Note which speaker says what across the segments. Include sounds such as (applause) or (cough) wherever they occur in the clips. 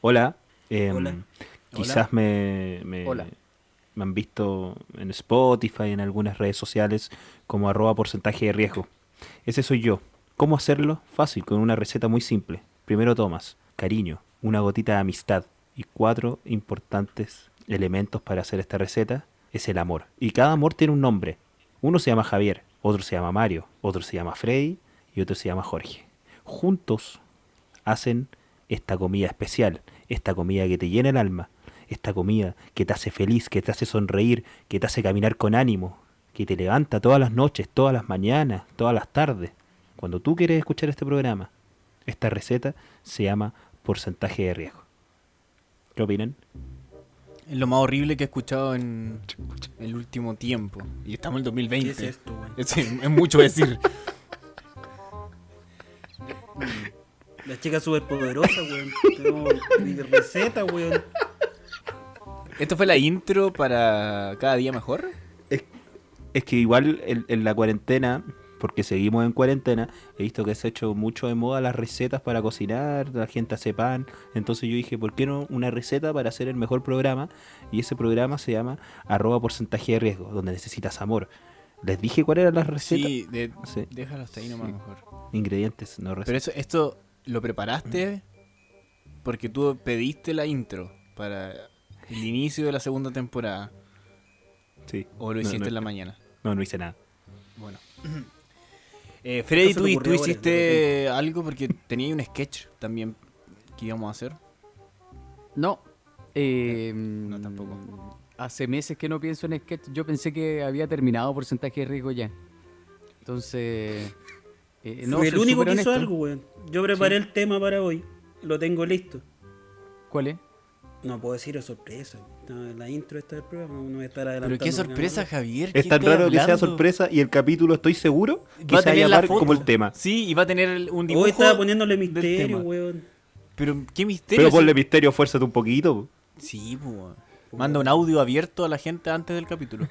Speaker 1: Hola. eh,
Speaker 2: Hola.
Speaker 1: Quizás Me, me-
Speaker 3: Hola.
Speaker 1: me han visto en Spotify, en algunas redes sociales, como arroba porcentaje de riesgo. Ese soy yo. ¿Cómo hacerlo? Fácil, con una receta muy simple. Primero tomas cariño, una gotita de amistad y cuatro importantes elementos para hacer esta receta. Es el amor. Y cada amor tiene un nombre. Uno se llama Javier, otro se llama Mario, otro se llama Freddy y otro se llama Jorge. Juntos hacen esta comida especial, esta comida que te llena el alma, esta comida que te hace feliz, que te hace sonreír, que te hace caminar con ánimo, que te levanta todas las noches, todas las mañanas, todas las tardes. Cuando tú quieres escuchar este programa, esta receta se llama porcentaje de riesgo. ¿Qué opinan?
Speaker 3: Es lo más horrible que he escuchado en el último tiempo. Y estamos en el
Speaker 2: ¿Qué
Speaker 3: 2020.
Speaker 2: es esto, weón?
Speaker 3: Es, es mucho decir. (laughs)
Speaker 2: La chica superpoderosa, weón. Tenemos ni receta, weón.
Speaker 3: ¿Esto fue la intro para Cada Día Mejor?
Speaker 1: Es que igual en, en la cuarentena, porque seguimos en cuarentena, he visto que se ha hecho mucho de moda las recetas para cocinar, la gente hace pan. Entonces yo dije, ¿por qué no una receta para hacer el mejor programa? Y ese programa se llama arroba porcentaje de riesgo, donde necesitas amor. Les dije cuál era la receta.
Speaker 3: Sí, de-
Speaker 1: Sí.
Speaker 3: déjalo hasta ahí nomás
Speaker 1: Sí.
Speaker 3: mejor.
Speaker 1: Ingredientes, no
Speaker 3: Pero
Speaker 1: recetas.
Speaker 3: eso, esto lo preparaste porque tú pediste la intro para el inicio de la segunda temporada.
Speaker 1: Sí.
Speaker 3: este- ¿O lo
Speaker 1: No,
Speaker 3: hiciste
Speaker 1: no,
Speaker 3: en la mañana?
Speaker 1: No, no hice nada.
Speaker 2: (clears throat)
Speaker 3: Bueno. Eh, Freddy,
Speaker 2: Esto se
Speaker 3: tú, tú
Speaker 2: te ocurrió ahora, de
Speaker 3: hiciste algo porque tenía un sketch también que íbamos a hacer.
Speaker 4: No. eh,
Speaker 3: no, tampoco.
Speaker 4: Hace meses que no pienso en sketch. Yo pensé que había terminado porcentaje de riesgo ya. Entonces. eh, no,
Speaker 2: Fui el
Speaker 4: soy
Speaker 2: único que
Speaker 4: súper
Speaker 2: hizo
Speaker 4: honesto.
Speaker 2: algo, weón. Yo preparé el tema para hoy. Lo tengo listo.
Speaker 4: ¿Cuál es?
Speaker 2: No puedo decir es sorpresa. No, la intro esta del programa no voy a estar
Speaker 3: Pero
Speaker 2: adelantando.
Speaker 3: qué sorpresa,
Speaker 2: nada.
Speaker 3: Javier.
Speaker 1: Es tan raro que sea sorpresa y el capítulo estoy seguro que
Speaker 3: Va a
Speaker 1: se va a
Speaker 3: tener la
Speaker 1: llamar
Speaker 3: foto.
Speaker 1: como el tema.
Speaker 3: Sí, y va a tener el- un dibujo.
Speaker 2: Hoy estaba poniéndole
Speaker 3: del
Speaker 2: misterio,
Speaker 3: tema.
Speaker 2: weón.
Speaker 3: Pero qué misterio.
Speaker 1: Pero ponle misterio, fuérzate un poquito.
Speaker 3: Sí, pues. Manda un audio abierto a la gente antes del capítulo.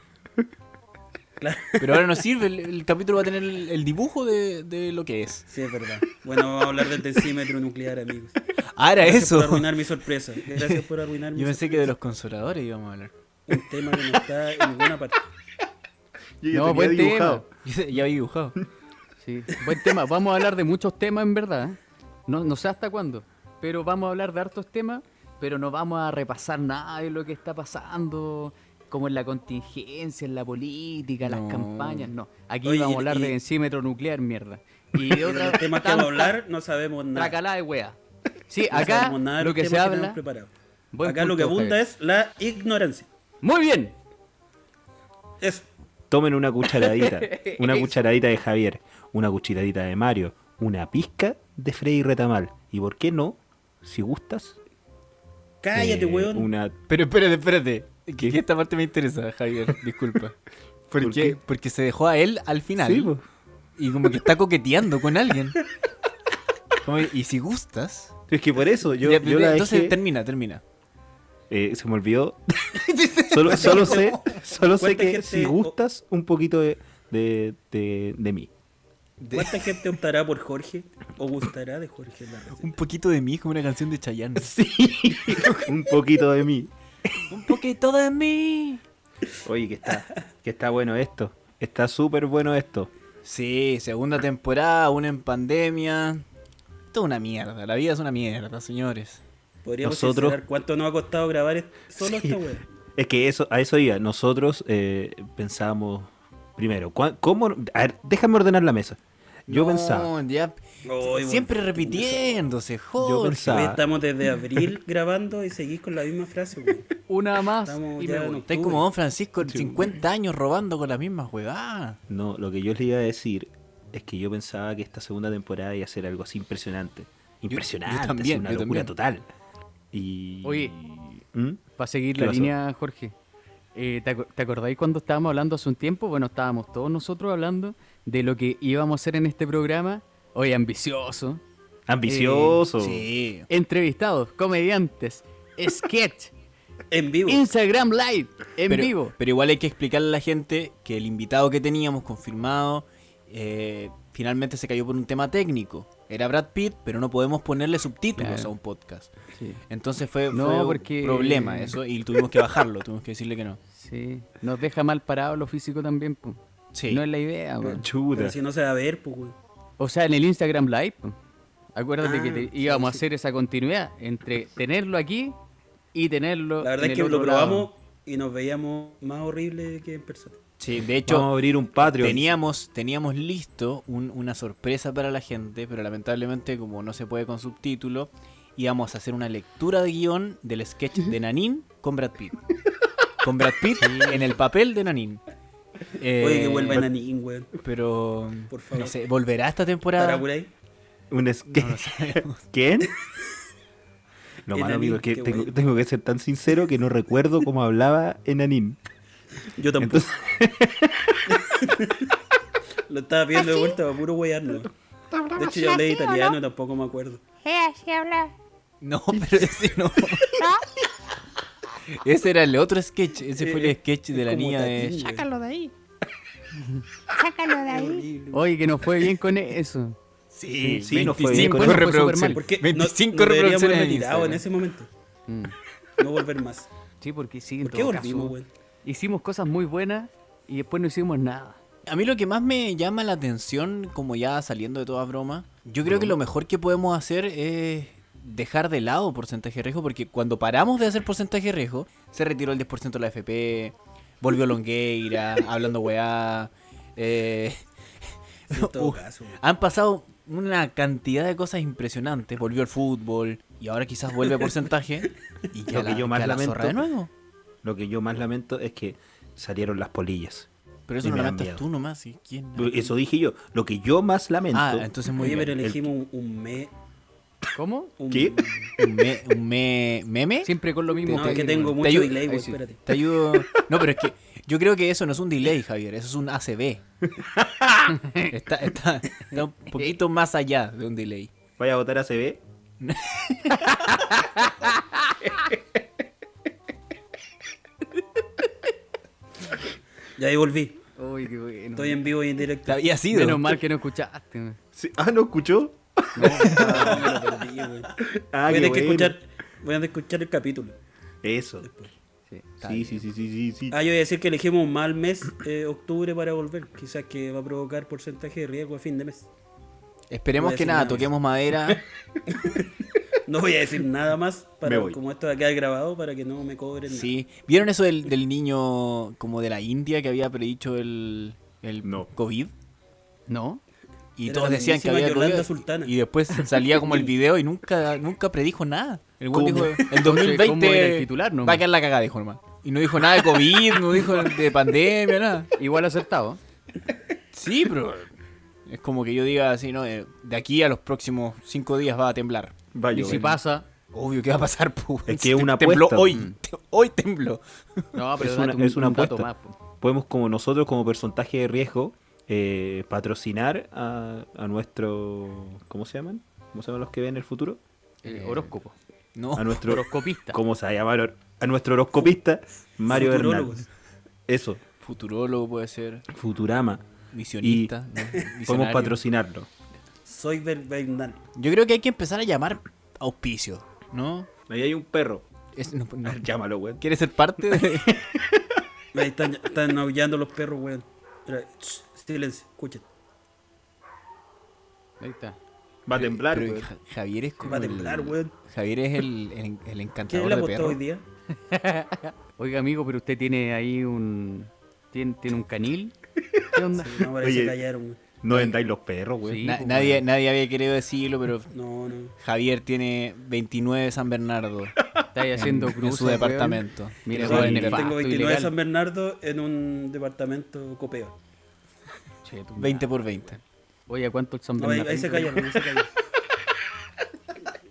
Speaker 2: Claro.
Speaker 3: Pero ahora no sirve, el, el capítulo va a tener el, el dibujo de, de lo que
Speaker 2: (laughs)
Speaker 3: es.
Speaker 2: Sí, es verdad. Bueno, vamos a hablar del tensímetro nuclear,
Speaker 3: (laughs)
Speaker 2: amigos.
Speaker 3: Ahora
Speaker 2: Gracias
Speaker 3: Ah, eso.
Speaker 2: por arruinar mi sorpresa. Gracias
Speaker 3: (laughs)
Speaker 2: por arruinar mi
Speaker 3: Yo pensé
Speaker 2: sorpresa.
Speaker 3: que de los consoladores íbamos a hablar. (laughs)
Speaker 2: Un tema que no está en ninguna parte.
Speaker 1: Yo
Speaker 4: No, buen tema.
Speaker 3: ya había dibujado.
Speaker 4: Sí, buen tema. Vamos a hablar de muchos temas, en verdad. ¿eh? No, no sé hasta cuándo, pero vamos a hablar de hartos temas, pero no vamos a repasar nada de lo que está pasando, como en la contingencia, en la política,
Speaker 3: No.
Speaker 4: las campañas. No, aquí
Speaker 2: Oye,
Speaker 4: vamos a
Speaker 2: y-
Speaker 4: hablar
Speaker 2: y-
Speaker 4: de encímetro nuclear, mierda. Y de
Speaker 2: Y de
Speaker 4: otras
Speaker 2: (laughs) los temas que vamos a hablar no sabemos
Speaker 4: tantas
Speaker 2: nada.
Speaker 4: tracaladas de wea. Sí,
Speaker 2: No
Speaker 4: acá
Speaker 2: sabemos nada de
Speaker 4: lo
Speaker 2: los
Speaker 4: que se
Speaker 2: temas tenemos
Speaker 4: habla.
Speaker 2: preparados.
Speaker 4: Buen
Speaker 2: Acá lo que
Speaker 4: punto,
Speaker 2: abunda
Speaker 4: Javier.
Speaker 2: es la ignorancia.
Speaker 4: Muy bien.
Speaker 2: Eso.
Speaker 1: Tomen una cucharadita, una
Speaker 4: Eso.
Speaker 1: cucharadita de Javier, una cucharadita de Mario, una pizca de Freddy Retamal. ¿Y por qué no? Si gustas,
Speaker 2: Cállate,
Speaker 1: eh,
Speaker 2: weón.
Speaker 1: Una...
Speaker 3: Pero espérate, espérate. Que esta parte me interesa, Javier. Disculpa.
Speaker 1: ¿Por
Speaker 3: Porque,
Speaker 1: qué?
Speaker 3: Porque se dejó a él al final.
Speaker 1: Sí, po.
Speaker 3: y como que está coqueteando con alguien. Como, y si gustas.
Speaker 1: Es que por eso yo,
Speaker 3: Ya,
Speaker 1: yo la
Speaker 3: entonces
Speaker 1: dejé-
Speaker 3: termina, termina.
Speaker 1: eh, se me olvidó. solo, solo sé, solo sé
Speaker 2: ¿Cuánta
Speaker 1: que
Speaker 2: gente-
Speaker 1: si gustas un poquito de, de, de- de mí.
Speaker 2: ¿Cuánta gente optará por Jorge o gustará de Jorge en la
Speaker 3: Un
Speaker 2: receta?
Speaker 3: poquito de mí como una canción de (laughs) Chayanne.
Speaker 1: (laughs) un poquito de mí.
Speaker 3: Un poquito de mí.
Speaker 1: Oye, que está, que está bueno esto. Está súper bueno esto.
Speaker 3: Sí, segunda temporada, una en pandemia. Esto es una mierda, la vida es una mierda, señores.
Speaker 2: Podríamos
Speaker 1: Nosotros-
Speaker 2: sincerar cuánto nos ha costado grabar est- solo
Speaker 1: Sí.
Speaker 2: esta weón.
Speaker 1: Es que eso, a eso iba. Nosotros eh, pensábamos primero, ¿cuá- ¿cómo? A ver, déjame ordenar la mesa. Yo
Speaker 3: No,
Speaker 1: pensaba,
Speaker 3: ya-
Speaker 2: Ay,
Speaker 3: siempre
Speaker 2: weón.
Speaker 3: repitiéndose,
Speaker 1: yo
Speaker 3: joder.
Speaker 2: Hoy
Speaker 1: pensaba,
Speaker 2: estamos desde
Speaker 4: (laughs)
Speaker 2: abril grabando y seguís con la misma frase, weón.
Speaker 4: Una más
Speaker 2: Estamos
Speaker 4: y
Speaker 2: ya
Speaker 4: me
Speaker 2: en
Speaker 4: voy.
Speaker 3: Estáis como Don Francisco, 50 años robando con las mismas huevadas.
Speaker 1: no, lo que yo les iba a decir es que yo pensaba que esta segunda temporada iba a ser algo así impresionante. Impresionante, así
Speaker 3: también,
Speaker 1: una
Speaker 3: yo
Speaker 1: locura
Speaker 3: también.
Speaker 1: total. Y
Speaker 4: Oye.
Speaker 1: ¿Mm?
Speaker 4: Para seguir
Speaker 1: ¿Qué
Speaker 4: la
Speaker 1: pasó?
Speaker 4: línea, Jorge. eh, ¿te, aco- te acordáis cuando estábamos hablando hace un tiempo? Bueno, estábamos todos nosotros hablando de lo que íbamos a hacer en este programa. Hoy ambicioso.
Speaker 1: ambicioso.
Speaker 3: Eh, Sí.
Speaker 4: Entrevistados,
Speaker 2: (laughs)
Speaker 4: comediantes, sketch,
Speaker 2: En vivo.
Speaker 4: Instagram Live, en
Speaker 3: pero,
Speaker 4: vivo.
Speaker 3: Pero igual hay que explicarle a la gente que el invitado que teníamos confirmado eh, finalmente se cayó por un tema técnico. Era Brad Pitt, pero no podemos ponerle subtítulos
Speaker 4: Claro.
Speaker 3: a un podcast.
Speaker 4: Sí.
Speaker 3: Entonces fue,
Speaker 4: No,
Speaker 3: fue
Speaker 4: porque-
Speaker 3: un problema eso y tuvimos que bajarlo, (laughs) tuvimos que decirle que no.
Speaker 4: Sí, nos deja mal parado lo físico también, po.
Speaker 3: Sí.
Speaker 4: No es la idea, weón.
Speaker 1: Chuta.
Speaker 2: Pero si no se va a ver, pues, güey.
Speaker 4: O sea, en el Instagram Live, po. acuérdate
Speaker 2: Ah,
Speaker 4: que te-
Speaker 2: sí,
Speaker 4: íbamos
Speaker 2: sí.
Speaker 4: a hacer esa continuidad entre tenerlo aquí y tenerlo.
Speaker 2: La verdad
Speaker 4: en
Speaker 2: es
Speaker 4: el
Speaker 2: que lo
Speaker 4: otro lado.
Speaker 2: probamos y nos veíamos más horrible que en persona.
Speaker 3: Sí, de hecho,
Speaker 1: Vamos a abrir un Patreon.
Speaker 3: Teníamos, teníamos listo un- una sorpresa para la gente, pero lamentablemente como no se puede con subtítulo, íbamos a hacer una lectura de guión del sketch de Nanín con Brad Pitt. Con Brad Pitt en el papel de Nanín. Eh,
Speaker 2: Oye, que vuelva Nanín, güey.
Speaker 3: Pero,
Speaker 2: Por favor.
Speaker 3: no sé, ¿volverá esta temporada?
Speaker 2: ¿Estará por ahí?
Speaker 1: Un sketch. (laughs) ¿Quién? Lo
Speaker 2: Enanín,
Speaker 1: malo, amigo, es que
Speaker 2: qué
Speaker 1: tengo,
Speaker 2: bueno.
Speaker 1: tengo que ser tan sincero que no recuerdo cómo hablaba Enanín.
Speaker 2: Yo tampoco.
Speaker 1: Entonces,
Speaker 2: Lo estaba
Speaker 4: ¿Ah,
Speaker 2: viendo de vuelta para puro weyarlo. De hecho, yo hablé italiano y tampoco me acuerdo.
Speaker 5: Eh, así (laughs) habla.
Speaker 3: No, pero ese
Speaker 2: (laughs)
Speaker 3: no.
Speaker 5: No,
Speaker 3: Ese era el otro sketch. Ese fue el
Speaker 2: Eh,
Speaker 3: sketch de
Speaker 2: es
Speaker 3: la
Speaker 2: como
Speaker 3: niña de...
Speaker 2: Tatín, güey.
Speaker 5: sácalo de ahí. Sácalo de ahí.
Speaker 4: Oye, que nos fue bien con eso.
Speaker 1: Sí, sí, nos fue bien
Speaker 3: 25
Speaker 1: con eso,
Speaker 4: fue súper
Speaker 3: reproducciones.
Speaker 4: mal.
Speaker 2: ¿Por qué? No-
Speaker 3: 25
Speaker 2: nos deberíamos haber
Speaker 3: reproducciones en
Speaker 2: retirado en
Speaker 3: Instagram.
Speaker 2: ese momento.
Speaker 4: Mm.
Speaker 2: No volver más.
Speaker 4: Sí, porque sí, (laughs) en
Speaker 2: ¿Por qué
Speaker 4: todo caso,
Speaker 2: volvimos, güey?
Speaker 4: hicimos cosas muy buenas y después no hicimos nada.
Speaker 3: A mí lo que más me llama la atención, como ya saliendo de toda broma, yo creo que lo mejor que podemos hacer es dejar de lado porcentaje de riesgo, porque cuando paramos de hacer porcentaje de riesgo, se retiró el 10% de la FP,
Speaker 1: (laughs)
Speaker 3: volvió Longueira, hablando weá. eh,
Speaker 2: En todo
Speaker 3: uh,
Speaker 2: caso, güey.
Speaker 3: han pasado una cantidad de cosas impresionantes, volvió el fútbol, y ahora quizás
Speaker 1: (laughs)
Speaker 3: vuelve porcentaje. Y ya
Speaker 1: Lo que
Speaker 3: la-
Speaker 1: yo más
Speaker 3: ya la zorra
Speaker 1: lamento-
Speaker 3: de nuevo.
Speaker 1: lo que yo más lamento es que salieron las polillas.
Speaker 3: Pero eso
Speaker 1: Y
Speaker 3: no
Speaker 1: me
Speaker 3: lo
Speaker 1: da
Speaker 3: lamentas
Speaker 1: miedo.
Speaker 3: tú nomás, ¿y ¿quién?
Speaker 1: Eso dije yo. Lo que yo más lamento.
Speaker 3: Ah, entonces muy
Speaker 2: Oye, pero
Speaker 3: bien.
Speaker 1: el-
Speaker 2: elegimos un, un mes.
Speaker 4: ¿Cómo?
Speaker 2: Un...
Speaker 1: ¿Qué?
Speaker 3: ¿Un, me- un me- meme?
Speaker 4: Siempre con lo mismo.
Speaker 2: No, es que
Speaker 4: Javier,
Speaker 2: tengo
Speaker 4: weón.
Speaker 3: Te
Speaker 2: mucho
Speaker 3: ayudo-
Speaker 2: delay,
Speaker 4: ahí
Speaker 2: güey.
Speaker 4: sí.
Speaker 2: Espérate.
Speaker 3: Te ayudo. No, pero es que yo creo que eso no es un delay, Javier, eso es un ACB. Está, está, está un poquito más allá de un delay.
Speaker 1: Vaya a votar a CB.
Speaker 2: Ya ahí volví.
Speaker 4: Uy, qué bueno.
Speaker 2: Estoy en vivo y en
Speaker 3: Te
Speaker 2: directo.
Speaker 3: había sido.
Speaker 4: Menos mal que no escuchaste. weón.
Speaker 1: Sí. Ah, ¿no escuchó?
Speaker 2: Ah, me lo
Speaker 3: (laughs)
Speaker 2: perdí, güey.
Speaker 1: Ah,
Speaker 2: voy
Speaker 1: qué
Speaker 2: a tener que
Speaker 1: bueno.
Speaker 2: escuchar, voy a tener que escuchar el capítulo.
Speaker 1: Eso.
Speaker 4: Sí.
Speaker 1: Sí, sí, sí, sí, sí, sí.
Speaker 2: Ah, yo voy a decir que elegimos un mal mes, eh, octubre, para volver. Quizás que va a provocar porcentaje de riesgo a fin de mes.
Speaker 3: Esperemos
Speaker 2: Voy a
Speaker 3: que
Speaker 2: decir
Speaker 3: nada,
Speaker 2: nada más.
Speaker 3: toquemos madera.
Speaker 2: No voy a decir nada más, para,
Speaker 1: Me voy.
Speaker 2: como esto va a quedar grabado, para que no me cobren. nada.
Speaker 3: Sí. ¿Vieron eso del, del niño como de la India que había predicho el, el
Speaker 1: No.
Speaker 3: COVID?
Speaker 4: ¿No?
Speaker 3: Y
Speaker 2: Era
Speaker 3: todos
Speaker 2: la
Speaker 3: decían que había
Speaker 2: mismísima Yolanda
Speaker 3: COVID,
Speaker 2: Sultana.
Speaker 3: Y después
Speaker 2: (laughs)
Speaker 3: salía como el video y nunca, nunca predijo nada. El güey
Speaker 1: ¿Cómo?
Speaker 3: dijo, el
Speaker 4: ¿Cómo era el
Speaker 3: 2020
Speaker 4: titular, no?
Speaker 3: va a quedar la cagada, dijo nomás. Y no dijo nada de COVID, no dijo de pandemia, nada.
Speaker 4: Igual acertado.
Speaker 3: (laughs) Sí, pero es como que yo diga así, ¿no? Eh, De aquí a los próximos cinco días va a temblar.
Speaker 1: Vaya,
Speaker 4: Y si
Speaker 1: bueno.
Speaker 4: pasa.
Speaker 3: Obvio que va a pasar, pues.
Speaker 1: Es que es una
Speaker 3: Tembló
Speaker 1: apuesta,
Speaker 3: hoy. Hoy tembló.
Speaker 4: No, pero
Speaker 1: es
Speaker 4: date
Speaker 1: una,
Speaker 4: un-
Speaker 1: es una
Speaker 4: un dato
Speaker 1: apuesta.
Speaker 4: más, po.
Speaker 1: Podemos como nosotros, como porcentaje de riesgo, eh, patrocinar a, a nuestro... ¿Cómo se llaman? ¿Cómo se llaman los que ven el futuro? Eh,
Speaker 4: El horóscopo.
Speaker 3: No.
Speaker 1: A nuestro...
Speaker 4: Horoscopista.
Speaker 1: ¿Cómo se va a llamar? A nuestro horoscopista, Mario
Speaker 2: Futurólogos.
Speaker 1: Hernández. Eso,
Speaker 3: Futurólogo puede ser.
Speaker 1: Futurama.
Speaker 3: Visionista. ¿no?
Speaker 1: Podemos
Speaker 3: Visionario.
Speaker 1: patrocinarlo.
Speaker 2: Soy Bel Bernal.
Speaker 3: Yo creo que hay que empezar a llamar auspicio, ¿no?
Speaker 1: Ahí hay un perro.
Speaker 3: Es- no- no-
Speaker 1: (laughs) Llámalo, güey.
Speaker 3: ¿Quieres ser parte de.?
Speaker 2: Ahí están, están aullando los perros, weón. Espera, shh, Silencio, escuchen.
Speaker 4: (laughs) Ahí está.
Speaker 1: Va a temblar,
Speaker 3: Pero
Speaker 1: güey.
Speaker 3: Ja- Javier es como.
Speaker 2: Va a
Speaker 3: el-
Speaker 2: temblar, weón.
Speaker 3: Javier es el, el, el
Speaker 2: ¿Quién
Speaker 3: encantador
Speaker 2: le
Speaker 3: de
Speaker 2: apostó hoy
Speaker 3: perros.
Speaker 2: día?
Speaker 4: Oiga, amigo, pero usted tiene ahí un. ¿Tiene, tiene un canil? ¿Qué onda?
Speaker 2: No, parece
Speaker 1: Oye.
Speaker 2: que callaron, weón.
Speaker 1: No vendáis los perros, güey.
Speaker 4: Sí.
Speaker 3: Na-
Speaker 4: pues,
Speaker 3: nadie, nadie había querido decirlo, pero
Speaker 2: No, no.
Speaker 3: Javier tiene 29 San
Speaker 2: (laughs)
Speaker 3: Bernardo
Speaker 4: Está ahí haciendo
Speaker 3: en,
Speaker 4: cruces.
Speaker 3: su
Speaker 4: weón.
Speaker 3: departamento.
Speaker 4: Mira,
Speaker 2: Yo
Speaker 3: Igual
Speaker 4: weón,
Speaker 3: en el
Speaker 4: nefasto,
Speaker 2: tengo 29
Speaker 4: ilegal.
Speaker 2: San Bernardo en un departamento copeo.
Speaker 4: Che, tu
Speaker 3: 20 por 20.
Speaker 4: Oye, ¿cuánto el San
Speaker 2: No, ahí, ahí se
Speaker 4: Bernardino?
Speaker 2: callaron, ahí se callaron.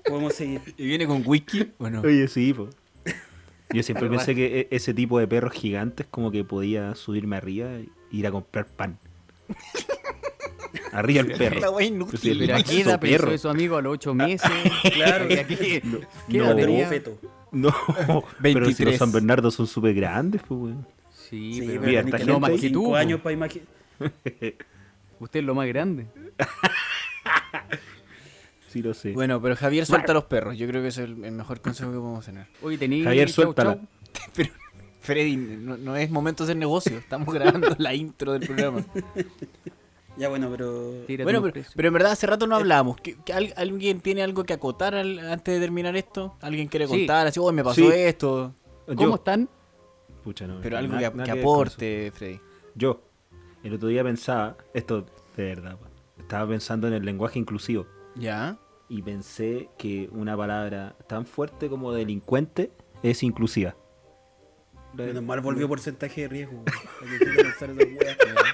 Speaker 2: Podemos seguir.
Speaker 3: ¿Y viene con whisky? Bueno,
Speaker 1: Oye, sí, po. (laughs) Yo siempre pensé que e- ese tipo de perros gigantes como que podía subirme arriba e ir a comprar (laughs) pan. Arriba el perro.
Speaker 3: La wea
Speaker 1: Yo soy el
Speaker 3: inútil.
Speaker 4: Pero aquí
Speaker 1: manso
Speaker 4: da pensó
Speaker 1: perro.
Speaker 4: eso, amigo, a los ocho meses.
Speaker 2: Claro.
Speaker 4: (laughs) ¿Y aquí? ¿Qué
Speaker 1: no.
Speaker 2: Pero
Speaker 4: edad tenía?
Speaker 2: un feto.
Speaker 1: No, (laughs) pero si los
Speaker 3: 23.
Speaker 1: San Bernardo son súper grandes, pues, weón.
Speaker 4: Sí,
Speaker 2: Sí,
Speaker 4: pero,
Speaker 2: pero
Speaker 1: mira,
Speaker 2: tenés
Speaker 1: esta
Speaker 2: que
Speaker 1: gente-
Speaker 2: tener
Speaker 4: No, más que
Speaker 2: cinco
Speaker 4: tú, po.
Speaker 2: años para imaginar.
Speaker 4: usted es lo más grande.
Speaker 1: Sí, lo sé.
Speaker 3: Bueno, pero Javier suelta a los perros. Yo creo que es el, el mejor consejo que podemos tener.
Speaker 4: Oye, tení.
Speaker 1: Javier,
Speaker 4: chau,
Speaker 1: suéltala.
Speaker 4: chau.
Speaker 3: Pero, Freddy, no, no es momento de hacer negocio. Estamos grabando la intro del programa.
Speaker 2: Ya bueno, pero.
Speaker 4: Tírate
Speaker 3: Bueno,
Speaker 4: un
Speaker 3: pero,
Speaker 4: precio.
Speaker 3: pero en verdad hace rato no hablamos. ¿Qué- qué- al- ¿Alguien tiene algo que acotar al- antes de terminar esto? ¿Alguien quiere
Speaker 4: Sí.
Speaker 3: contar? Así, oh, me pasó
Speaker 1: Sí.
Speaker 3: esto.
Speaker 1: Yo.
Speaker 4: ¿Cómo están?
Speaker 1: Pucha, no,
Speaker 3: Pero
Speaker 1: na-
Speaker 3: algo que,
Speaker 1: nada
Speaker 3: que
Speaker 1: ver con eso.
Speaker 3: aporte, Freddy.
Speaker 1: Yo, el otro día pensaba, esto de verdad, pa, estaba pensando en el lenguaje inclusivo
Speaker 3: ¿Ya?
Speaker 1: y pensé que una palabra tan fuerte como delincuente es inclusiva.
Speaker 2: Menos mal volvió porcentaje de riesgo. güey. Hay que pensar esa wea, güey.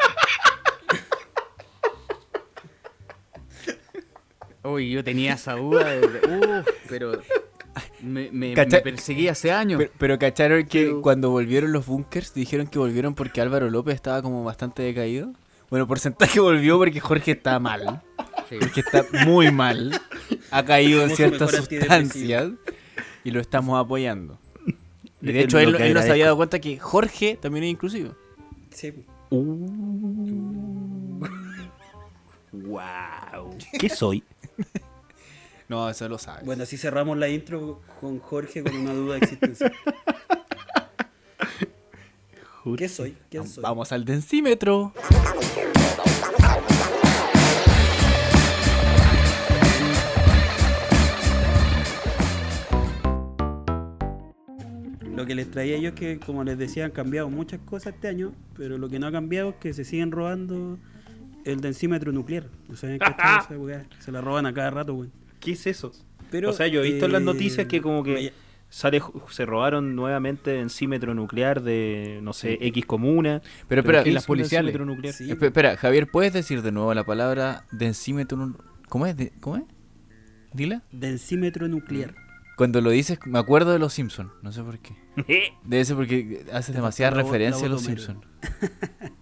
Speaker 4: Uy, yo tenía esa duda desde. Uf, pero. Me, me,
Speaker 3: Cacha-
Speaker 4: me perseguí hace años.
Speaker 3: Pero, pero cacharon que cuando volvieron los bunkers dijeron que volvieron porque Álvaro López estaba como bastante decaído. Bueno, porcentaje (laughs) volvió porque Jorge está mal.
Speaker 4: Sí.
Speaker 3: Porque está muy mal. Ha caído en
Speaker 2: Somos su
Speaker 3: ciertas
Speaker 2: mejor
Speaker 3: sustancias. Y lo estamos apoyando. Y de
Speaker 1: Es
Speaker 3: hecho,
Speaker 1: lo
Speaker 3: él,
Speaker 1: que
Speaker 3: él no se
Speaker 1: agradezco.
Speaker 3: había dado cuenta que Jorge también es inclusivo.
Speaker 2: Sí, güey.
Speaker 1: Wow. ¿Qué soy?
Speaker 3: No, eso lo sabe.
Speaker 2: bueno, así cerramos la intro con Jorge con una duda existencial. ¿Qué soy? ¿Quién soy?
Speaker 3: Vamos al densímetro.
Speaker 2: Lo que les traía yo es que, como les decía, han cambiado muchas cosas este año, pero lo que no ha cambiado es que se siguen robando el densímetro nuclear. ¿No saben qué está esa weá? Se la roban a cada rato, güey.
Speaker 1: (laughs) ¿Qué es eso?
Speaker 2: Pero,
Speaker 1: o sea, yo he visto en las noticias que como
Speaker 2: eh,
Speaker 1: que sale, se robaron nuevamente encímetro nuclear de, no sé, X comuna.
Speaker 3: Pero espera,
Speaker 1: ¿qué
Speaker 4: las
Speaker 1: es un
Speaker 4: policiales?
Speaker 1: densímetro nuclear? (laughs)
Speaker 2: Sí.
Speaker 3: Espe- Espera, Javier, ¿puedes decir de nuevo la palabra densímetro? nu- ¿Cómo es? De- ¿Cómo es? Dila.
Speaker 2: Densímetro nuclear.
Speaker 3: Cuando lo dices, me acuerdo de los Simpsons. No sé por qué. Debe ser porque haces demasiada
Speaker 2: faltó la vo-
Speaker 3: referencia
Speaker 2: la
Speaker 3: a los
Speaker 2: voz de Homero.
Speaker 3: Simpsons.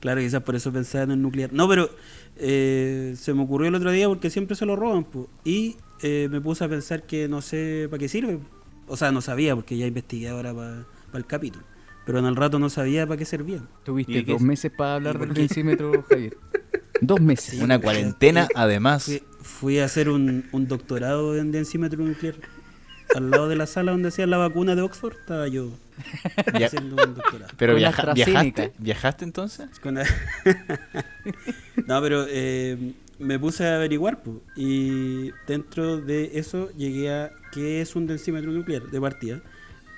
Speaker 2: Claro, quizás por eso pensaba en el nuclear. No, pero eh, se me ocurrió el otro día porque siempre se lo roban, po. Y eh, me puse a pensar que no sé para qué sirve. O sea, no sabía porque ya investigué ahora para el capítulo. Pero en el rato no sabía para qué servía.
Speaker 4: Tuviste
Speaker 2: ¿Y qué
Speaker 4: dos
Speaker 2: es?
Speaker 4: meses para hablar
Speaker 2: ¿Y
Speaker 4: del
Speaker 2: por qué?
Speaker 4: densímetro, Javier. Dos meses.
Speaker 3: Una
Speaker 2: (laughs)
Speaker 3: cuarentena, además.
Speaker 2: Fui, fui a hacer un, un doctorado en densímetro nuclear. Al lado de la sala donde hacían la vacuna de Oxford estaba yo
Speaker 3: Ya.
Speaker 2: haciendo un doctorado.
Speaker 3: Pero
Speaker 4: Con
Speaker 3: viaja-
Speaker 4: AstraZeneca.
Speaker 3: viajaste, ¿viajaste entonces?
Speaker 2: Con la- (laughs) no, pero eh, me puse a averiguar po, y dentro de eso llegué a qué es un densímetro nuclear de partida.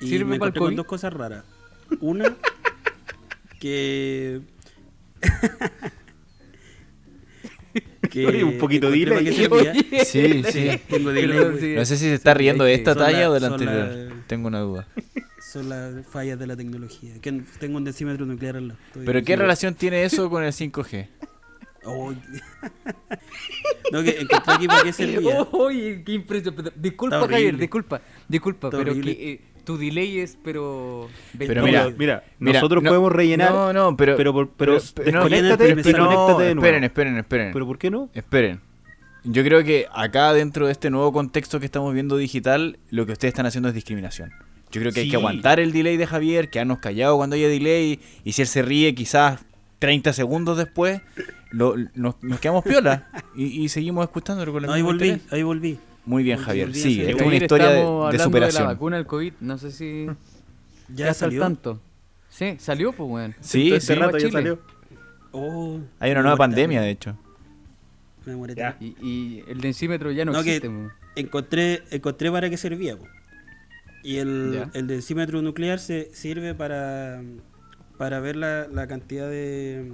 Speaker 2: Y
Speaker 4: ¿Sirve
Speaker 2: me
Speaker 4: pa'l
Speaker 2: encontré con
Speaker 4: COVID?
Speaker 2: dos cosas raras. Una,
Speaker 4: (laughs)
Speaker 2: que... que
Speaker 1: Oye, un poquito
Speaker 2: encontré
Speaker 1: dile.
Speaker 2: pa' qué servía.
Speaker 3: Sí,
Speaker 2: (laughs)
Speaker 3: sí.
Speaker 2: Tengo delay,
Speaker 4: Perdón,
Speaker 2: güey.
Speaker 4: sí.
Speaker 3: No sé si se está riendo de
Speaker 4: es que
Speaker 3: esta
Speaker 2: son la-
Speaker 3: talla o de la
Speaker 2: son la-
Speaker 3: anterior. Tengo una duda.
Speaker 2: Son las fallas de la tecnología. Que tengo un densímetro nuclear al lado. Estoy-
Speaker 3: ¿Pero qué relación tiene eso con el
Speaker 2: (laughs)
Speaker 3: 5G?
Speaker 2: Oh. (laughs) no, que encontré aquí para qué
Speaker 4: (laughs)
Speaker 2: servía.
Speaker 4: (laughs) Oye, qué impresionante. Disculpa,
Speaker 2: Está
Speaker 4: Javier,
Speaker 2: horrible.
Speaker 4: disculpa. Disculpa,
Speaker 2: Está
Speaker 4: pero
Speaker 2: horrible.
Speaker 4: que eh, tu delay es, pero.
Speaker 3: Pero
Speaker 1: No,
Speaker 3: mira,
Speaker 1: mira, mira,
Speaker 3: Mira,
Speaker 1: nosotros
Speaker 3: no-
Speaker 1: podemos rellenar,
Speaker 3: No, no, pero.
Speaker 1: pero, por- pero,
Speaker 3: no,
Speaker 1: desconéctate,
Speaker 2: pero-
Speaker 1: desconéctate
Speaker 2: pero
Speaker 3: no,
Speaker 1: de nuevo.
Speaker 3: esperen, esperen, esperen.
Speaker 1: ¿Pero por qué no?
Speaker 3: Esperen. Yo creo que acá dentro de este nuevo contexto que estamos viendo digital, lo que ustedes están haciendo es discriminación. Yo creo que hay
Speaker 1: Sí.
Speaker 3: que aguantar el delay de Javier, quedarnos callados cuando haya delay, y si él se ríe quizás 30 segundos después, lo- nos, nos quedamos piola y, y seguimos escuchándolo con la
Speaker 2: No, ahí
Speaker 3: misma
Speaker 2: volví,
Speaker 3: interés.
Speaker 2: ahí volví.
Speaker 3: Muy bien,
Speaker 2: Volví,
Speaker 3: Javier.
Speaker 2: volví a
Speaker 3: Sí, esta
Speaker 2: hacer
Speaker 3: es
Speaker 2: delay.
Speaker 3: una historia de-
Speaker 4: estamos
Speaker 3: de,
Speaker 4: hablando de la
Speaker 3: superación.
Speaker 4: vacuna del COVID. No sé si.
Speaker 2: Ya,
Speaker 4: está al
Speaker 2: salió.
Speaker 4: tanto. Sí, salió, pues, weón.
Speaker 3: sí,
Speaker 1: Este
Speaker 3: sí.
Speaker 4: va a
Speaker 1: rato ya
Speaker 4: Chile.
Speaker 1: salió.
Speaker 2: Oh,
Speaker 3: Hay una nueva
Speaker 2: me muero
Speaker 3: pandemia, de hecho.
Speaker 2: tanto, Me muero
Speaker 1: Ya.
Speaker 2: tanto.
Speaker 4: Y, y el densímetro ya no,
Speaker 2: No, que- (laughs)
Speaker 4: existe, weón.
Speaker 2: Encontré, encontré para qué servía. po. Y el,
Speaker 4: Ya.
Speaker 2: el densímetro nuclear se sirve para, para ver la, la cantidad de,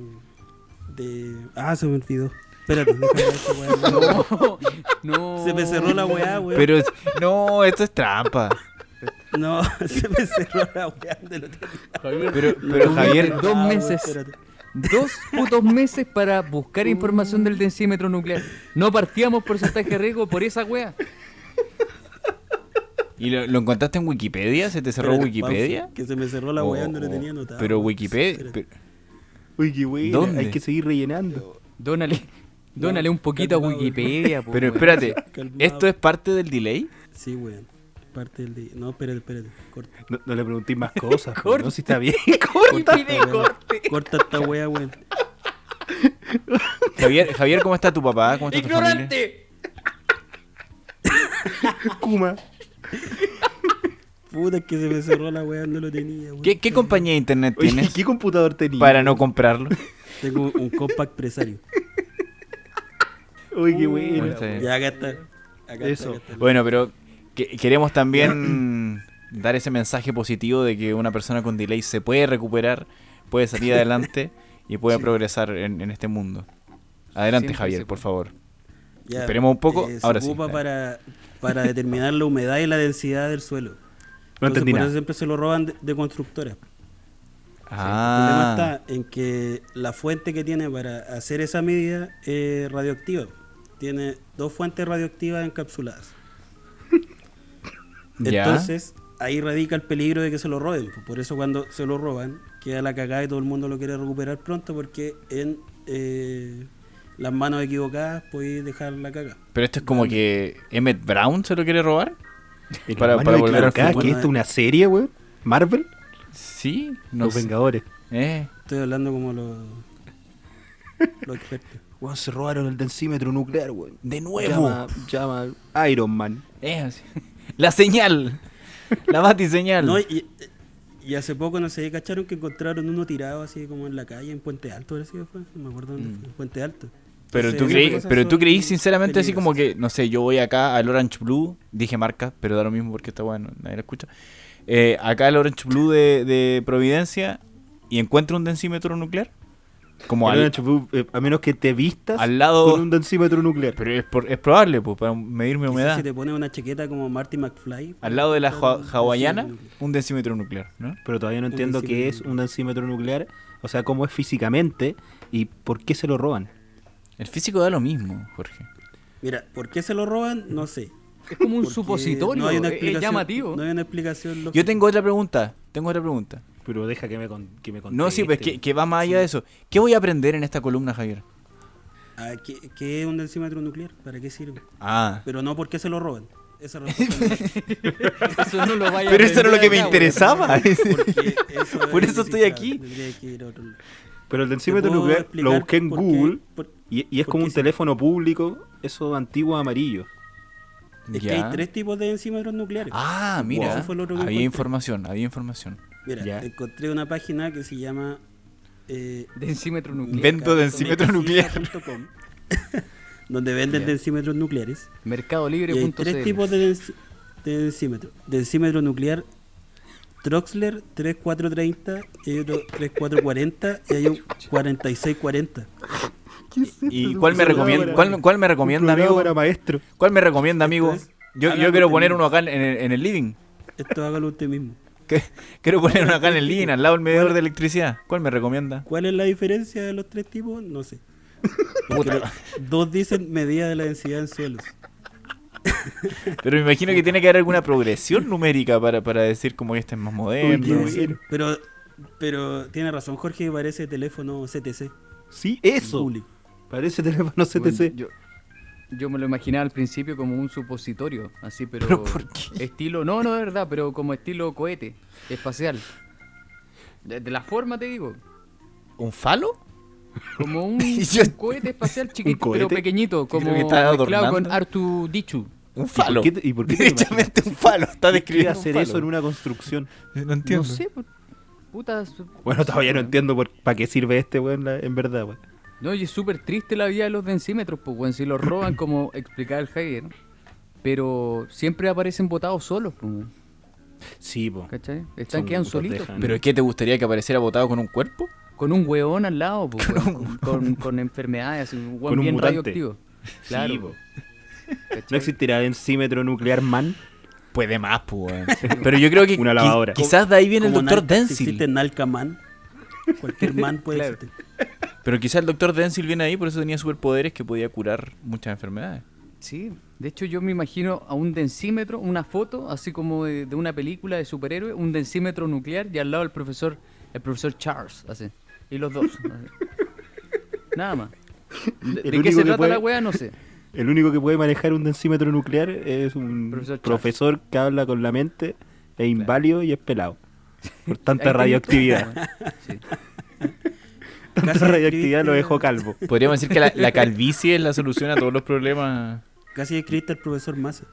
Speaker 2: de. Ah, se me olvidó. Espérate, déjame ver esta weá.
Speaker 3: (laughs)
Speaker 4: No, no.
Speaker 2: Se me cerró la weá, weón.
Speaker 3: Pero no, esto es trampa.
Speaker 2: No, (laughs) se me cerró la weá del otro día.
Speaker 3: Pero, pero Javier,
Speaker 4: Dos
Speaker 2: Ah, weón,
Speaker 4: meses.
Speaker 2: espérate. Uh.
Speaker 4: Dos putos meses para buscar información del densímetro nuclear. No partíamos porcentaje de riesgo por esa wea.
Speaker 3: ¿y lo, lo encontraste en Wikipedia? ¿Se te cerró
Speaker 2: Espérate,
Speaker 3: Wikipedia?
Speaker 2: pausa, Que se me cerró la
Speaker 3: Oh,
Speaker 2: weá, no la
Speaker 3: oh,
Speaker 2: tenía anotada.
Speaker 3: Pero Wikipedia.
Speaker 2: Espérate.
Speaker 3: pero-
Speaker 1: Uy, qué buena,
Speaker 3: ¿Dónde?
Speaker 1: Hay que seguir rellenando.
Speaker 4: Dónale, dónale un poquito
Speaker 2: calmado.
Speaker 4: a Wikipedia. po,
Speaker 3: Pero
Speaker 4: weón.
Speaker 3: espérate,
Speaker 2: (laughs) Calmado.
Speaker 3: ¿esto es parte del delay?
Speaker 2: Sí, weón. Parte del día. No, espérate, espérate. Corta.
Speaker 1: No, no le preguntéis más (laughs) cosas, po, no si está bien.
Speaker 2: esta weá, weón. Corta esta weá, weón.
Speaker 3: Javier, Javier, ¿cómo está tu papá? ¿Cómo está tu familia?
Speaker 1: Kuma.
Speaker 2: Puta, es que se me cerró la weá, no lo tenía, weón.
Speaker 3: ¿Qué, qué compañía de internet
Speaker 1: Oye,
Speaker 3: tienes
Speaker 1: ¿qué computador tenía?
Speaker 3: para no comprarlo?
Speaker 2: Tengo un compact presario.
Speaker 1: Oye, qué bueno.
Speaker 3: Bueno, está bien.
Speaker 2: Ya, acá está. Acá está,
Speaker 1: Eso.
Speaker 2: acá está.
Speaker 3: Bueno, pero que- queremos también dar ese mensaje positivo de que una persona con delay se puede recuperar, puede salir adelante y puede progresar en, en este mundo. Adelante,
Speaker 4: Siempre se
Speaker 3: Javier, por
Speaker 4: puede.
Speaker 3: favor.
Speaker 2: Ya,
Speaker 3: Esperemos un poco,
Speaker 2: Eh, se
Speaker 3: ahora sí,
Speaker 2: ocupa
Speaker 3: dale.
Speaker 2: para, para determinar la humedad y la densidad del suelo.
Speaker 1: No
Speaker 2: Entonces,
Speaker 1: entendí
Speaker 2: por
Speaker 1: nada.
Speaker 2: eso siempre se lo roban de, de constructoras.
Speaker 3: Ah,
Speaker 2: El problema está en que la fuente que tiene para hacer esa medida es radioactiva. Tiene dos fuentes
Speaker 1: (laughs)
Speaker 2: radioactivas encapsuladas.
Speaker 3: ya.
Speaker 2: Entonces, ahí radica el peligro de que se lo roben. Por eso cuando se lo roban, queda la cagada y todo el mundo lo quiere recuperar pronto porque en eh, las manos equivocadas podéis dejar la cagada.
Speaker 3: Pero esto es como que Emmett Brown se lo quiere robar.
Speaker 1: El
Speaker 3: Para-
Speaker 1: hermano
Speaker 3: para
Speaker 1: de
Speaker 3: volver al
Speaker 1: Clark,
Speaker 3: fútbol.
Speaker 1: ¿Qué es esto? ¿Una serie, weón? ¿Marvel?
Speaker 3: Sí, no
Speaker 1: Los
Speaker 3: sé.
Speaker 1: Vengadores.
Speaker 3: Eh,
Speaker 2: Estoy hablando como los los expertos.
Speaker 1: Weón, se robaron el densímetro nuclear, weón.
Speaker 3: de
Speaker 1: Llama,
Speaker 3: nuevo.
Speaker 1: llama Iron Man.
Speaker 3: Eh, así. (laughs) La señal. La batiseñal.
Speaker 2: No, y, y hace poco, no sé, cacharon que encontraron uno tirado así como en la calle, en Puente Alto, ahora sí fue, no me acuerdo
Speaker 3: Mm.
Speaker 2: dónde fue, en Puente Alto.
Speaker 3: Pero tú,
Speaker 2: Entonces,
Speaker 3: creí,
Speaker 2: esas cosas
Speaker 3: pero tú
Speaker 2: son
Speaker 3: creí sinceramente así
Speaker 2: peligrosas.
Speaker 3: como que, no sé, yo voy acá al Orange Blue, dije marca, pero da lo mismo porque está bueno, nadie la escucha. Eh, acá al Orange Blue de, de Providencia y encuentro un densímetro nuclear. Como
Speaker 1: Pero,
Speaker 3: al,
Speaker 1: Nacho, tú, eh, a menos que te vistas
Speaker 3: al lado...
Speaker 1: con un densímetro nuclear.
Speaker 3: Pero es, por- es probable, pues, para medirme
Speaker 2: Quizás
Speaker 3: humedad.
Speaker 2: Si te pones una chaqueta como Marty McFly.
Speaker 3: Al lado de la
Speaker 2: claro,
Speaker 3: ja- hawaiana,
Speaker 2: sí, nuclear.
Speaker 3: un densímetro nuclear, ¿no?
Speaker 1: Pero todavía no
Speaker 2: Un
Speaker 1: entiendo qué es
Speaker 2: densímetro
Speaker 1: un densímetro nuclear, o sea, cómo es físicamente y por qué se lo roban.
Speaker 3: El físico da lo mismo, Jorge.
Speaker 2: Mira, ¿por qué se lo roban? No sé.
Speaker 4: Es como un
Speaker 2: Porque
Speaker 4: supositorio,
Speaker 2: no hay una
Speaker 4: es- es
Speaker 2: explicación-
Speaker 4: llamativo.
Speaker 2: No hay una explicación
Speaker 3: Yo
Speaker 2: lógica.
Speaker 3: tengo otra pregunta, tengo otra pregunta.
Speaker 1: Pero deja que me, con- que me
Speaker 3: No, sí, pues
Speaker 1: conteste.
Speaker 3: que, que va más allá de eso. ¿Qué voy a aprender en esta columna, Javier?
Speaker 2: Ah, ¿qué, qué es un densímetro nuclear? ¿Para qué sirve?
Speaker 3: Ah,
Speaker 2: Pero no, ¿por qué se lo roban? Esa respuesta
Speaker 3: (laughs)
Speaker 2: no es.
Speaker 4: Eso no lo vaya a
Speaker 3: Pero eso era lo
Speaker 4: aprender
Speaker 3: que me
Speaker 4: acá, weón.
Speaker 3: interesaba.
Speaker 2: porque eso
Speaker 3: Por
Speaker 2: es
Speaker 3: eso estoy
Speaker 2: descifrable,
Speaker 3: aquí.
Speaker 2: tendría que ir a otro lado.
Speaker 1: Pero el
Speaker 2: ¿Te
Speaker 1: densímetro
Speaker 2: puedo
Speaker 1: nuclear lo
Speaker 2: explicar
Speaker 1: busqué en
Speaker 2: por qué-
Speaker 1: Google
Speaker 2: por-
Speaker 1: y, y es
Speaker 2: por
Speaker 1: como
Speaker 2: qué
Speaker 1: un
Speaker 2: se-
Speaker 1: teléfono público, eso antiguo amarillo.
Speaker 2: Es que
Speaker 3: ya.
Speaker 2: hay tres tipos de densímetros nucleares.
Speaker 3: Ah, mira.
Speaker 2: Eso fue lo otro que
Speaker 3: había
Speaker 2: encontré.
Speaker 3: información, había información.
Speaker 2: Mira,
Speaker 1: ya.
Speaker 2: encontré una página que se llama eh,
Speaker 4: Densímetro nuclear.
Speaker 3: Invento densímetro nuclear.
Speaker 2: megacifra.com, (laughs) donde venden densímetros nucleares. Y hay tres
Speaker 4: Mercadolibre.cl.
Speaker 2: tipos de, densi- de densímetro. Densímetro nuclear Troxler 3430, y hay otro 3440 y hay un 4640. (laughs)
Speaker 3: ¿Y cuál me recomienda, cuál, cuál me recomienda
Speaker 1: Programa
Speaker 3: amigo?
Speaker 1: para maestro.
Speaker 3: ¿Cuál me recomienda, amigo?
Speaker 2: Esto es-
Speaker 3: Yo, yo
Speaker 2: hágalo
Speaker 3: quiero
Speaker 2: usted
Speaker 3: poner
Speaker 2: mismo.
Speaker 3: uno acá en el, en el living. (laughs)
Speaker 2: Esto hágalo usted mismo.
Speaker 3: ¿Qué? Quiero poner uno acá en el living, al lado del medidor de electricidad. ¿Cuál me recomienda?
Speaker 2: ¿Cuál es la diferencia de los tres tipos? No sé.
Speaker 3: (laughs)
Speaker 2: Porque
Speaker 3: Puta.
Speaker 2: los- dos dicen medida de la densidad en suelos.
Speaker 3: Pero me imagino que tiene que haber alguna progresión numérica para, para decir como que este es más
Speaker 1: Oye,
Speaker 3: moderno.
Speaker 1: bueno.
Speaker 2: Pero, pero tiene razón, Jorge, parece teléfono CTC.
Speaker 1: Sí, eso.
Speaker 2: público.
Speaker 1: Parece teléfono CTC.
Speaker 4: Bueno, yo, yo me lo imaginaba al principio como un supositorio, así, pero.
Speaker 3: ¿Pero por qué?
Speaker 4: Estilo. No, no, de verdad, pero como estilo cohete espacial. De, de la forma te digo.
Speaker 3: ¿Un falo?
Speaker 4: Como
Speaker 3: (laughs)
Speaker 4: un,
Speaker 3: Y yo-
Speaker 4: un cohete espacial chiquito, pero
Speaker 1: cohete?
Speaker 4: pequeñito, como
Speaker 3: creo que está
Speaker 4: mezclado con
Speaker 3: adornando.
Speaker 4: Artu Dichu.
Speaker 3: ¿Un
Speaker 1: por
Speaker 3: falo?
Speaker 1: qué te- y por qué te
Speaker 3: (laughs) Directamente un falo. Está
Speaker 1: ¿Quién quiere
Speaker 3: describiendo
Speaker 1: hacer
Speaker 3: un
Speaker 1: eso en
Speaker 3: falo.
Speaker 1: una construcción?
Speaker 3: No entiendo.
Speaker 4: No sé, por- puta. su-
Speaker 1: Bueno, todavía no
Speaker 4: weón.
Speaker 1: entiendo para qué sirve este, weón, la- en verdad, weón.
Speaker 4: No, y es súper triste la vida de los densímetros, pues, weón.
Speaker 1: (clears throat)
Speaker 4: Si los roban, como explicaba el Javier, pero siempre aparecen botados solos, pues, weón,
Speaker 1: Sí, po.
Speaker 4: ¿cachai? Están,
Speaker 1: Son
Speaker 4: quedan
Speaker 1: putos
Speaker 4: solitos.
Speaker 1: dejan.
Speaker 3: ¿Pero qué te gustaría que apareciera botado con un cuerpo?
Speaker 4: Con un hueón al lado,
Speaker 1: (laughs)
Speaker 4: po, weón, con, con- con enfermedades, así, un
Speaker 1: Con
Speaker 4: hueón
Speaker 1: un
Speaker 4: bien
Speaker 1: mutante.
Speaker 4: radioactivo. Claro. po. ¿Cachai?
Speaker 1: ¿No existirá densímetro nuclear man?
Speaker 3: Puede más, pues. weón. Pero yo creo que
Speaker 1: (laughs) Una
Speaker 3: qui-
Speaker 1: lavadora.
Speaker 3: quizás de ahí viene el
Speaker 2: Como
Speaker 3: doctor
Speaker 2: Nalca- si
Speaker 3: Denzil.
Speaker 2: Existe Nalcaman. Cualquier man puede
Speaker 4: Claro.
Speaker 2: existir.
Speaker 3: Pero quizás el doctor Denzil viene ahí, por eso tenía superpoderes que podía curar muchas enfermedades.
Speaker 4: Sí. De hecho, yo me imagino a un densímetro, una foto, así como de, de una película de superhéroe, un densímetro nuclear y al lado el profesor, el profesor Charles, así. Y los dos.
Speaker 1: (laughs)
Speaker 4: así. Nada más. ¿De,
Speaker 1: El
Speaker 4: de qué
Speaker 1: único
Speaker 4: se
Speaker 1: que
Speaker 4: trata
Speaker 1: puede-
Speaker 4: la wea?
Speaker 1: (laughs)
Speaker 4: No sé.
Speaker 1: El único que puede manejar un densímetro nuclear es un
Speaker 4: Profesor Charles.
Speaker 1: profesor, que habla con la mente, es inválido y es pelado.
Speaker 3: (laughs)
Speaker 1: Por tanta
Speaker 4: Ahí
Speaker 1: radioactividad.
Speaker 4: tenés todo, weón. Sí.
Speaker 1: Tanta
Speaker 2: Casi
Speaker 1: radioactividad lo
Speaker 2: escribiste-
Speaker 1: dejó
Speaker 3: (laughs)
Speaker 1: calvo.
Speaker 3: Podríamos decir que la, la calvicie es la solución a todos los problemas.
Speaker 1: (laughs)
Speaker 2: Casi escribiste el profesor Massa.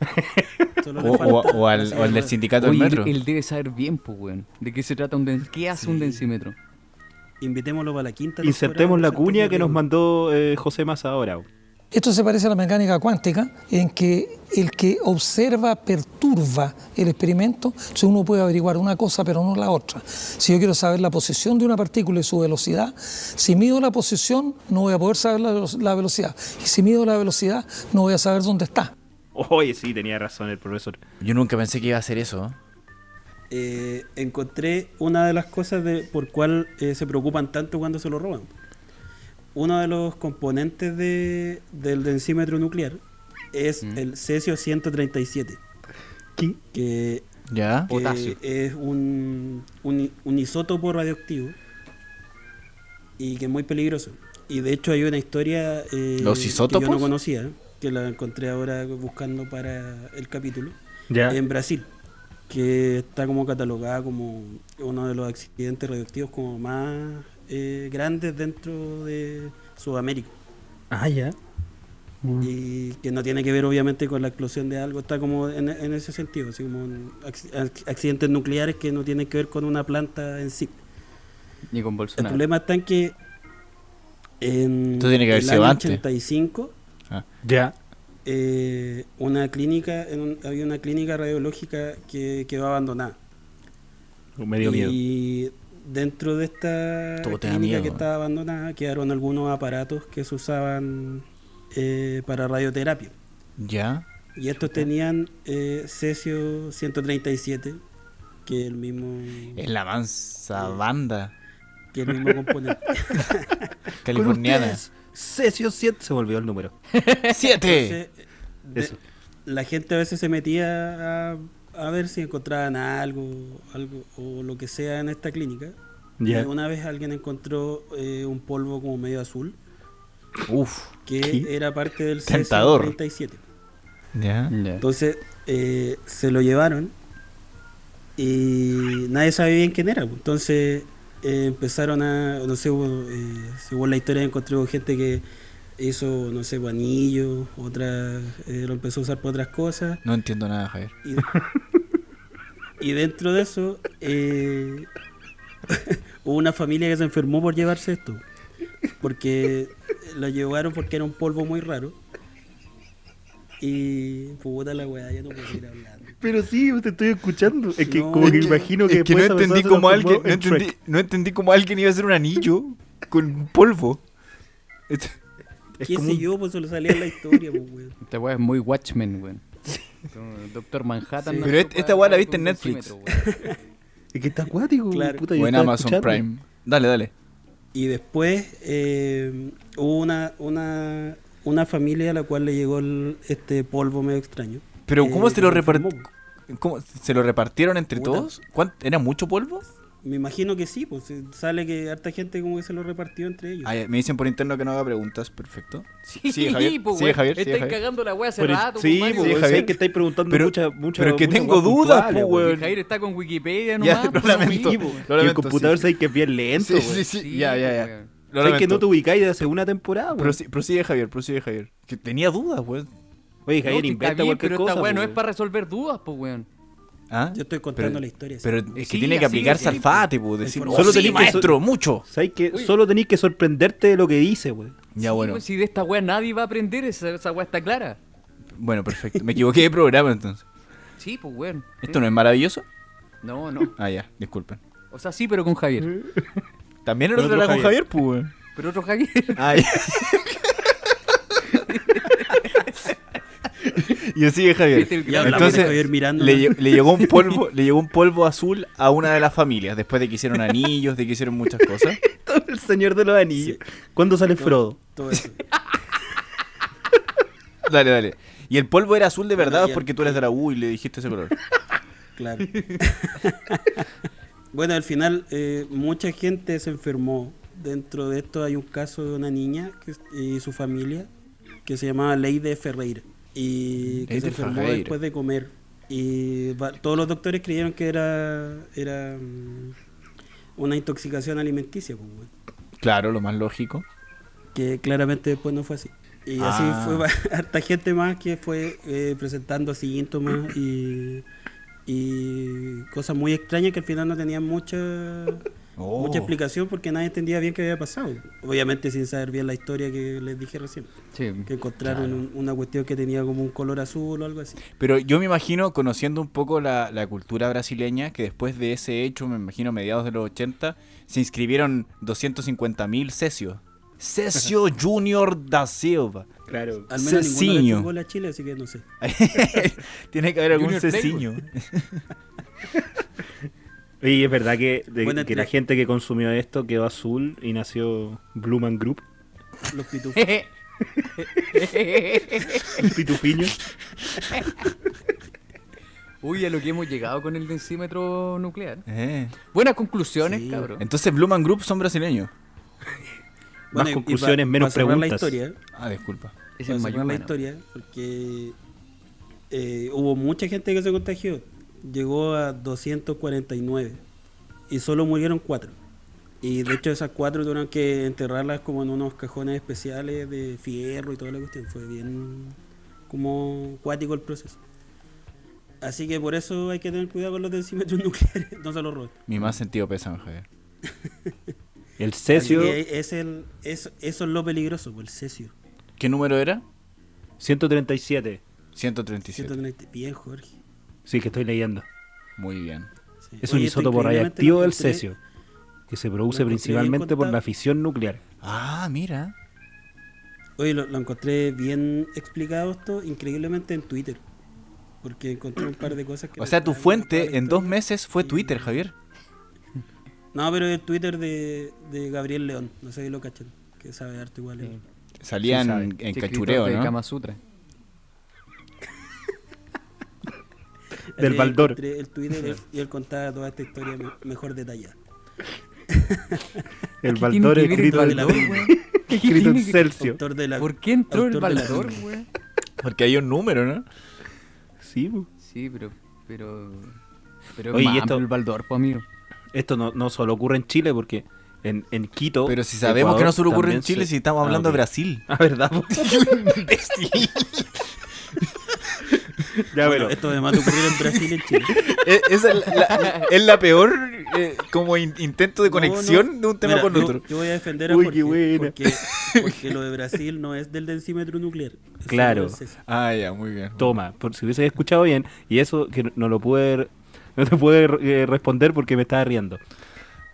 Speaker 3: O,
Speaker 2: Solo le falta-
Speaker 3: o- o al,
Speaker 2: así
Speaker 3: o al
Speaker 2: que-
Speaker 3: del sindicato
Speaker 4: Oye,
Speaker 3: del
Speaker 4: él,
Speaker 3: metro.
Speaker 4: él debe saber bien, pues, weón. ¿De qué se trata un den- ¿Qué hace un densímetro?
Speaker 2: Invitémoslo para la quinta.
Speaker 1: Insertemos la
Speaker 2: temporada,
Speaker 1: cuña que nos
Speaker 2: Rico.
Speaker 1: mandó eh, José Massa ahora.
Speaker 6: Esto se parece a la mecánica cuántica, en que el que observa perturba el experimento, si uno puede averiguar una cosa pero no la otra. Si yo quiero saber la posición de una partícula y su velocidad, si mido la posición no voy a poder saber la, velo- la velocidad, y si mido la velocidad no voy a saber dónde está.
Speaker 1: Oye, sí, tenía razón el profesor.
Speaker 3: Yo nunca pensé que iba a hacer eso. ¿eh?
Speaker 2: Eh, encontré una de las cosas de por cuál eh, se preocupan tanto cuando se lo roban. Uno de los componentes de- del densímetro nuclear es
Speaker 3: Mm.
Speaker 2: el cesio 137,
Speaker 1: ¿Qué?
Speaker 2: que,
Speaker 3: ¿Ya?
Speaker 2: que
Speaker 4: Potasio.
Speaker 2: es un, un, un isótopo radioactivo y que es muy peligroso. Y de hecho hay una historia eh,
Speaker 3: ¿Los
Speaker 2: que yo
Speaker 3: isótopos?
Speaker 2: no conocía, que la encontré ahora buscando para el capítulo
Speaker 1: Ya.
Speaker 3: Eh,
Speaker 2: en Brasil, que está como catalogada como uno de los accidentes radioactivos como más eh, grandes dentro de Sudamérica
Speaker 1: ah, ya.
Speaker 2: y que no tiene que ver obviamente con la explosión de algo, está como en, en ese sentido, así como un acc- ac- accidentes nucleares que no tienen que ver con una planta en sí.
Speaker 4: Ni con
Speaker 2: El
Speaker 4: Bolsonaro.
Speaker 2: problema está en que en
Speaker 3: Esto tiene que haber
Speaker 2: el
Speaker 3: sido
Speaker 2: año
Speaker 3: antes.
Speaker 2: 85
Speaker 1: Ya.
Speaker 2: eh, una clínica, en un- había una clínica radiológica que quedó abandonada.
Speaker 1: Me dio miedo.
Speaker 2: Y dentro de esta
Speaker 3: Todo te da
Speaker 2: clínica
Speaker 3: miedo,
Speaker 2: que
Speaker 3: ¿no?
Speaker 2: estaba abandonada quedaron algunos aparatos que se usaban eh, para radioterapia.
Speaker 3: ¿Ya?
Speaker 2: Y estos tenían eh, cesio 137, que es el mismo,
Speaker 1: Eh.
Speaker 3: Es la mansa banda
Speaker 2: que es el mismo
Speaker 1: (laughs)
Speaker 2: componente.
Speaker 3: californiana.
Speaker 1: Cesio 7 se volvió el número.
Speaker 3: ¡Siete!
Speaker 2: Entonces, de-
Speaker 1: Eso.
Speaker 2: la gente a veces se metía a, a ver si encontraban algo, algo o lo que sea en esta clínica.
Speaker 1: Ya.
Speaker 2: Y una vez alguien encontró eh, un polvo como medio azul
Speaker 3: Uf.
Speaker 2: que
Speaker 1: ¿Qué?
Speaker 2: era parte del
Speaker 3: Tentador.
Speaker 2: C-137.
Speaker 3: ¿Ya?
Speaker 4: Ya.
Speaker 2: Entonces eh, se lo llevaron y nadie sabía bien quién era. pues. Entonces eh, empezaron a, no sé, hubo, eh, según la historia encontré hubo gente que hizo, no sé, anillos, otra, eh, lo empezó a usar para otras cosas.
Speaker 3: No entiendo nada, Javier.
Speaker 2: Y, y dentro de eso, eh, (laughs) hubo una familia que se enfermó por llevarse esto. Porque lo llevaron porque era un polvo muy raro. Y puta la weá, ya no puedo seguir hablando.
Speaker 1: Pero sí, te estoy escuchando. Es que
Speaker 2: No,
Speaker 1: como
Speaker 2: es
Speaker 1: que
Speaker 2: que-
Speaker 1: imagino que
Speaker 3: es que no
Speaker 1: después esa
Speaker 3: entendí
Speaker 1: persona se
Speaker 3: cómo alguien
Speaker 1: transformó
Speaker 3: no
Speaker 1: en Shrek.
Speaker 3: entendí, no entendí cómo alguien iba a hacer un anillo con polvo (laughs) Esto-
Speaker 1: Es
Speaker 2: ¿Qué
Speaker 1: como
Speaker 2: sé
Speaker 1: un-
Speaker 2: yo? Pues solo salía en la historia, pues, weón.
Speaker 4: Esta weá es muy Watchmen, weón. Como Doctor Manhattan.
Speaker 2: Sí.
Speaker 4: no
Speaker 3: Pero
Speaker 4: se
Speaker 3: et-
Speaker 4: puede
Speaker 3: esta weá la
Speaker 4: hablar
Speaker 3: viste
Speaker 4: con
Speaker 3: en Netflix.
Speaker 4: densímetro, weón.
Speaker 1: Es que está acuático.
Speaker 2: Claro.
Speaker 1: Puta, yo
Speaker 3: o en
Speaker 1: estaba
Speaker 3: Amazon
Speaker 1: escuchando.
Speaker 3: Prime. Dale, dale.
Speaker 2: Y después eh, hubo una, una, una familia a la cual le llegó el- este polvo medio extraño.
Speaker 3: Pero
Speaker 2: Eh,
Speaker 3: ¿cómo se lo
Speaker 2: que
Speaker 3: repartió?
Speaker 2: enfermó.
Speaker 3: ¿Se lo repartieron entre
Speaker 2: Puta.
Speaker 3: todos? ¿Cuán- ¿Era mucho polvo?
Speaker 2: Me imagino que sí, pues eh, sale que harta gente como que se lo repartió entre ellos.
Speaker 3: Ah, ya, me dicen por interno que no haga preguntas, perfecto. (laughs)
Speaker 4: (laughs)
Speaker 3: Sí,
Speaker 4: po,
Speaker 3: sigue
Speaker 4: pues, weón.
Speaker 3: Javier, sigue
Speaker 4: Estáis
Speaker 3: Javier.
Speaker 4: cagando la weá hace
Speaker 1: Pero-
Speaker 4: rato,
Speaker 1: sí,
Speaker 4: compadre,
Speaker 1: pues,
Speaker 3: Sí,
Speaker 4: weón.
Speaker 1: sé
Speaker 3: Javier.
Speaker 1: que estáis preguntando
Speaker 3: Pero-
Speaker 1: mucha, mucha,
Speaker 3: pero es que
Speaker 1: mucha
Speaker 3: tengo
Speaker 1: guapa
Speaker 3: dudas,
Speaker 1: puntual,
Speaker 3: po,
Speaker 1: weón.
Speaker 4: Y Javier está con
Speaker 3: Ya,
Speaker 4: Wikipedia
Speaker 3: (laughs)
Speaker 4: nomás.
Speaker 3: lo
Speaker 4: po,
Speaker 3: lamento.
Speaker 4: weón.
Speaker 1: Sí, po.
Speaker 3: Lo
Speaker 1: y el
Speaker 3: lamento,
Speaker 1: computador
Speaker 3: sí.
Speaker 1: sabéis que es bien lento.
Speaker 3: Sí,
Speaker 1: weón.
Speaker 3: sí, sí, ya,
Speaker 4: Sí,
Speaker 3: ya,
Speaker 4: po,
Speaker 3: ya.
Speaker 4: weón.
Speaker 3: Lo
Speaker 1: Sabéis que
Speaker 3: lamento.
Speaker 1: no te ubicáis de la segunda temporada, weón.
Speaker 3: Prosi- prosigue Javier, prosigue Javier. Que tenía dudas, weón.
Speaker 1: Oye, Javier,
Speaker 4: No, que está
Speaker 1: inventa
Speaker 4: bien,
Speaker 1: cualquier
Speaker 4: pero
Speaker 1: cosa.
Speaker 4: esta
Speaker 3: pues,
Speaker 4: weá no es
Speaker 1: weón.
Speaker 4: para resolver dudas, pues weón.
Speaker 3: ¿Ah?
Speaker 2: Yo estoy contando
Speaker 3: Pero-
Speaker 2: la historia. sí.
Speaker 3: Pero es que
Speaker 4: Sí,
Speaker 3: tiene que
Speaker 4: así
Speaker 3: aplicarse
Speaker 4: es,
Speaker 3: al
Speaker 4: sí,
Speaker 3: FATE, pues. Decir,
Speaker 2: Solo
Speaker 3: solo
Speaker 1: tenés que-
Speaker 3: maestro, mucho.
Speaker 1: ¿Sabéis que solo tenéis que sorprenderte de lo que dice,
Speaker 3: (laughs)
Speaker 1: weón?
Speaker 3: Ya,
Speaker 4: Sí,
Speaker 3: bueno.
Speaker 4: pues, si de esta weá nadie va a aprender, esa, esa weá está clara.
Speaker 3: Bueno, perfecto. Me equivoqué de programa entonces.
Speaker 4: Sí, pues weón.
Speaker 3: ¿Esto no es maravilloso?
Speaker 4: No, no.
Speaker 3: Ah, ya, disculpen.
Speaker 4: O sea, sí, pero
Speaker 3: (laughs)
Speaker 4: con Javier.
Speaker 3: También el otro era con Javier, pues. weón.
Speaker 4: Pero otro Javier.
Speaker 3: Ah, ya. (laughs) Y así Este es Javier.
Speaker 4: Viste, el
Speaker 2: Ya hablamos de Javier Miranda,
Speaker 3: le,
Speaker 2: ¿no?
Speaker 3: lle- le llegó un polvo, le llegó un polvo azul a una de las familias después de que hicieron anillos, de que hicieron muchas cosas.
Speaker 1: El señor de los anillos. ¿Cuándo sale Frodo?
Speaker 3: (laughs)
Speaker 2: Todo eso.
Speaker 3: Dale, dale. Y el polvo era azul de
Speaker 2: Bueno,
Speaker 3: verdad
Speaker 2: y
Speaker 3: es
Speaker 2: el-
Speaker 3: porque tú eres de la U y le dijiste ese color.
Speaker 2: Claro. bueno, al final eh, mucha gente se enfermó. Dentro de esto hay un caso de una niña que- y su familia que se llamaba Leide Ferreira y que
Speaker 3: Leide
Speaker 2: se enfermó
Speaker 3: Ferreira.
Speaker 2: después de comer. Y va- todos los doctores creyeron que era, era mm, una intoxicación alimenticia, pues, bueno,
Speaker 3: Claro, lo más lógico.
Speaker 2: que claramente después no fue así. Y
Speaker 3: Ah.
Speaker 2: así fue (laughs) harta gente más que fue eh, presentando síntomas y, y cosas muy extrañas que al final no tenían mucha,
Speaker 3: Oh.
Speaker 2: mucha explicación porque nadie entendía bien qué había pasado. Obviamente sin saber bien la historia que les dije recién.
Speaker 4: Sí.
Speaker 2: Que encontraron un- una cuestión que tenía como un color azul o algo así.
Speaker 3: Pero yo me imagino, conociendo un poco la, la cultura brasileña, que después de ese hecho, me imagino mediados de los 80, se inscribieron 250.000 cesios.
Speaker 4: (laughs)
Speaker 3: Cesio Junior da Silva. (laughs)
Speaker 1: Claro.
Speaker 2: Al menos ninguno le
Speaker 3: Ceciño.
Speaker 2: jugó a Chile, así que no sé.
Speaker 3: Tiene que haber algún
Speaker 4: Junior
Speaker 3: ceciño.
Speaker 1: Y es verdad que, de-
Speaker 2: Buena
Speaker 1: que la
Speaker 2: tra-
Speaker 1: gente que consumió esto quedó azul y nació Blumen Group,
Speaker 2: Los pitufos.
Speaker 3: (laughs)
Speaker 1: Pitupiño.
Speaker 4: Uy, a lo que hemos llegado con el densímetro nuclear.
Speaker 3: Eh.
Speaker 4: Buenas conclusiones, cabrón.
Speaker 3: Entonces, Blumen Group son brasileños.
Speaker 1: Más
Speaker 2: y- y
Speaker 1: conclusiones,
Speaker 2: pa-
Speaker 1: menos
Speaker 2: pa cerrar
Speaker 1: preguntas.
Speaker 2: La historia,
Speaker 3: Ah, disculpa.
Speaker 4: Es
Speaker 2: para cerrar
Speaker 4: el
Speaker 2: la
Speaker 4: Mayumana.
Speaker 2: historia, porque eh, hubo mucha gente que se contagió. Llegó a 249 y solo murieron cuatro. Y de hecho esas cuatro tuvieron que enterrarlas como en unos cajones especiales de fierro y toda la cuestión. Fue bien como cuático el proceso. Así que por eso hay que tener cuidado con los densímetros (laughs) nucleares, no se los roben.
Speaker 3: Mi más sentido pésame, Javier.
Speaker 1: El
Speaker 2: Así
Speaker 1: cesio
Speaker 2: que es el, eso, eso es lo peligroso, por el cesio.
Speaker 3: ¿Qué número era?
Speaker 1: 137.
Speaker 3: 137.
Speaker 2: 130. Bien, Jorge.
Speaker 1: Sí, que estoy leyendo.
Speaker 3: Muy bien.
Speaker 2: Sí.
Speaker 1: Es un
Speaker 2: Oye, esto
Speaker 1: isótopo
Speaker 2: increíblemente ¿eh?
Speaker 1: radiactivo
Speaker 2: lo
Speaker 1: del
Speaker 2: encontré-
Speaker 1: cesio, que se produce
Speaker 2: lo encontré bien
Speaker 1: principalmente por
Speaker 2: contado.
Speaker 1: la fisión nuclear.
Speaker 3: Ah, mira.
Speaker 2: Oye, lo, lo encontré bien explicado esto, increíblemente en Twitter. Porque encontré un par de cosas que...
Speaker 3: O sea, tu fuente en dos
Speaker 2: meses
Speaker 3: meses fue Twitter, Javier.
Speaker 2: No, pero el Twitter de, de Gabriel León. No sé si lo cachan. Que sabe arte igual. él.
Speaker 3: Salían en,
Speaker 4: Sí, escritor
Speaker 3: cachureo,
Speaker 4: de
Speaker 3: ¿no?
Speaker 4: Kama Sutra.
Speaker 1: Del
Speaker 2: Así
Speaker 1: Baldor.
Speaker 2: encontré El Twitter él- y él contaba toda esta historia me- mejor detallada.
Speaker 1: El
Speaker 4: ¿Qué
Speaker 1: Baldor
Speaker 4: tiene que ver
Speaker 1: escrito,
Speaker 4: el
Speaker 2: Baldor,
Speaker 4: Baldor,
Speaker 2: güey?
Speaker 4: güey? ¿Qué
Speaker 1: escrito en
Speaker 4: tiene que-
Speaker 1: Celsius.
Speaker 2: Autor de la...
Speaker 4: ¿Por qué entró el
Speaker 2: autor de la-
Speaker 4: Baldor, güey?
Speaker 3: Porque hay un número, ¿no?
Speaker 1: (laughs) Sí, bu.
Speaker 4: Sí, pero. Pero. Pero
Speaker 1: Oye,
Speaker 4: Oye,
Speaker 1: y esto-
Speaker 4: esto... el Baldor, pues, amigo.
Speaker 1: esto no, no solo ocurre en Chile, porque en, en Quito.
Speaker 3: Pero si sabemos que no solo ocurre en Chile, si estamos hablando de
Speaker 1: de
Speaker 3: Brasil.
Speaker 1: Ah, ¿verdad?
Speaker 3: (laughs)
Speaker 1: (laughs) bu? ya,
Speaker 2: Bueno,
Speaker 1: pero.
Speaker 2: esto además de ocurrir en Brasil y en Chile.
Speaker 3: Eh, esa Es la,
Speaker 1: (laughs)
Speaker 3: la- es la peor eh, como in- intento de
Speaker 2: No, no.
Speaker 3: conexión de un tema
Speaker 2: Mira,
Speaker 3: con
Speaker 2: yo-
Speaker 3: otro.
Speaker 2: Yo voy a defender a
Speaker 1: Uy,
Speaker 2: Jorge,
Speaker 1: qué buena.
Speaker 2: Porque, porque lo de Brasil no es del densímetro nuclear. es
Speaker 1: Claro.
Speaker 2: solo el cesio.
Speaker 3: Ah, ya, muy bien.
Speaker 1: Toma, por si hubiese escuchado bien, y eso que no- no lo pude, (laughs) no te pude eh, responder porque me estaba riendo.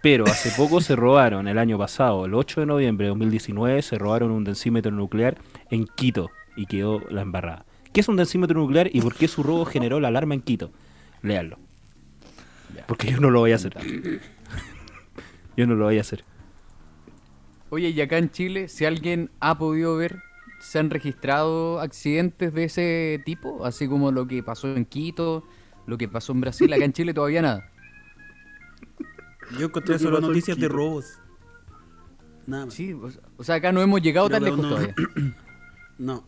Speaker 1: Pero hace poco se robaron, el año pasado, el 8 de noviembre de 2019, se robaron un densímetro nuclear en Quito y quedó la embarrada. ¿Qué es un densímetro nuclear y por qué su robo generó la alarma en Quito? Leanlo. Porque yo no lo voy a hacer. Yo no lo voy a hacer.
Speaker 4: Oye, y acá en Chile, si alguien ha podido ver, ¿se han registrado accidentes de ese tipo? Así como lo que pasó en Quito, lo que pasó en Brasil. Acá en Chile todavía nada.
Speaker 2: Yo encontré solo noticias de robos. Nada más.
Speaker 4: Sí, o sea- o sea, acá no hemos llegado
Speaker 2: Pero
Speaker 4: tan lejos
Speaker 2: no-
Speaker 4: todavía.
Speaker 2: No.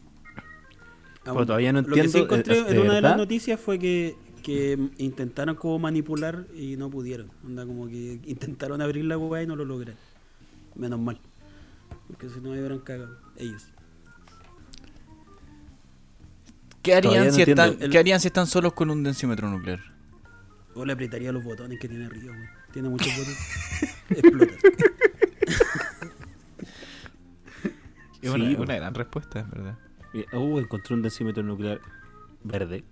Speaker 1: Pero
Speaker 2: Aún
Speaker 1: todavía no
Speaker 2: Lo que sí
Speaker 1: entiendo,
Speaker 2: encontré
Speaker 1: ¿es- es
Speaker 2: en
Speaker 1: de
Speaker 2: una de
Speaker 1: verdad?
Speaker 2: las noticias fue que, que intentaron como manipular y no pudieron. Onda, como que intentaron abrir la weá y no lo lograron. Menos mal. Porque si no, me hubieran cagado. Ellos.
Speaker 3: ¿Qué
Speaker 1: Todavía
Speaker 3: harían,
Speaker 1: no
Speaker 3: si están,
Speaker 1: entiendo.
Speaker 3: qué harían si están solos con un densímetro nuclear?
Speaker 2: O le apretaría los botones que tiene Río, weón. Tiene muchos
Speaker 1: (laughs)
Speaker 2: botones. Explota.
Speaker 3: Es una,
Speaker 1: Sí,
Speaker 3: una gran respuesta, en verdad.
Speaker 1: Mira, Uh, encontré un densímetro nuclear verde.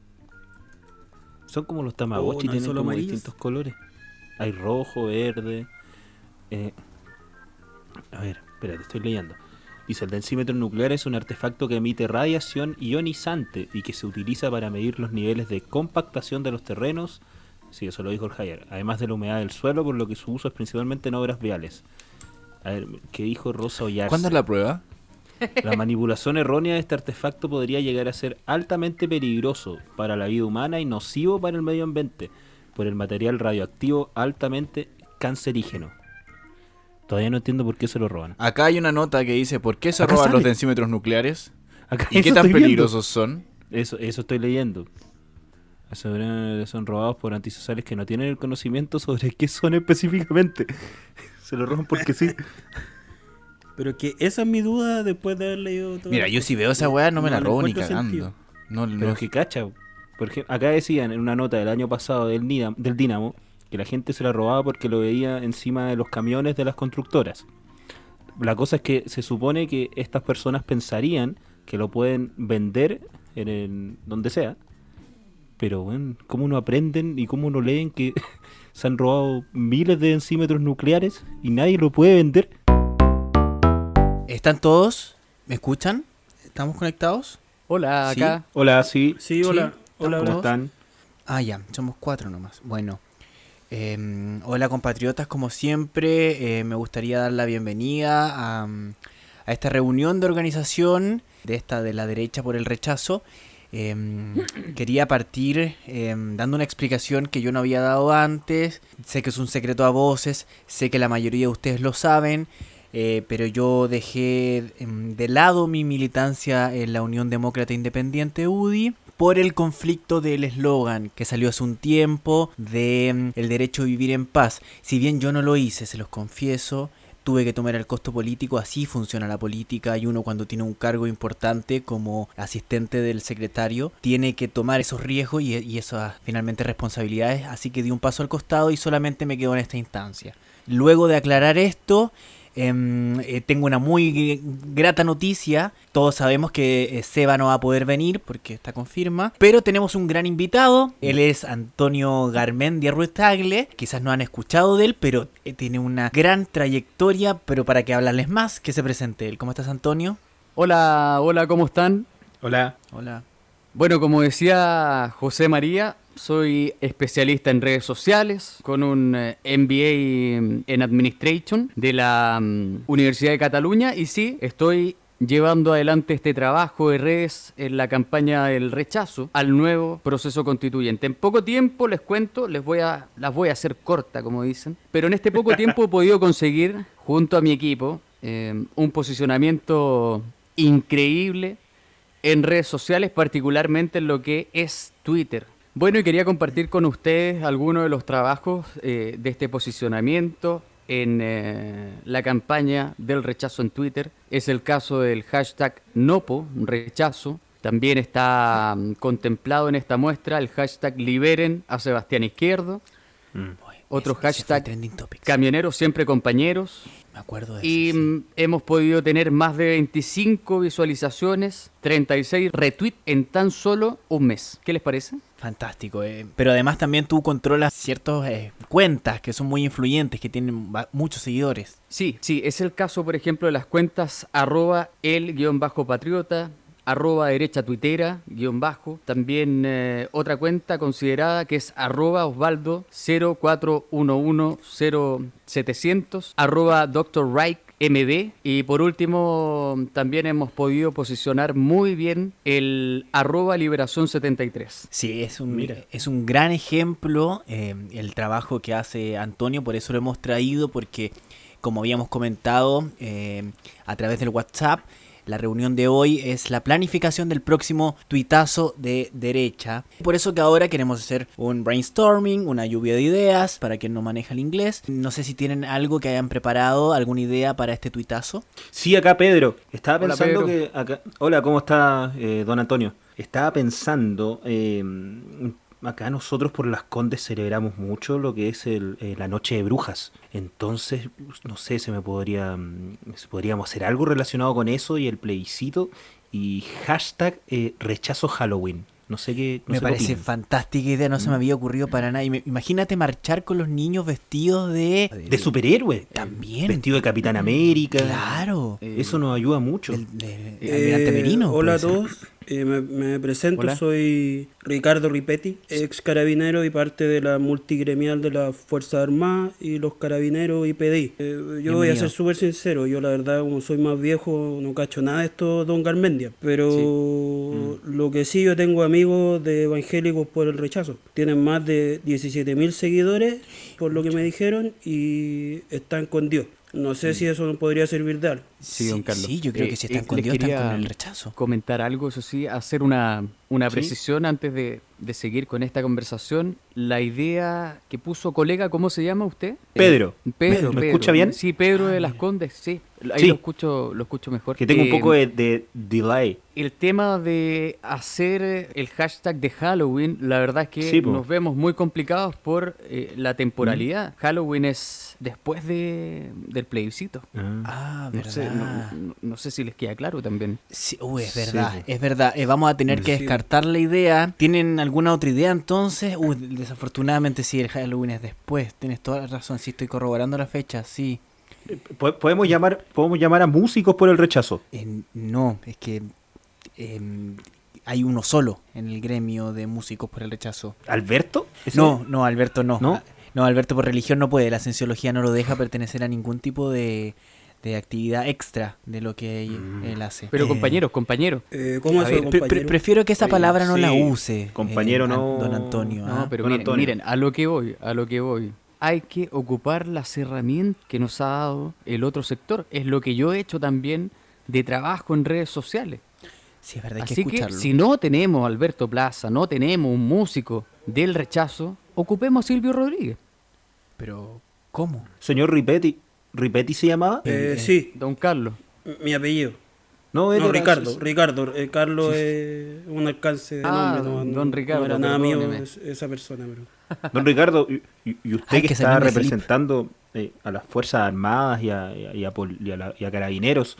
Speaker 1: Son como los
Speaker 2: Oh,
Speaker 1: Tamagotchi,
Speaker 2: no, hay
Speaker 1: tienen
Speaker 2: solo
Speaker 1: como
Speaker 2: amarillos.
Speaker 1: distintos colores. Hay rojo, verde. eh, A ver, espérate, estoy leyendo. Dice, el densímetro nuclear es un artefacto que emite radiación ionizante y que se utiliza para medir los niveles de compactación de los terrenos. Sí, eso lo dijo el Javier. Además de la humedad del suelo, por lo que su uso es principalmente en obras viales. A ver, ¿qué dijo Rosa Ollarse?
Speaker 3: ¿Cuándo es la prueba?
Speaker 1: La manipulación errónea de este artefacto podría llegar a ser altamente peligroso para la vida humana y nocivo para el medio ambiente por el material radioactivo altamente cancerígeno. Todavía no entiendo por qué se lo roban.
Speaker 3: Acá hay una nota que dice ¿Por qué se
Speaker 1: Acá
Speaker 3: roban los
Speaker 1: sale.
Speaker 3: densímetros
Speaker 1: (laughs)
Speaker 3: nucleares?
Speaker 1: Acá
Speaker 3: ¿Y qué
Speaker 1: eso
Speaker 3: tan
Speaker 1: estoy viendo.
Speaker 3: peligrosos son?
Speaker 1: Eso, eso estoy leyendo. Aseguran- Son robados por antisociales que no tienen el (laughs) conocimiento sobre qué son específicamente. Se lo roban porque sí.
Speaker 2: Pero que esa es mi duda después de haber leído todo.
Speaker 3: Mira, yo si veo esa weá no me la
Speaker 2: No le
Speaker 3: robo ni
Speaker 2: encuentro
Speaker 3: cagando.
Speaker 2: sentido.
Speaker 3: No, no.
Speaker 1: Pero es que cacha. Por ejemplo, acá decían en una nota del año pasado del, Nida- del Dinamo que la gente se la robaba porque lo veía encima de los camiones de las constructoras. La cosa es que se supone que estas personas pensarían que lo pueden vender en el- donde sea. Pero, bueno, ¿cómo no aprenden y cómo no leen que (laughs) se han robado miles de encímetros nucleares y nadie lo puede vender?
Speaker 7: ¿Están todos? ¿Me escuchan? ¿Estamos conectados?
Speaker 4: Hola,
Speaker 7: Sí.
Speaker 4: acá.
Speaker 1: Hola, sí.
Speaker 2: Sí, hola.
Speaker 7: Sí,
Speaker 2: hola,
Speaker 1: ¿Cómo
Speaker 2: hola.
Speaker 1: están?
Speaker 7: Ah, ya, somos cuatro nomás. Bueno, eh, hola compatriotas, como siempre, eh, me gustaría dar la bienvenida a, mm, a esta reunión de organización de esta de la derecha por el rechazo. Eh, quería partir eh, dando una explicación que yo no había dado antes. Sé que es un secreto a voces, sé que la mayoría de ustedes lo saben, eh, pero yo dejé em, de lado mi militancia en la Unión Demócrata Independiente UDI por el conflicto del eslogan que salió hace un tiempo de em, el derecho a vivir en paz. Si bien yo no lo hice, se los confieso, tuve que tomar el costo político, así funciona la política y uno cuando tiene un cargo importante como asistente del secretario tiene que tomar esos riesgos y, y esas finalmente responsabilidades, así que di un paso al costado y solamente me quedo en esta instancia. Luego de aclarar esto, em, eh, tengo una muy gr- grata noticia. Todos sabemos que eh, Seba no va a poder venir porque está con firma. Pero tenemos un gran invitado. Él es Antonio Garmendia Ruiz Tagle. Quizás no han escuchado de él, pero eh, tiene una gran trayectoria. Pero para que hablarles más, que se presente él. ¿Cómo estás, Antonio?
Speaker 4: Hola, hola, ¿cómo están?
Speaker 1: Hola.
Speaker 7: Hola.
Speaker 4: Bueno, como decía José María, soy especialista en redes sociales con un eh, MBA en Administration de la mm, Universidad de Cataluña y sí, estoy llevando adelante este trabajo de redes en la campaña del rechazo al nuevo proceso constituyente. En poco tiempo les cuento, les voy a las voy a hacer corta, como dicen, pero en este poco tiempo he podido conseguir junto a mi equipo eh, un posicionamiento increíble en redes sociales, particularmente en lo que es Twitter. Bueno, y quería compartir con ustedes algunos de los trabajos eh, de este posicionamiento en eh, la campaña del rechazo en Twitter. Es el caso del hashtag Nopo, rechazo. También está mm, contemplado en esta muestra el hashtag Liberen a Sebastián Izquierdo. Otro
Speaker 7: Ese- ese fue
Speaker 4: hashtag,
Speaker 7: Trending Topics.
Speaker 4: Camioneros siempre compañeros.
Speaker 7: Me acuerdo de
Speaker 4: Y
Speaker 7: ese, sí.
Speaker 4: mm, hemos podido tener más de 25 visualizaciones, 36 retweets en tan solo un mes. ¿Qué les parece?
Speaker 7: Fantástico, eh. pero además también tú controlas ciertas cuentas que son muy influyentes, que tienen va- muchos seguidores.
Speaker 4: Sí, sí, es el caso, por ejemplo, de las cuentas arroba el guión bajo patriota, arroba derecha tuitera, guión bajo. También eh, otra cuenta considerada que es arroba osvaldo 04110700, arroba doctor Reich MB. Y por último, también hemos podido posicionar muy bien el arroba liberación 73.
Speaker 7: Sí, es un, es un gran ejemplo eh, el trabajo que hace Antonio, por eso lo hemos traído, porque como habíamos comentado eh, a través del WhatsApp, la reunión de hoy es la planificación del próximo tuitazo de derecha. Por eso que ahora queremos hacer un brainstorming, una lluvia de ideas para quien no maneja el inglés. No sé si tienen algo que hayan preparado, alguna idea para este tuitazo.
Speaker 1: Sí, acá Pedro. Estaba
Speaker 4: Hola,
Speaker 1: pensando que...
Speaker 4: Pedro.
Speaker 1: acá- Hola, ¿cómo está eh, don Antonio? Estaba pensando, eh, acá nosotros por las Condes celebramos mucho lo que es el- eh, la Noche de Brujas. Entonces, no sé, se me podría... mm, si podríamos hacer algo relacionado con eso y el plebiscito y hashtag eh, rechazo Halloween. No sé qué... no
Speaker 7: Me
Speaker 1: sé qué Mm.
Speaker 7: parece
Speaker 1: opinan.
Speaker 7: fantástica idea, no se me había ocurrido para nada. Y me- Imagínate marchar con los niños vestidos de...
Speaker 1: De superhéroe.
Speaker 7: También. Mm,
Speaker 1: Vestido de Capitán América.
Speaker 7: Claro.
Speaker 1: Eso nos ayuda mucho.
Speaker 7: El, el- el
Speaker 2: Eh,
Speaker 7: almirante Merino.
Speaker 2: hola a
Speaker 7: puede ser.
Speaker 2: todos, Eh, me, me presento,
Speaker 4: Hola.
Speaker 2: soy Ricardo Ripetti, ex carabinero y parte de la multigremial de las Fuerzas Armadas y los carabineros y PDI. Eh, yo voy a ser súper sincero, yo la verdad como soy más viejo no cacho nada de esto, don Garmendia, pero Mm.
Speaker 7: Mm.
Speaker 2: lo que sí yo tengo amigos de evangélicos por el rechazo, tienen más de 17 mil seguidores por lo que me dijeron y están con Dios. No sé si eso podría servir de algo.
Speaker 4: Sí, don Carlos.
Speaker 7: sí, yo creo que si
Speaker 4: Eh,
Speaker 7: están
Speaker 4: eh,
Speaker 7: con
Speaker 4: les
Speaker 7: Dios, están
Speaker 4: quería
Speaker 7: con el rechazo.
Speaker 4: Comentar algo, eso sí, hacer una Una precisión antes de, de seguir con esta conversación. La idea que puso colega, ¿cómo se llama usted?
Speaker 1: Pedro.
Speaker 4: Eh, Pedro,
Speaker 1: Pedro, ¿me escucha bien?
Speaker 4: Sí, Pedro
Speaker 7: Ah,
Speaker 4: de las Condes, sí. Ahí
Speaker 1: Sí.
Speaker 4: lo escucho, lo escucho mejor.
Speaker 1: Que tengo un
Speaker 4: Eh,
Speaker 1: poco de, de delay.
Speaker 4: El tema de hacer eh, el hashtag de Halloween, la verdad es que
Speaker 1: Sí, po.
Speaker 4: nos vemos muy complicados por eh, la temporalidad. Halloween es después de, del plebiscito.
Speaker 7: Ah,
Speaker 4: No sé, no-
Speaker 7: verdad.
Speaker 4: no- no sé si les queda claro también.
Speaker 7: Sí, uy, es
Speaker 1: Sí,
Speaker 7: verdad,
Speaker 4: pues.
Speaker 1: po.
Speaker 7: es verdad. Eh, vamos a tener que
Speaker 2: Sí.
Speaker 7: descartar la idea. ¿Tienen alguna otra idea entonces? Uy, desafortunadamente sí, el Halloween es después. Tienes toda la razón, sí, estoy corroborando la fecha, sí.
Speaker 1: Po- Podemos llamar, podemos llamar a músicos por el rechazo.
Speaker 7: Eh, no, es que eh, hay uno solo en el gremio de músicos por el rechazo.
Speaker 1: ¿Alberto? ¿Ese?
Speaker 7: No, no, Alberto no.
Speaker 1: ¿No?
Speaker 7: Ah, No, Alberto por religión no puede. La cienciología no lo deja pertenecer a ningún tipo de, de actividad extra de lo que
Speaker 4: Mm.
Speaker 7: él, él hace.
Speaker 4: Pero
Speaker 7: Eh,
Speaker 4: compañeros, compañeros.
Speaker 2: Eh, ¿Cómo
Speaker 7: a
Speaker 2: es eso,
Speaker 7: ver, pre- pre-
Speaker 2: compañero?
Speaker 7: prefiero que esa
Speaker 1: Sí,
Speaker 7: palabra no la
Speaker 1: sí.
Speaker 7: use.
Speaker 1: Compañero,
Speaker 7: eh,
Speaker 1: no.
Speaker 7: Don Antonio.
Speaker 4: No,
Speaker 7: ¿ah?
Speaker 4: pero
Speaker 1: don
Speaker 4: miren,
Speaker 1: Antonio.
Speaker 4: miren, a lo que voy, a lo que voy. Hay que ocupar las herramientas que nos ha dado el otro sector. Es lo que yo he hecho también de trabajo en redes sociales.
Speaker 7: Sí, es verdad, hay que
Speaker 4: Así que,
Speaker 7: escucharlo.
Speaker 4: si no tenemos a Alberto Plaza, no tenemos un músico del rechazo, ocupemos a Silvio Rodríguez.
Speaker 7: Pero, ¿cómo?
Speaker 1: Señor Ripetti. ¿Ripetti se llamaba?
Speaker 2: Eh, sí,
Speaker 4: Don Carlos.
Speaker 2: mi apellido.
Speaker 1: No, él
Speaker 2: No,
Speaker 1: era-
Speaker 2: Ricardo, Ricardo. eh, Carlos es un alcance de
Speaker 4: Ah,
Speaker 2: nombre. No,
Speaker 4: don
Speaker 2: no-
Speaker 4: Ricardo,
Speaker 2: No era nada mío
Speaker 4: perdóneme.
Speaker 2: es- esa persona, pero...
Speaker 1: Don Ricardo, y, y- y usted
Speaker 7: Ay,
Speaker 1: que,
Speaker 7: que
Speaker 1: está
Speaker 7: salirme de Felipe.
Speaker 1: representando eh, a las Fuerzas Armadas y a, y a- y a pol- y a la- y a carabineros,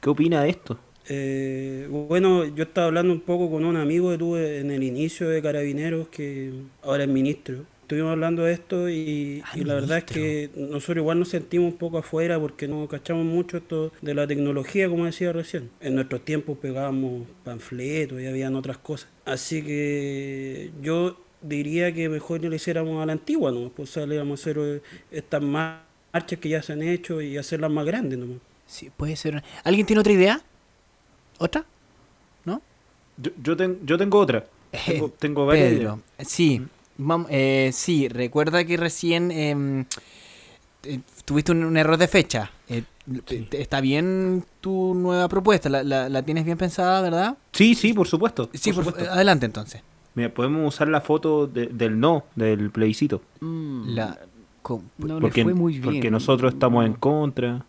Speaker 1: ¿qué opina de esto?
Speaker 2: Eh, bueno, yo estaba hablando un poco con un amigo que tuve en el inicio de Carabineros, que ahora es ministro. Estuvimos hablando de esto y,
Speaker 7: Ah,
Speaker 2: y la verdad es que nosotros igual nos sentimos un poco afuera porque no cachamos mucho esto de la tecnología, como decía recién. En nuestros tiempos pegábamos panfletos y habían otras cosas. Así que yo diría que mejor le hiciéramos a la antigua, ¿no? Pues saliéramos a hacer eh, estas mar- marchas que ya se han hecho y hacerlas más grandes nomás.
Speaker 7: Sí, puede ser. ¿Alguien tiene otra idea? ¿Otra? ¿No?
Speaker 1: Yo, yo, ten- yo tengo otra.
Speaker 7: (laughs)
Speaker 1: Tengo, tengo varias
Speaker 7: Pedro, sí, vam- eh, sí, recuerda que recién em, eh, tuviste un, un error de fecha. Eh, te- Está bien tu nueva propuesta, la, la- la tienes bien pensada, ¿verdad?
Speaker 1: Sí, sí, por supuesto.
Speaker 7: Sí,
Speaker 1: por
Speaker 7: por-
Speaker 1: supuesto.
Speaker 7: adelante entonces.
Speaker 1: Mira, podemos usar la foto de- del no, del plebiscito.
Speaker 4: Mm,
Speaker 7: La, com-
Speaker 4: no
Speaker 1: porque,
Speaker 4: le fue muy bien.
Speaker 1: porque nosotros estamos en contra.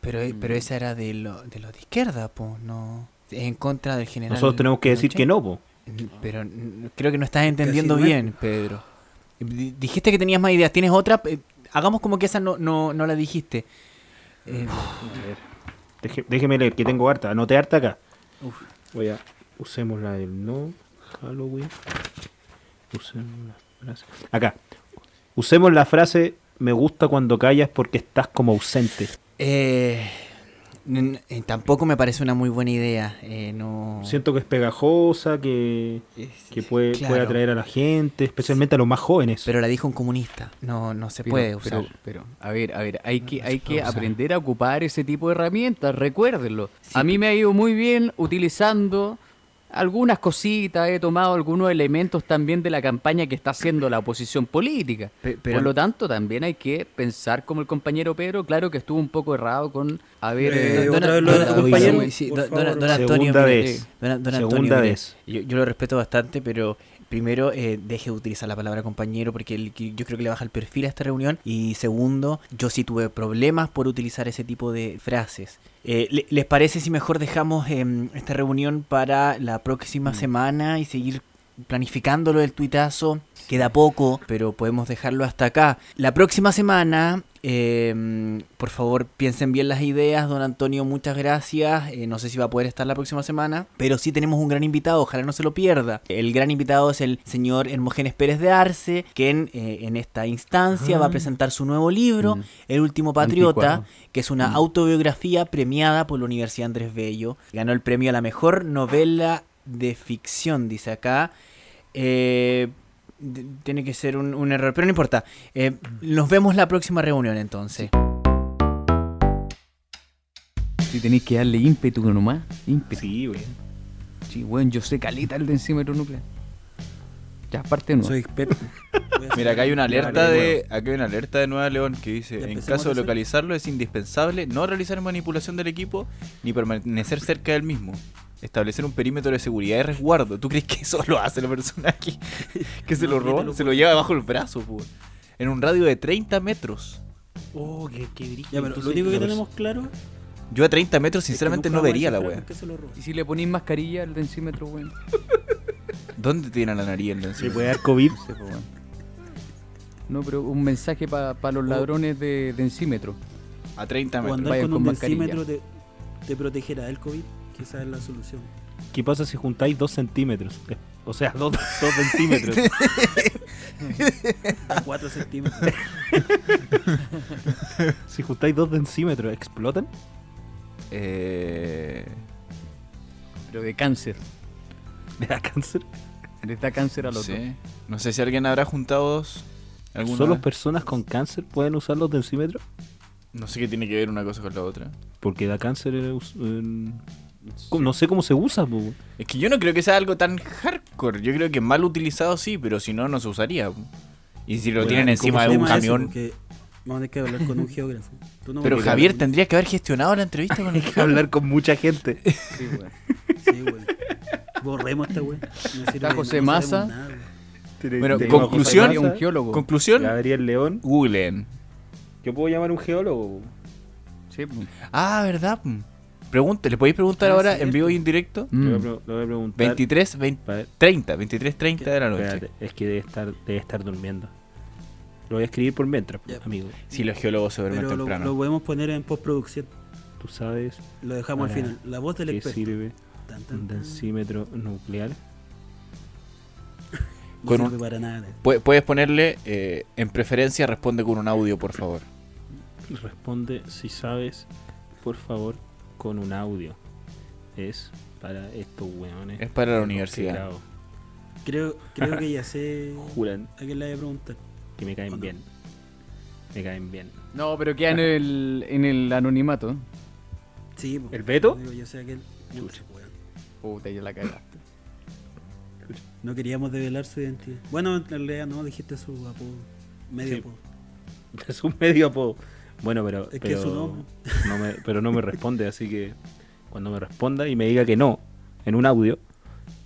Speaker 7: pero,
Speaker 1: Mm.
Speaker 7: pero esa era de lo, de lo de izquierda, po, no en contra del general.
Speaker 1: Nosotros tenemos que decir que no, po.
Speaker 7: Pinochet. Pero mm, creo que no estás entendiendo
Speaker 2: Casi no es-
Speaker 7: bien, Pedro. Di- Dijiste que tenías más ideas, ¿tienes otra? Eh, Hagamos como que esa no, no, no la dijiste. Eh,
Speaker 1: Deje- déjeme leer, que tengo harta. Anoté harta acá. Voy a. Usemos la del no. Halloween. Usemos la frase. Acá. Usemos la frase. Me gusta cuando callas porque estás como ausente.
Speaker 7: Eh, n- eh, tampoco me parece una muy buena idea. eh, no.
Speaker 1: Siento que es pegajosa, que, que puede,
Speaker 7: claro.
Speaker 1: puede atraer a la gente, especialmente a los más jóvenes.
Speaker 7: Pero la dijo un comunista. No, no se
Speaker 4: Pero-
Speaker 7: puede
Speaker 4: pero-
Speaker 7: usar.
Speaker 4: Pero, a ver, a ver, hay que,
Speaker 7: no
Speaker 4: hay
Speaker 7: se puede
Speaker 4: que
Speaker 7: usar.
Speaker 4: aprender a ocupar ese tipo de herramientas, recuérdenlo. a mí me ha ido muy bien utilizando algunas cositas, he tomado algunos elementos también de la campaña que está haciendo la oposición política.
Speaker 7: Pe- pero-
Speaker 4: Por lo tanto, también hay que pensar como el compañero Pedro, claro que estuvo un poco errado con haber...
Speaker 2: Eh,
Speaker 4: eh,
Speaker 2: otra vez lo de tu
Speaker 7: oiga,
Speaker 2: compañero,
Speaker 7: sí, sí,
Speaker 2: por
Speaker 7: don- don-
Speaker 2: favor.
Speaker 7: don Antonio,
Speaker 1: Segunda
Speaker 7: mire,
Speaker 1: vez.
Speaker 7: don- don Antonio,
Speaker 1: Segunda
Speaker 7: mire,
Speaker 1: vez.
Speaker 7: Yo, yo lo respeto bastante, pero primero eh, deje de utilizar la palabra compañero porque el- yo creo que le baja el perfil a esta reunión. Y segundo, yo sí tuve problemas por utilizar ese tipo de frases. Eh, le- ¿Les parece si mejor dejamos em, esta reunión para la
Speaker 1: Mm.
Speaker 7: próxima semana y seguir planificándolo del tuitazo? Queda poco, pero podemos dejarlo hasta acá. La próxima semana, eh, por favor, piensen bien las ideas. Don Antonio, muchas gracias. Eh, no sé si va a poder estar la próxima semana, pero sí tenemos un gran invitado, ojalá no se lo pierda. El gran invitado es el señor Hermógenes Pérez de Arce, quien eh, en esta instancia va a presentar su nuevo libro,
Speaker 4: Ah. Mm.
Speaker 7: El Último Patriota,
Speaker 4: Anticuado. Mm.
Speaker 7: que es una autobiografía premiada por la Universidad Andrés Bello. Ganó el premio a la mejor novela de ficción, dice acá. Eh, de- tiene que ser un, un error, pero no importa. Eh, nos vemos la próxima reunión entonces.
Speaker 4: si tenéis que darle ímpetu nomás, ímpetu.
Speaker 1: Sí, güey.
Speaker 4: Sí, bueno, yo sé caleta el de encima de nuclear. Ya, parte no.
Speaker 2: Soy experto. Voy a
Speaker 3: Mira, acá hay una
Speaker 2: (laughs) hacer-
Speaker 3: alerta de acá hay una alerta de Nueva León que dice,
Speaker 2: Ya
Speaker 3: en
Speaker 2: empecemos
Speaker 3: caso de
Speaker 2: a hacer.
Speaker 3: localizarlo es indispensable no realizar manipulación del equipo ni permanecer cerca del mismo. establecer un perímetro de seguridad y resguardo. ¿Tú crees que eso lo hace el
Speaker 2: (laughs)
Speaker 3: personaje que se
Speaker 2: No,
Speaker 3: lo
Speaker 2: ni te
Speaker 3: roba?
Speaker 2: lo
Speaker 3: Se lo lleva bajo el brazo, po. En un radio de 30 metros.
Speaker 1: Oh, qué, qué brillo.
Speaker 2: Ya, pero lo
Speaker 1: Entonces,
Speaker 2: único que
Speaker 1: claro,
Speaker 2: tenemos claro. es que
Speaker 3: Yo a 30 metros, pues, sinceramente,
Speaker 2: nunca
Speaker 3: no
Speaker 2: vamos a
Speaker 3: vería la
Speaker 2: descifrar
Speaker 3: wea.
Speaker 2: por qué se lo roba.
Speaker 4: Y si le ponís mascarilla al densímetro, weón.
Speaker 3: ¿Dónde tiene la nariz el
Speaker 1: ¿Le
Speaker 3: densímetro?
Speaker 1: puede dar COVID?
Speaker 3: No sé, po, weón.
Speaker 4: No, pero un mensaje para
Speaker 3: Oh.
Speaker 4: los ladrones de densímetro.
Speaker 3: A 30
Speaker 2: O
Speaker 3: metros.
Speaker 2: andar
Speaker 4: Vaya
Speaker 2: con
Speaker 4: con
Speaker 2: un
Speaker 4: mascarilla.
Speaker 2: densímetro te, te protegerá del COVID. que Esa es
Speaker 3: (laughs)
Speaker 2: la solución.
Speaker 1: ¿Qué pasa si juntáis dos centímetros? O sea, dos, dos
Speaker 4: (laughs)
Speaker 1: centímetros.
Speaker 2: A 4 centímetros.
Speaker 1: si juntáis dos densímetros, ¿explotan?
Speaker 3: Eh,
Speaker 4: Pero de cáncer.
Speaker 1: ¿Le da cáncer?
Speaker 4: Le da cáncer
Speaker 3: no,
Speaker 4: al otro.
Speaker 3: sé. no sé si alguien habrá juntado dos. ¿Alguna
Speaker 1: ¿Solo
Speaker 3: vez?
Speaker 1: personas con cáncer pueden usar los densímetros?
Speaker 3: No sé qué tiene que ver una cosa con la otra.
Speaker 1: Porque da cáncer en- en- ¿Cómo? No sé cómo se usa, po.
Speaker 3: Es que yo no creo que sea algo tan hardcore. Yo creo que mal utilizado sí, pero si no, no se usaría. po. Y si lo
Speaker 1: Bueno,
Speaker 3: tienen
Speaker 1: ¿y
Speaker 3: encima de
Speaker 1: cómo
Speaker 3: un
Speaker 1: se llama
Speaker 3: camión.
Speaker 2: porque vamos a tener que hablar con un geógrafo. Tú no
Speaker 3: Pero
Speaker 2: vas a
Speaker 3: Javier
Speaker 2: hablar
Speaker 3: tendría que haber gestionado la entrevista con el
Speaker 1: Hay que hablar con mucha gente.
Speaker 4: Sí, weón.
Speaker 2: con- Sí, güey. Borremos esta güey. No sirve de nada,
Speaker 4: José
Speaker 2: no
Speaker 4: Maza.
Speaker 2: sabemos nada, güey.
Speaker 1: Tenemos a
Speaker 3: Bueno,
Speaker 1: José
Speaker 3: conclusión.
Speaker 1: Maza,
Speaker 4: Un geólogo.
Speaker 3: Conclusión.
Speaker 1: Gabriel León.
Speaker 3: Googleen.
Speaker 1: Yo puedo llamar un geólogo.
Speaker 4: Sí, pues. po.
Speaker 3: Ah, ¿verdad? po? Pregunte, ¿le podéis preguntar
Speaker 2: Ah,
Speaker 3: ahora en
Speaker 2: cierto.
Speaker 3: vivo y en directo?
Speaker 1: Le
Speaker 4: Mm.
Speaker 1: voy a pre- le voy a preguntar.
Speaker 3: 23, 20,
Speaker 1: Pa-
Speaker 3: 30, 23, 30 de la noche.
Speaker 1: espérate, es que debe estar, debe estar durmiendo. Lo voy a escribir por mientras,
Speaker 2: Ya.
Speaker 1: amigo.
Speaker 3: Si los geólogos se duermen
Speaker 2: Pero lo,
Speaker 3: temprano.
Speaker 2: lo podemos poner en postproducción.
Speaker 1: Tú sabes
Speaker 2: Lo
Speaker 3: Ah,
Speaker 2: dejamos
Speaker 1: Ahora,
Speaker 2: al final. La voz del
Speaker 1: que
Speaker 2: experto.
Speaker 1: sirve
Speaker 2: Tan, tan,
Speaker 1: un
Speaker 2: tan.
Speaker 1: densímetro nuclear.
Speaker 2: No
Speaker 3: Con
Speaker 2: sirve
Speaker 3: un-
Speaker 2: para nada.
Speaker 3: Pu- Puedes ponerle eh, en preferencia responde con un audio, por favor.
Speaker 1: Responde si sabes, por favor, con un audio. Es para estos weones.
Speaker 3: Es para la
Speaker 1: Los
Speaker 3: universidad.
Speaker 1: teclados.
Speaker 2: Creo,
Speaker 3: (laughs)
Speaker 2: creo que ya sé
Speaker 1: Juran
Speaker 2: a quién le voy a preguntar.
Speaker 1: que me caen
Speaker 2: Bueno.
Speaker 1: bien. Me caen bien.
Speaker 4: No, pero queda
Speaker 3: Ah.
Speaker 4: en el, en el anonimato.
Speaker 2: Sí, po.
Speaker 1: ¿El Beto? (laughs)
Speaker 2: Digo, yo sé a quién.
Speaker 1: Chucha.
Speaker 2: Puta, weón.
Speaker 4: Puta, ya
Speaker 3: (laughs)
Speaker 4: la cagaste.
Speaker 2: No queríamos develar su identidad. Bueno, en realidad no, dijiste su apodo. Medio
Speaker 1: Sí.
Speaker 2: apodo.
Speaker 1: Es un medio apodo. Bueno, pero.
Speaker 2: Es que
Speaker 1: pero,
Speaker 2: es su nombre.
Speaker 1: no me, pero no me responde, así que cuando me responda y me diga que no en un audio,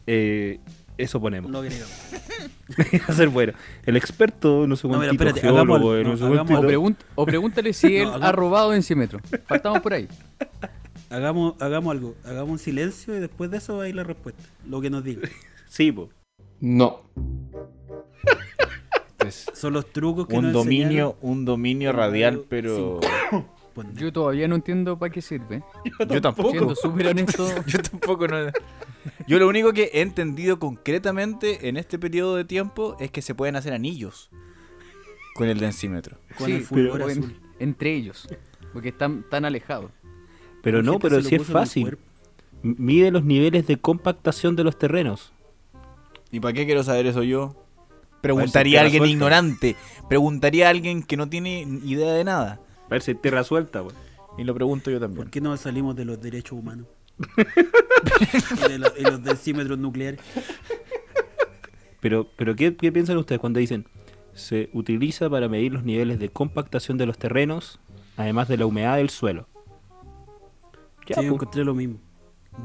Speaker 1: eh, eso ponemos. (laughs)
Speaker 2: Lo creo.
Speaker 1: Va a ser bueno. El experto, no sé
Speaker 2: No,
Speaker 1: cuántito,
Speaker 2: mira, espérate,
Speaker 1: geólogo,
Speaker 2: hagamos el-
Speaker 1: no
Speaker 2: no,
Speaker 1: sé
Speaker 2: hagamos
Speaker 4: O,
Speaker 1: cuántito.
Speaker 4: pregun- o
Speaker 3: (laughs)
Speaker 4: pregúntale si él
Speaker 2: No, no.
Speaker 4: ha robado densímetro. Partamos por ahí.
Speaker 2: Hagamos, hagamos algo. Hagamos un silencio y después de eso ahí la respuesta. Lo que nos diga.
Speaker 1: Sí, po.
Speaker 3: No.
Speaker 2: Son los trucos que
Speaker 3: un
Speaker 2: nos
Speaker 3: dominio, un dominio radial,
Speaker 2: Cinco.
Speaker 3: pero
Speaker 2: enseñaron. Pues,
Speaker 4: Yo todavía no entiendo para qué sirve.
Speaker 3: yo tampoco.
Speaker 4: Siendo súper honesto.
Speaker 3: (laughs) Yo tampoco no. Yo lo único que he entendido concretamente en este periodo de tiempo es que se pueden hacer anillos con el densímetro.
Speaker 2: Con
Speaker 4: Sí,
Speaker 2: el fulgor
Speaker 4: pero en-
Speaker 2: azul.
Speaker 4: entre ellos. Porque están tan alejados.
Speaker 1: Pero
Speaker 2: La
Speaker 1: no,
Speaker 2: gente
Speaker 1: pero
Speaker 2: se lo
Speaker 1: sí es
Speaker 2: puso en el
Speaker 1: fácil.
Speaker 2: cuerpo.
Speaker 1: M- Mide los niveles de compactación de los terrenos.
Speaker 3: ¿Y para qué quiero saber eso yo?
Speaker 1: Para
Speaker 3: Preguntaría a
Speaker 1: ver si
Speaker 3: alguien
Speaker 1: te la sueltan.
Speaker 3: ignorante, preguntaría a alguien que no tiene idea de nada.
Speaker 1: A ver si es tierra suelta, güey.
Speaker 3: Y lo pregunto yo
Speaker 2: ¿Por
Speaker 3: también.
Speaker 2: qué no salimos de los derechos humanos? y, de lo- y los decímetros nucleares.
Speaker 1: Pero, pero ¿qué, qué piensan ustedes cuando dicen se utiliza para medir los niveles de compactación de los terrenos, además de la humedad del suelo? Ya,
Speaker 2: Sí, yo
Speaker 1: po.
Speaker 2: encontré lo mismo.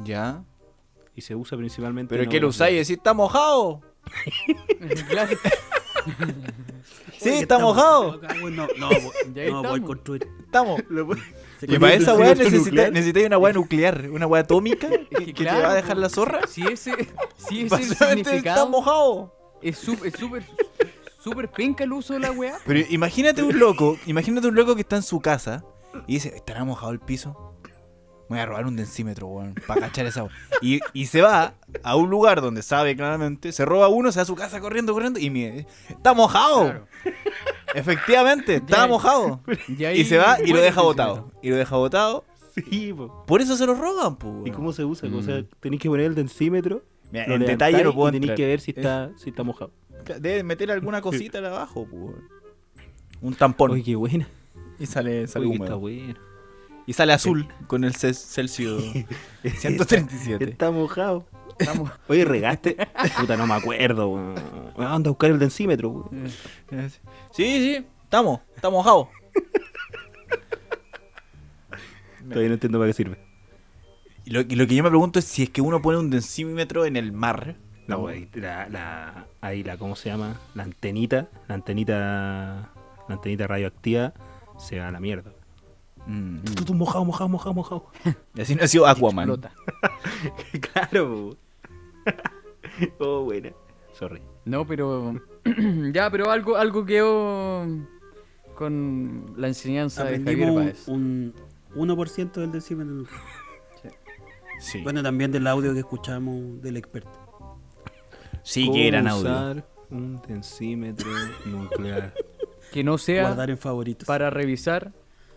Speaker 3: Ya.
Speaker 1: Y se usa principalmente.
Speaker 3: Pero
Speaker 1: no,
Speaker 3: que lo usáis, si está mojado.
Speaker 4: Claro.
Speaker 3: Sí,
Speaker 2: Oye,
Speaker 3: está
Speaker 2: estamos-
Speaker 3: mojado.
Speaker 2: Ah, bueno, No, no,
Speaker 4: Ya
Speaker 2: no, voy a
Speaker 4: estamos.
Speaker 2: construir.
Speaker 3: (laughs) Estamos.
Speaker 2: Se
Speaker 3: Y
Speaker 2: construye
Speaker 3: para
Speaker 2: el
Speaker 3: esa weá
Speaker 2: proyecto
Speaker 3: necesitáis
Speaker 2: nuclear.
Speaker 3: una weá nuclear, una weá atómica que,
Speaker 4: Es que
Speaker 3: que te
Speaker 4: claro,
Speaker 3: va a dejar la zorra.
Speaker 4: Si ese,
Speaker 3: (laughs)
Speaker 4: si ese es el
Speaker 3: Básicamente está
Speaker 4: significado,
Speaker 3: mojado.
Speaker 4: es su- es súper súper penca el uso de la weá.
Speaker 3: Pero imagínate un loco, imagínate un loco que está en su casa y dice, ¿estará mojado el piso? Me voy a robar un densímetro, weón, para cachar esa weá". y, y se va a un lugar donde sabe claramente, se roba uno, se va a su casa corriendo, corriendo y mire, está mojado.
Speaker 4: Claro.
Speaker 3: (laughs) Efectivamente, está
Speaker 4: Ya.
Speaker 3: mojado.
Speaker 4: ahí
Speaker 3: Y se va y lo
Speaker 4: muere
Speaker 3: deja
Speaker 4: el
Speaker 3: botado. Y lo deja botado.
Speaker 1: Sí, po.
Speaker 3: Por eso se lo roban, pues.
Speaker 1: ¿Y cómo se usa? O sea, tenéis que poner el densímetro.
Speaker 3: Mira,
Speaker 1: lo
Speaker 3: en
Speaker 1: levantáis
Speaker 3: detalle no
Speaker 1: y
Speaker 3: puedo
Speaker 1: Tenéis
Speaker 3: entrar.
Speaker 1: que ver si
Speaker 3: Es-
Speaker 1: está, si está mojado.
Speaker 3: Debe meter alguna cosita de abajo, pues. weón. Un tampón.
Speaker 1: Oye, qué buena.
Speaker 3: y sale, sale
Speaker 1: Oye, (laughs) que
Speaker 3: húmedo.
Speaker 1: está buena.
Speaker 3: Y sale azul con el ce- Celsius 137.
Speaker 1: este. Está mojado.
Speaker 4: densímetro. Estamos-
Speaker 1: Oye, regaste. Puta, no me acuerdo. weón. Ah, Anda a buscar el densímetro. weón.
Speaker 3: (laughs) Sí, sí, estamos, estamos mojados.
Speaker 1: Todavía no entiendo para qué sirve.
Speaker 3: Y Lo, y lo que yo me pregunto es si es que uno pone un densímetro en el mar.
Speaker 1: No, güey, la, la, ahí la, ¿cómo se llama? La antenita, la antenita, la antenita radioactiva se va a la mierda.
Speaker 3: Mm.
Speaker 1: Tú, tú, tú, mojado, mojado, mojado, mojado.
Speaker 3: Y así nació Aquaman.
Speaker 4: Explota.
Speaker 1: (laughs) claro. po. (laughs) oh, buena. Sorry.
Speaker 4: No, pero. (clears throat) ya, pero algo, algo quedó con la enseñanza de Javier
Speaker 2: Aprendimos
Speaker 4: Páez.
Speaker 2: un, un 1% del decímetro.
Speaker 3: Sí.
Speaker 2: Bueno, también del audio que escuchamos del experto.
Speaker 3: sí,
Speaker 1: ¿Cómo
Speaker 3: que eran audio.
Speaker 1: usar un (laughs) densímetro nuclear.
Speaker 4: Que no sea
Speaker 2: Guardar en favoritos.
Speaker 4: para revisar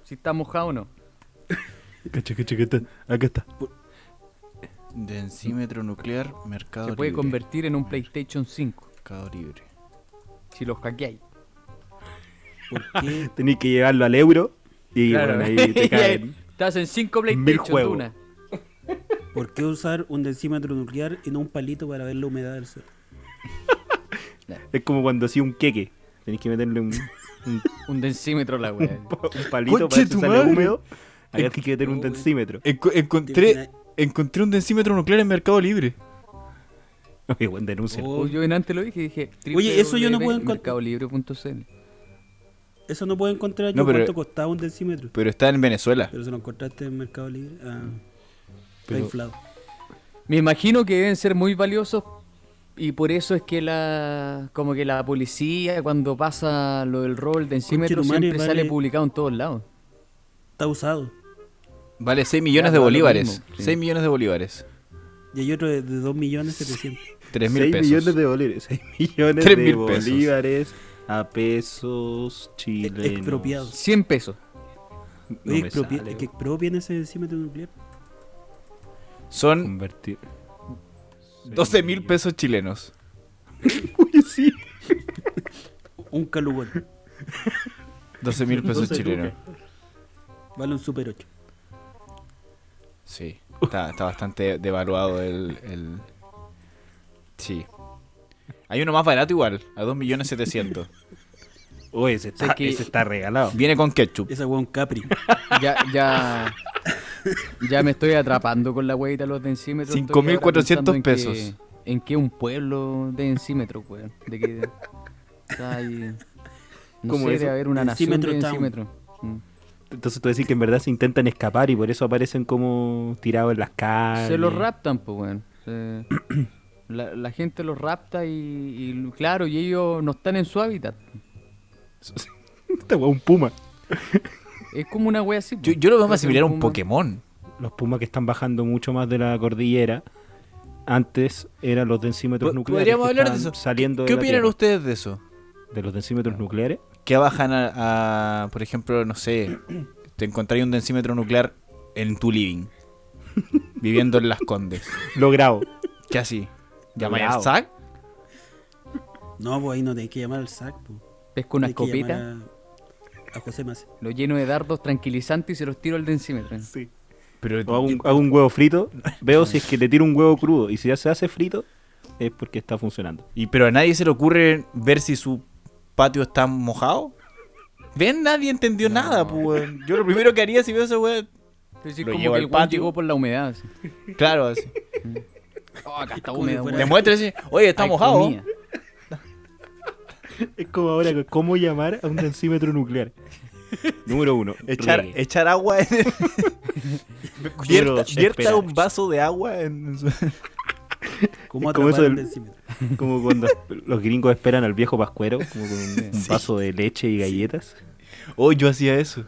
Speaker 4: si está mojado o no.
Speaker 1: Cacha, cacha, acá está. Acá está.
Speaker 3: Densímetro nuclear, mercado
Speaker 4: Se puede
Speaker 3: libre.
Speaker 4: convertir en un PlayStation 5
Speaker 3: Mercado libre.
Speaker 4: si los hackeáis.
Speaker 2: ¿Por qué?
Speaker 1: Tenés que llevarlo al euro y
Speaker 4: Claro.
Speaker 1: bueno, ahí
Speaker 3: (laughs)
Speaker 1: te
Speaker 4: (laughs) Y
Speaker 1: caen.
Speaker 4: Estás en 5
Speaker 1: mil
Speaker 4: PlayStation de
Speaker 1: juegos.
Speaker 4: una.
Speaker 2: ¿Por qué usar un densímetro nuclear y no un palito para ver la humedad del suelo?
Speaker 1: Es como cuando hacía un queque. Tenés que meterle un, un-
Speaker 4: Un densímetro
Speaker 2: (laughs)
Speaker 4: la weá.
Speaker 1: un palito para
Speaker 3: Conche
Speaker 1: que
Speaker 3: tu
Speaker 1: sale
Speaker 3: madre.
Speaker 1: húmedo. Acá tenés que meter un densímetro. (laughs)
Speaker 3: Enco-
Speaker 2: Te
Speaker 3: encontré,
Speaker 2: imaginas-
Speaker 3: encontré un densímetro nuclear en mercado libre.
Speaker 1: Oye, buen denuncia.
Speaker 4: Oh, yo en antes lo dije, dije.
Speaker 2: Oye, eso yo no puedo encont-
Speaker 4: www.mercadolibre.cl.
Speaker 2: Eso no puedo encontrar yo
Speaker 3: No, pero-
Speaker 2: cuánto costaba un densímetro.
Speaker 3: Pero está en Venezuela.
Speaker 2: Pero se lo encontraste en Mercado Libre. Ah, está
Speaker 1: Mm. Pero-
Speaker 2: inflado.
Speaker 4: Me imagino que deben ser muy valiosos y por eso es que la como que la policía cuando pasa lo del rol de encímetro
Speaker 2: Conchetumare,
Speaker 4: siempre sale
Speaker 2: vale.
Speaker 4: publicado en todos lados.
Speaker 2: Está usado.
Speaker 3: Vale 6 millones de
Speaker 4: da lo
Speaker 3: bolívares.
Speaker 4: mismo, sí.
Speaker 3: 6 millones de bolívares.
Speaker 2: Y hay otro de, de 2 millones 700.
Speaker 3: 3 mil
Speaker 1: 6
Speaker 3: pesos.
Speaker 1: millones de bolívares. (laughs) 6 millones
Speaker 3: Tres
Speaker 1: de
Speaker 3: mil pesos.
Speaker 1: bolívares a pesos chilenos.
Speaker 2: Expropiados.
Speaker 4: 100 pesos.
Speaker 1: No
Speaker 2: Oye,
Speaker 1: me
Speaker 2: expropia-
Speaker 1: sale,
Speaker 2: que expropien ese densímetro nuclear.
Speaker 3: Son
Speaker 1: Convertir.
Speaker 3: 12 mil pesos chilenos.
Speaker 1: Oye, sí.
Speaker 2: Un
Speaker 1: (laughs)
Speaker 2: calugón.
Speaker 3: 12 mil pesos
Speaker 1: Doce
Speaker 3: chilenos.
Speaker 2: Vale un Super 8.
Speaker 3: Sí. (laughs) Está, está bastante devaluado el, el- Sí. Hay uno más barato igual, a 2 millones 700.
Speaker 1: Oye, ese está,
Speaker 4: Sé que-
Speaker 1: ese está regalado.
Speaker 3: Viene con ketchup.
Speaker 2: Esa weón Capri.
Speaker 4: Ya ya ya me estoy atrapando con la huevita los de encímetro. Estoy ahora
Speaker 3: 5.400
Speaker 4: pensando en
Speaker 3: pesos.
Speaker 4: que- en que un pueblo de encímetro, weón. De que está ahí. No
Speaker 1: ¿Cómo
Speaker 4: sé,
Speaker 1: eso?
Speaker 4: debe haber una nación
Speaker 2: Encímetro
Speaker 4: de
Speaker 2: Town.
Speaker 4: encímetro. Mm.
Speaker 1: Entonces tú decís que en verdad se intentan escapar y por eso aparecen como tirados en las calles.
Speaker 4: Se los raptan, pues, weón.
Speaker 3: (clears throat)
Speaker 4: Se- La, la gente los rapta y, y, claro, y ellos no están en su hábitat.
Speaker 1: (laughs) Esta weá, un puma.
Speaker 4: Es como una wea así.
Speaker 3: Yo,
Speaker 4: pues.
Speaker 3: yo lo veo más
Speaker 4: Entonces,
Speaker 3: similar a un
Speaker 4: como-
Speaker 3: Pokémon.
Speaker 1: Los pumas que están bajando mucho más de la cordillera. Antes eran los densímetros
Speaker 3: Po-
Speaker 1: nucleares.
Speaker 3: podríamos
Speaker 1: que
Speaker 3: hablar de
Speaker 1: estaban
Speaker 3: eso.
Speaker 1: Saliendo
Speaker 3: ¿Qué
Speaker 1: de la
Speaker 3: opinan
Speaker 1: Tierra.
Speaker 3: ustedes de eso?
Speaker 1: ¿De los densímetros nucleares?
Speaker 3: ¿Qué bajan a, a, por ejemplo, no sé, te encontré un densímetro nuclear en tu living, viviendo en Las Condes? (laughs)
Speaker 1: Logrado.
Speaker 3: ¿Qué así? ¿Llamáis
Speaker 1: Bravo.
Speaker 3: al SAC?
Speaker 2: No, pues ahí no tenés que llamar al SAC. pues.
Speaker 4: Pesco una
Speaker 2: Tenés que
Speaker 4: escopeta,
Speaker 2: llamar A, a José Mace.
Speaker 4: lo lleno de dardos tranquilizantes y se los tiro al densímetro.
Speaker 3: Pero
Speaker 1: O hago un, hago un huevo frito. Veo si es que le tiro un huevo crudo. Y si ya se hace frito, es porque está funcionando.
Speaker 3: Y pero a nadie se le ocurre ver si su patio está mojado. ¿Ven? Nadie entendió nada, pues. weón. Yo lo primero que haría si veo esa weá.
Speaker 4: Entonces, es
Speaker 3: Lo
Speaker 4: como que
Speaker 3: llevo al
Speaker 4: el weón
Speaker 3: patio.
Speaker 4: llegó por la humedad. así.
Speaker 3: Claro, así.
Speaker 4: Oh, acá está
Speaker 2: Como
Speaker 4: húmedo,
Speaker 2: si fuera-
Speaker 3: Le
Speaker 4: weón.
Speaker 3: muestro así, oye, está
Speaker 4: Hay
Speaker 3: mojado.
Speaker 4: comida.
Speaker 1: Es como ahora, ¿cómo llamar a un densímetro nuclear? Número uno.
Speaker 3: Echar,
Speaker 1: riegue.
Speaker 3: echar agua en
Speaker 1: (laughs)
Speaker 3: el...
Speaker 1: Quiero
Speaker 3: Vierta, vierta
Speaker 1: esperar.
Speaker 3: un vaso de agua en su...
Speaker 2: ¿Cómo
Speaker 1: Es como
Speaker 2: atrapar
Speaker 1: eso
Speaker 2: un
Speaker 1: del-
Speaker 2: densímetro?
Speaker 1: Como cuando los gringos esperan al viejo pascuero, como con un, un vaso de leche y galletas.
Speaker 3: (laughs) Oh, yo hacía eso.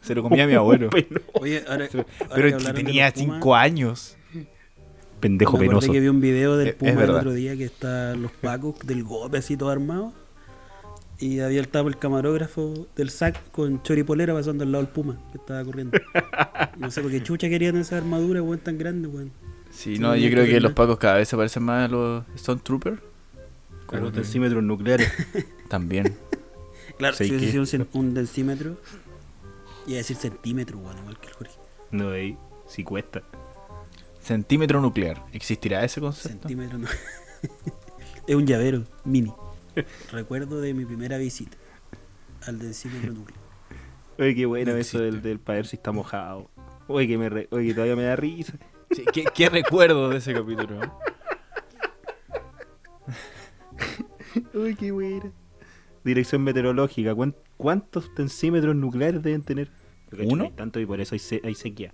Speaker 3: Se lo comía a mi abuelo.
Speaker 1: Peno-
Speaker 2: Oye, ahora. ahora que
Speaker 3: Pero que
Speaker 2: hablaron de
Speaker 3: tenía
Speaker 2: los Pumas,
Speaker 3: 5 años.
Speaker 1: Pendejo
Speaker 2: Me acordé
Speaker 1: penoso.
Speaker 2: que vi un video
Speaker 3: Es-
Speaker 2: del
Speaker 3: es
Speaker 2: Puma el
Speaker 3: verdad.
Speaker 2: otro día que está los pacos del golpe así todo armado. Y había estaba el camarógrafo del SAC con choripolera pasando al lado del Puma que estaba corriendo. No sé por qué chucha querían esa armadura, weón, tan grande, weón.
Speaker 3: Sí,
Speaker 2: Sí,
Speaker 3: no, yo
Speaker 2: no
Speaker 3: creo que
Speaker 2: tenía.
Speaker 3: los pacos cada vez se parecen más a los Stone Trooper.
Speaker 1: Con los densímetros nucleares.
Speaker 3: (laughs) También.
Speaker 2: Claro,
Speaker 1: Sí,
Speaker 2: si
Speaker 1: que-
Speaker 2: hubiese sido un, cen- un densímetro, iba a decir centímetro, weón, igual que el Jorge.
Speaker 1: No, ahí sí cuesta.
Speaker 3: Centímetro nuclear. ¿Existirá ese concepto?
Speaker 2: Centímetro no. (laughs) es un llavero, mini. Recuerdo de mi primera visita al densímetro núcleo.
Speaker 1: Oye, qué bueno
Speaker 3: No
Speaker 1: eso
Speaker 3: existe.
Speaker 1: del, del para ver si está mojado. Oye, que, me re- oye, que todavía me da risa.
Speaker 3: Che, ¿Qué, qué recuerdo de ese capítulo?
Speaker 1: Uy, qué buena. Dirección meteorológica. ¿cuán- ¿Cuántos tensímetros nucleares deben tener? Yo cacho que
Speaker 3: ¿Uno?
Speaker 1: hay Tanto y por eso hay, se- hay sequía.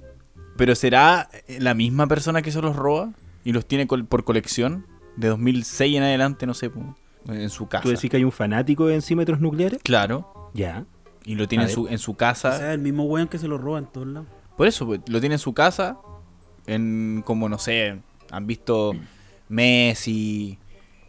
Speaker 3: ¿Pero será la misma persona que se los roba y los tiene col- por colección? De 2006 en adelante, no sé, po, en su casa.
Speaker 1: ¿Tú decís que hay un fanático de encímetros nucleares?
Speaker 3: Claro,
Speaker 1: Ya.
Speaker 3: y lo tiene
Speaker 1: A
Speaker 3: en
Speaker 1: ver.
Speaker 3: su, en su
Speaker 4: Ah.
Speaker 3: casa.
Speaker 2: Quizás el mismo weón que se lo roba en todos lados.
Speaker 3: Por eso, pues, lo tiene en su casa, en como no sé, han visto Messi,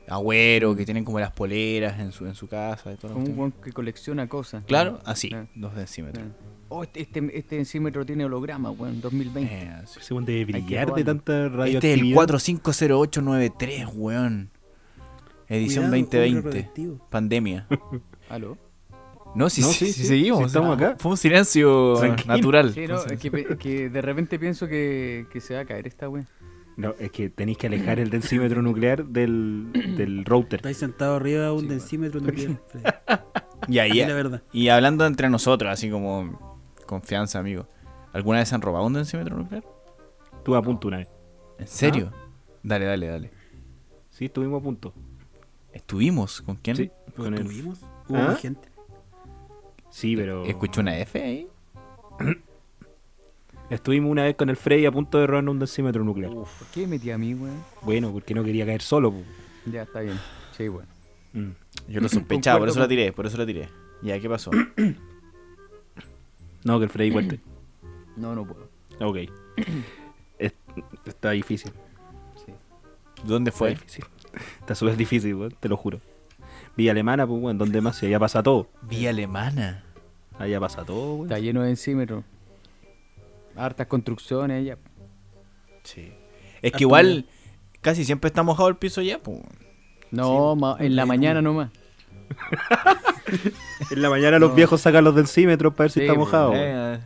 Speaker 3: Agüero, que tienen como las poleras en su, en su casa. y toda la
Speaker 4: Como un
Speaker 3: cuestión.
Speaker 4: weón que colecciona cosas.
Speaker 3: Claro, así,
Speaker 4: Eh,
Speaker 3: los decímetros.
Speaker 4: eh. Oh, este, este, este encímetro tiene holograma, weón, 2020.
Speaker 3: Eh, así.
Speaker 1: Ese weón debe
Speaker 4: que
Speaker 1: brillar de
Speaker 4: robarlo.
Speaker 1: tanta
Speaker 3: Este
Speaker 1: radioactividad.
Speaker 3: es el 450893, weón. Edición
Speaker 2: Cuidado, hombre
Speaker 3: 2020.
Speaker 2: radioactivo.
Speaker 3: Pandemia.
Speaker 4: (laughs) ¿Aló?
Speaker 3: No, si,
Speaker 1: No, sí,
Speaker 3: si- si
Speaker 1: sí,
Speaker 3: seguimos.
Speaker 1: sí, estamos acá.
Speaker 3: Fue un silencio
Speaker 1: Tranquilo.
Speaker 3: natural.
Speaker 4: Sí, no, es que, pe- es que de repente pienso que, que se va a caer esta weón.
Speaker 1: No, es que tenéis que alejar el densímetro nuclear del, del router.
Speaker 2: Estáis sentado arriba de un densímetro
Speaker 4: (laughs)
Speaker 2: nuclear, Freddy.
Speaker 3: Y ahí,
Speaker 2: la verdad.
Speaker 3: y hablando entre nosotros, así como confianza, amigo. ¿Alguna vez han robado un densímetro nuclear?
Speaker 1: Estuve a punto una vez.
Speaker 3: ¿En serio? Dale, dale, dale.
Speaker 1: Sí, estuvimos a punto.
Speaker 3: ¿Estuvimos? ¿Con quién?
Speaker 1: Sí,
Speaker 2: ¿Lo
Speaker 1: con el-
Speaker 2: tuvimos? Hubo
Speaker 1: ¿Ah?
Speaker 2: más gente.
Speaker 1: Sí, pero.
Speaker 3: ¿Escuchó una F ahí?
Speaker 1: Estuvimos una vez con el Freddy a punto de robar un densímetro nuclear.
Speaker 4: ¿Por qué me metí a mí, weón?
Speaker 1: Bueno, porque no quería caer solo. pu.
Speaker 4: Ya, está bien. Sí, weón.
Speaker 1: Mm.
Speaker 3: Yo lo
Speaker 4: (laughs)
Speaker 3: sospechaba, por
Speaker 4: Concuerdo
Speaker 3: eso la
Speaker 4: con-
Speaker 3: tiré, por eso la tiré. Ya, ¿qué pasó?
Speaker 1: No, que el Freddy cuente.
Speaker 4: No, no puedo.
Speaker 1: Ok. Es- está difícil.
Speaker 3: ¿Dónde
Speaker 1: Fue
Speaker 3: fue?
Speaker 1: difícil. Está súper difícil, weón, te lo juro. Villa Alemana, pues, weón, ¿dónde más? Si allá pasa todo.
Speaker 3: Vía alemana.
Speaker 1: Allá pasa todo, weón.
Speaker 4: Está lleno de encímetros. Hartas construcciones, ya.
Speaker 3: Sí. Es que igual casi siempre está mojado el piso ya, pues.
Speaker 4: No, ma- en la
Speaker 2: Sí,
Speaker 4: mañana nomás.
Speaker 1: En la mañana los viejos sacan los densímetros para ver si
Speaker 4: Sí,
Speaker 1: está
Speaker 4: pues,
Speaker 1: mojado. weón.
Speaker 3: Eh,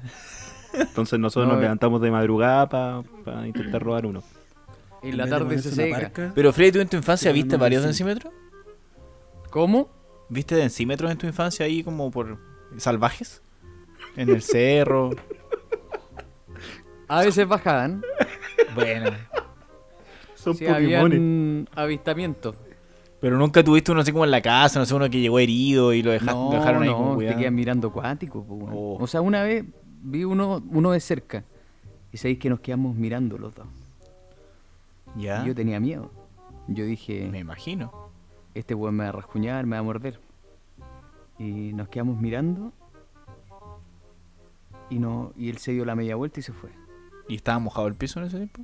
Speaker 1: Entonces nosotros
Speaker 4: No,
Speaker 1: nos
Speaker 4: eh.
Speaker 1: levantamos de madrugada para intentar robar uno.
Speaker 4: En la
Speaker 2: vez de
Speaker 4: tarde
Speaker 2: ponerse
Speaker 4: se
Speaker 2: una
Speaker 4: seca.
Speaker 2: parca,
Speaker 3: Pero Freddy, ¿tú en tu infancia
Speaker 2: Sí,
Speaker 3: viste
Speaker 2: no,
Speaker 3: varios
Speaker 2: sí.
Speaker 3: densímetros?
Speaker 4: ¿Cómo?
Speaker 3: ¿Viste densímetros en tu infancia ahí como por salvajes? En (laughs) el cerro.
Speaker 4: A veces bajaban.
Speaker 3: bueno.
Speaker 1: Son
Speaker 4: Sí,
Speaker 1: Pokémones.
Speaker 4: habían avistamientos.
Speaker 3: Pero nunca tuviste uno así como en la casa, no sé, uno que llegó herido y lo, deja-
Speaker 4: no,
Speaker 3: lo dejaron ahí
Speaker 4: no,
Speaker 3: como
Speaker 4: te
Speaker 3: cuidado.
Speaker 4: quedan mirando cuático. po, weón.
Speaker 3: Oh.
Speaker 4: O sea, una vez vi uno, uno de cerca y sabéis que nos quedamos mirando los dos.
Speaker 3: Ya.
Speaker 4: Y yo tenía miedo. Yo dije,
Speaker 3: Me imagino.
Speaker 4: este weón me va a rascuñar, me va a morder. Y nos quedamos mirando y, no, y él se dio la media vuelta y se fue.
Speaker 3: ¿Y estaba mojado el piso en ese tiempo?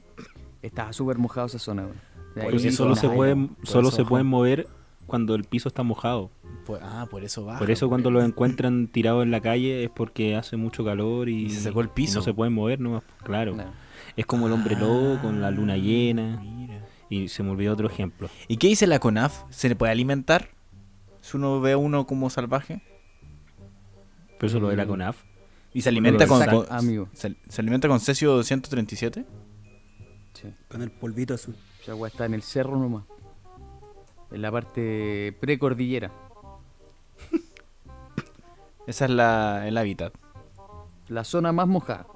Speaker 4: Estaba súper mojado esa zona, weón. De
Speaker 3: Por
Speaker 4: ahí
Speaker 1: Porque
Speaker 3: eso
Speaker 1: solo
Speaker 3: baja,
Speaker 1: se
Speaker 3: eh,
Speaker 1: pueden,
Speaker 3: por
Speaker 1: solo
Speaker 3: eso
Speaker 1: se
Speaker 3: baja.
Speaker 1: pueden mover cuando el piso está mojado.
Speaker 3: Pues- ah, por eso baja.
Speaker 1: Por eso cuando los encuentran tirados en la calle es porque hace mucho calor y,
Speaker 3: Y se secó el piso.
Speaker 1: y no se pueden mover nomás. pues, Claro.
Speaker 4: No.
Speaker 1: Es como el hombre lobo con la luna llena.
Speaker 3: Mira.
Speaker 1: Y se me olvidó otro ejemplo.
Speaker 3: ¿Y qué dice la CONAF? ¿Se le puede alimentar? Si uno ve a uno como salvaje.
Speaker 1: Pero eso lo de la
Speaker 4: Mm.
Speaker 1: CONAF.
Speaker 3: ¿Y se alimenta
Speaker 1: Bueno,
Speaker 3: con,
Speaker 4: exacto,
Speaker 3: con-
Speaker 4: amigo.
Speaker 3: Se, se alimenta con cesio 237?
Speaker 4: Sí.
Speaker 2: Con el polvito azul.
Speaker 4: Esa weá está en el cerro nomás. En la parte precordillera.
Speaker 3: Esa es la, el hábitat.
Speaker 4: La zona más mojada.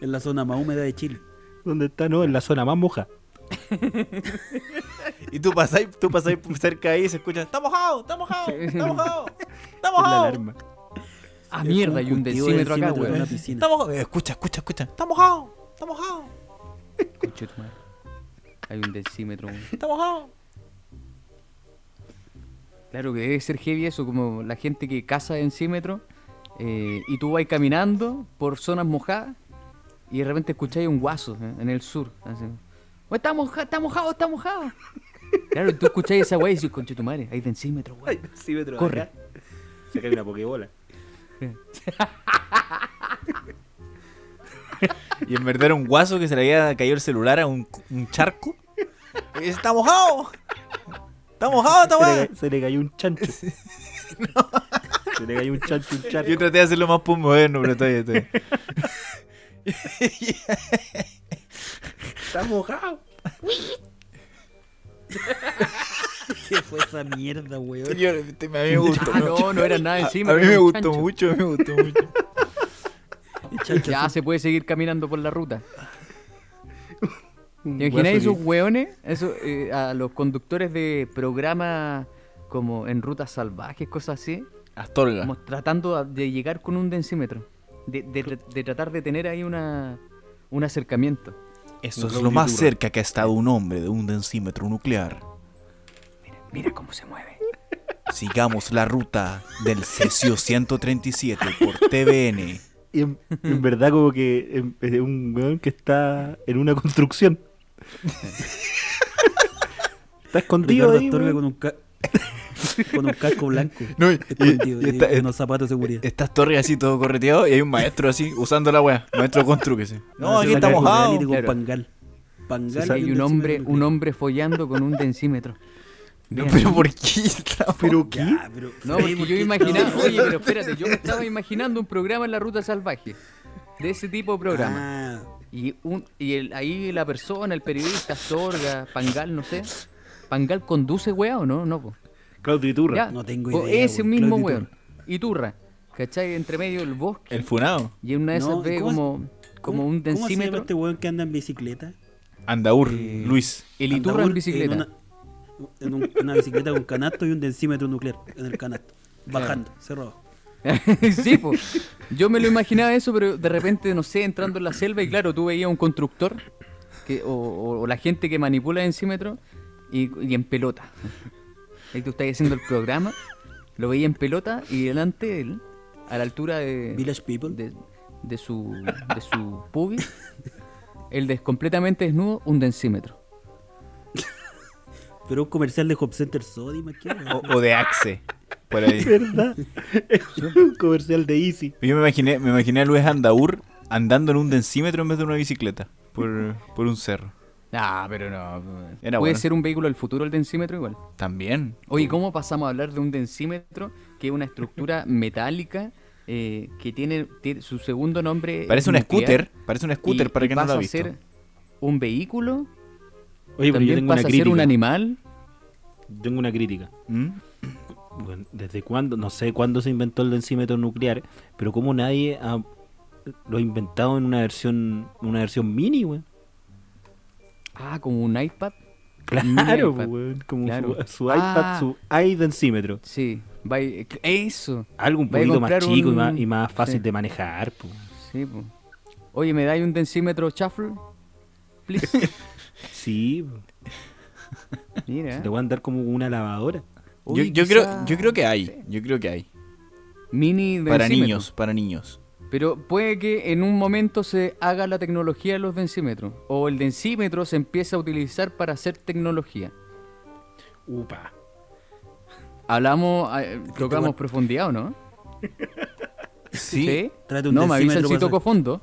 Speaker 2: Es la zona más húmeda de Chile.
Speaker 1: ¿Dónde está? No, en la zona más moja.
Speaker 3: Y tú pasáis tú pasáis (laughs) por cerca ahí y se escucha, está mojado, está mojado, está mojado, está
Speaker 1: Es la
Speaker 3: mojado.
Speaker 1: alarma.
Speaker 4: (laughs) Ah, mierda, hay un
Speaker 2: cultivo
Speaker 4: decímetro
Speaker 2: de
Speaker 4: acá,
Speaker 2: encímetro en una
Speaker 4: weón.
Speaker 2: piscina.
Speaker 3: Está mojado. Eh, Escucha, escucha, escucha. Está mojado, está mojado,
Speaker 4: Conchetumare. Hay un decímetro, weón.
Speaker 3: está mojado.
Speaker 4: Claro que debe ser heavy eso, como la gente que caza encímetro eh, y tú vas caminando por zonas mojadas y de repente escucháis un guaso eh, en el sur. así, "Oh, está, moja- está mojado, está mojado. Claro, y tú escucháis esa weá y dices, conche tu madre, hay densímetro, weón. Corre. acá.
Speaker 1: Se cae una pokebola.
Speaker 3: Y en verdad era un guaso que se le había caído el celular a un, un charco. Y dice, está mojado. Está mojado, está
Speaker 1: Se le,
Speaker 3: mojado.
Speaker 1: ca- se le cayó un chancho. Se le cayó un chancho, un charco.
Speaker 3: Yo traté de hacerlo más pum moderno, pero está bien, está bien.
Speaker 1: Está mojado.
Speaker 2: (laughs) ¿Qué fue esa mierda, weón?
Speaker 3: Yo- este, a mí me gustó.
Speaker 4: (laughs) Ah, no, no era nada
Speaker 3: A,
Speaker 4: encímetro.
Speaker 3: a mí
Speaker 4: era
Speaker 3: me
Speaker 4: un
Speaker 3: gustó
Speaker 4: chancho.
Speaker 3: mucho, me gustó mucho.
Speaker 2: Muchachos,
Speaker 4: (laughs) Ya se puede seguir caminando por la ruta. ¿Te imagináis esos hueones? Esos, eh, a los conductores de programas como en rutas salvajes, cosas así,
Speaker 3: Astorga.
Speaker 4: como tratando de llegar con un densímetro. De, de- de tratar de tener ahí una, un acercamiento.
Speaker 3: Eso es lo más cerca que ha estado un hombre de un densímetro nuclear.
Speaker 4: Mira cómo se mueve.
Speaker 3: Sigamos la ruta del cesio 137 por TVN.
Speaker 1: Y en, en verdad como que em- es un weón que está en una construcción. está escondido
Speaker 2: Ricardo
Speaker 1: ahí,
Speaker 2: Astorga
Speaker 1: weón.
Speaker 2: con un, ca- (laughs) con un casco blanco.
Speaker 3: No, y-
Speaker 2: escondido
Speaker 3: y- y
Speaker 2: y
Speaker 3: está-
Speaker 2: unos zapatos de seguridad.
Speaker 3: Estas torres así todo correteado y hay un maestro así usando la weá. Maestro Constru que sí. No,
Speaker 2: Hace
Speaker 3: aquí
Speaker 2: una
Speaker 3: está
Speaker 2: calculadora y
Speaker 3: mojado.
Speaker 2: digo,
Speaker 4: Claro.
Speaker 2: Pangal. Pangal
Speaker 4: Y hay un
Speaker 2: densímetro
Speaker 4: hombre,
Speaker 2: nuclear.
Speaker 4: un hombre follando con un (laughs) densímetro.
Speaker 3: No,
Speaker 4: Mira.
Speaker 3: pero ¿por qué? (laughs) está
Speaker 1: ¿Pero qué?
Speaker 2: Ya, pero-
Speaker 4: No, porque
Speaker 2: ¿por
Speaker 4: yo
Speaker 2: qué?
Speaker 4: imaginaba, (laughs)
Speaker 2: No.
Speaker 4: oye, pero espérate, yo me estaba imaginando un programa en la ruta salvaje, de ese tipo de programa.
Speaker 2: Ah,
Speaker 4: Y, un, y el- ahí la persona, el periodista, Sorga, Pangal, no sé. ¿Pangal conduce, weá, o no? No, po.
Speaker 1: Claudio Iturra.
Speaker 4: Ya,
Speaker 2: no tengo
Speaker 4: o
Speaker 2: idea,
Speaker 4: Ese
Speaker 2: weón,
Speaker 4: mismo
Speaker 2: Claudio
Speaker 4: weón. Iturra. ¿Cachai? Entre medio del bosque.
Speaker 3: El funado.
Speaker 4: Y en una de esas
Speaker 2: No,
Speaker 4: ve
Speaker 2: ¿cómo es-
Speaker 4: como, como un
Speaker 2: ¿Cómo se llama
Speaker 4: densímetro.
Speaker 2: este weón que anda en bicicleta?
Speaker 3: Andaur, Luis.
Speaker 4: El
Speaker 2: Anda
Speaker 4: Iturra
Speaker 2: un-
Speaker 4: en bicicleta.
Speaker 2: una, en un- una bicicleta con canasto y un densímetro nuclear en el canasto. Bajando, cerrado.
Speaker 4: (laughs) sí, po. Yo me lo imaginaba eso, pero de repente, no sé, entrando en la selva y claro, tú veías un constructor que, o, o- o la gente que manipula encímetro y, y en pelota. Ahí tú estás haciendo el programa, lo veía en pelota y delante de él, a la altura de,
Speaker 2: Village people.
Speaker 4: de, de su, de su pubis, el des, completamente desnudo, un densímetro.
Speaker 2: Pero un comercial de Hop Center Sodi, ¿me quiero?
Speaker 4: Oh.
Speaker 3: O, o de Axe. Por ahí.
Speaker 1: ¿Verdad? Es (laughs) un comercial de Easy.
Speaker 3: Yo me imaginé, me imaginé a Luis Andaur andando en un densímetro en vez de una bicicleta. Por, por un cerro.
Speaker 4: Ah, pero no.
Speaker 3: Era
Speaker 4: Puede
Speaker 3: bueno.
Speaker 4: ser un vehículo del futuro el densímetro igual.
Speaker 3: También.
Speaker 4: Oye, ¿cómo pasamos a hablar de un densímetro que es una
Speaker 3: (laughs)
Speaker 4: estructura metálica eh, que tiene, tiene- su segundo nombre? es
Speaker 3: Parece un
Speaker 4: Eh, nuclear,
Speaker 3: scooter. Parece un scooter
Speaker 4: y-
Speaker 3: para
Speaker 4: y
Speaker 3: que no lo
Speaker 4: pasa
Speaker 3: ha
Speaker 4: a
Speaker 3: visto.
Speaker 4: ser un vehículo,
Speaker 1: Oye, pero yo
Speaker 4: también
Speaker 1: tengo una
Speaker 4: pasa a ser
Speaker 1: crítica.
Speaker 4: un animal.
Speaker 1: Tengo una crítica.
Speaker 3: ¿Mm?
Speaker 1: Bueno, ¿Desde cuándo? No sé cuándo se inventó el densímetro nuclear, pero como nadie ha- lo ha inventado en una versión una versión mini, weón.
Speaker 4: Ah, como un iPad. Un mini
Speaker 1: Claro, pues,
Speaker 3: pues,
Speaker 4: iPad.
Speaker 1: weón. Como
Speaker 4: Claro.
Speaker 1: su, su iPad,
Speaker 4: Ah.
Speaker 1: su iDensímetro.
Speaker 4: Sí, va y- eh, eso.
Speaker 1: Algo un
Speaker 4: Va a
Speaker 1: poquito más
Speaker 4: comprar
Speaker 1: chico y,
Speaker 4: un-
Speaker 1: más, y más fácil
Speaker 4: sí.
Speaker 1: de manejar, pues. po.
Speaker 4: Sí, po. Oye, ¿me dais un densímetro
Speaker 3: (laughs)
Speaker 4: shuffle? Please.
Speaker 1: Sí, po.
Speaker 4: Mira.
Speaker 1: te voy a andar como una lavadora.
Speaker 3: Yo,
Speaker 4: Uy,
Speaker 3: yo creo,
Speaker 4: quizá-
Speaker 3: yo creo que hay. Yo creo que hay.
Speaker 4: Mini densímetro.
Speaker 3: Para niños, para niños.
Speaker 4: Pero puede que en un momento se haga la tecnología de los densímetros. O el densímetro se empieza a utilizar para hacer tecnología.
Speaker 1: Upa.
Speaker 4: Hablamos,
Speaker 2: Este
Speaker 4: eh, tocamos profundidad,
Speaker 2: (laughs)
Speaker 4: ¿o no?
Speaker 3: Sí.
Speaker 2: Trate un
Speaker 4: No, me avisan
Speaker 2: densímetro
Speaker 4: si
Speaker 2: para
Speaker 4: toco
Speaker 2: hacer. (laughs)
Speaker 4: fondo.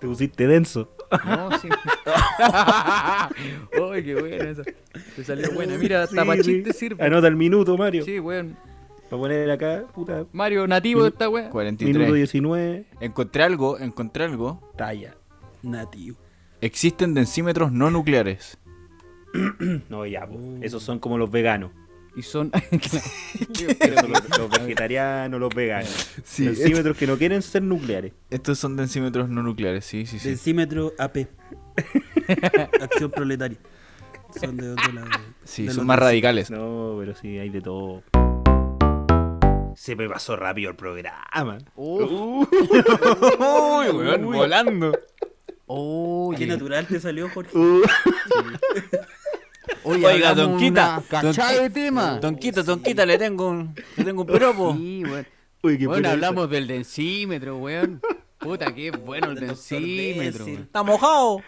Speaker 1: Te pusiste denso.
Speaker 4: No, sí. Uy, qué buena esa. Te salió
Speaker 2: (laughs)
Speaker 4: buena. Mira,
Speaker 1: Sí,
Speaker 4: hasta pa' chiste
Speaker 1: Rick.
Speaker 4: sirve.
Speaker 1: Anota el minuto, Mario.
Speaker 4: Sí, weón.
Speaker 1: Para poner acá, puta.
Speaker 4: Mario, nativo de esta weá.
Speaker 1: Minuto
Speaker 3: 43.
Speaker 1: 19.
Speaker 3: Encontré algo, encontré algo.
Speaker 1: Talla.
Speaker 2: Nativo.
Speaker 3: Existen densímetros no nucleares.
Speaker 1: No, ya, po. Esos son como los veganos.
Speaker 4: Y son...
Speaker 1: (laughs)
Speaker 4: (laughs)
Speaker 1: Esos son los, los vegetarianos, los veganos.
Speaker 3: Sí,
Speaker 1: Densímetros que no quieren ser nucleares.
Speaker 3: Estos son densímetros no nucleares, sí, sí, sí.
Speaker 2: Densímetro AP. Acción proletaria. Son de, de la-
Speaker 3: Sí,
Speaker 2: de
Speaker 3: son
Speaker 2: los
Speaker 3: más
Speaker 2: densímetros.
Speaker 3: radicales.
Speaker 1: No, pero sí, hay de todo. Se me pasó rápido el
Speaker 3: (laughs)
Speaker 1: programa.
Speaker 3: Uy, weón, volando.
Speaker 2: Qué natural te salió, Jorge.
Speaker 7: Oiga,
Speaker 3: Oiga,
Speaker 7: hagamos
Speaker 3: Donquita,
Speaker 7: una cachada
Speaker 3: Don-
Speaker 7: de tema.
Speaker 3: Tonquita, tonquita, le tengo un, le tengo un piropo.
Speaker 4: Sí, weón.
Speaker 1: Uy, qué
Speaker 4: Bueno,
Speaker 1: pena
Speaker 4: hablamos del densímetro, weón. Puta, qué bueno el
Speaker 2: Del doctor
Speaker 4: densímetro.
Speaker 2: Densil.
Speaker 4: weón.
Speaker 3: Está mojado.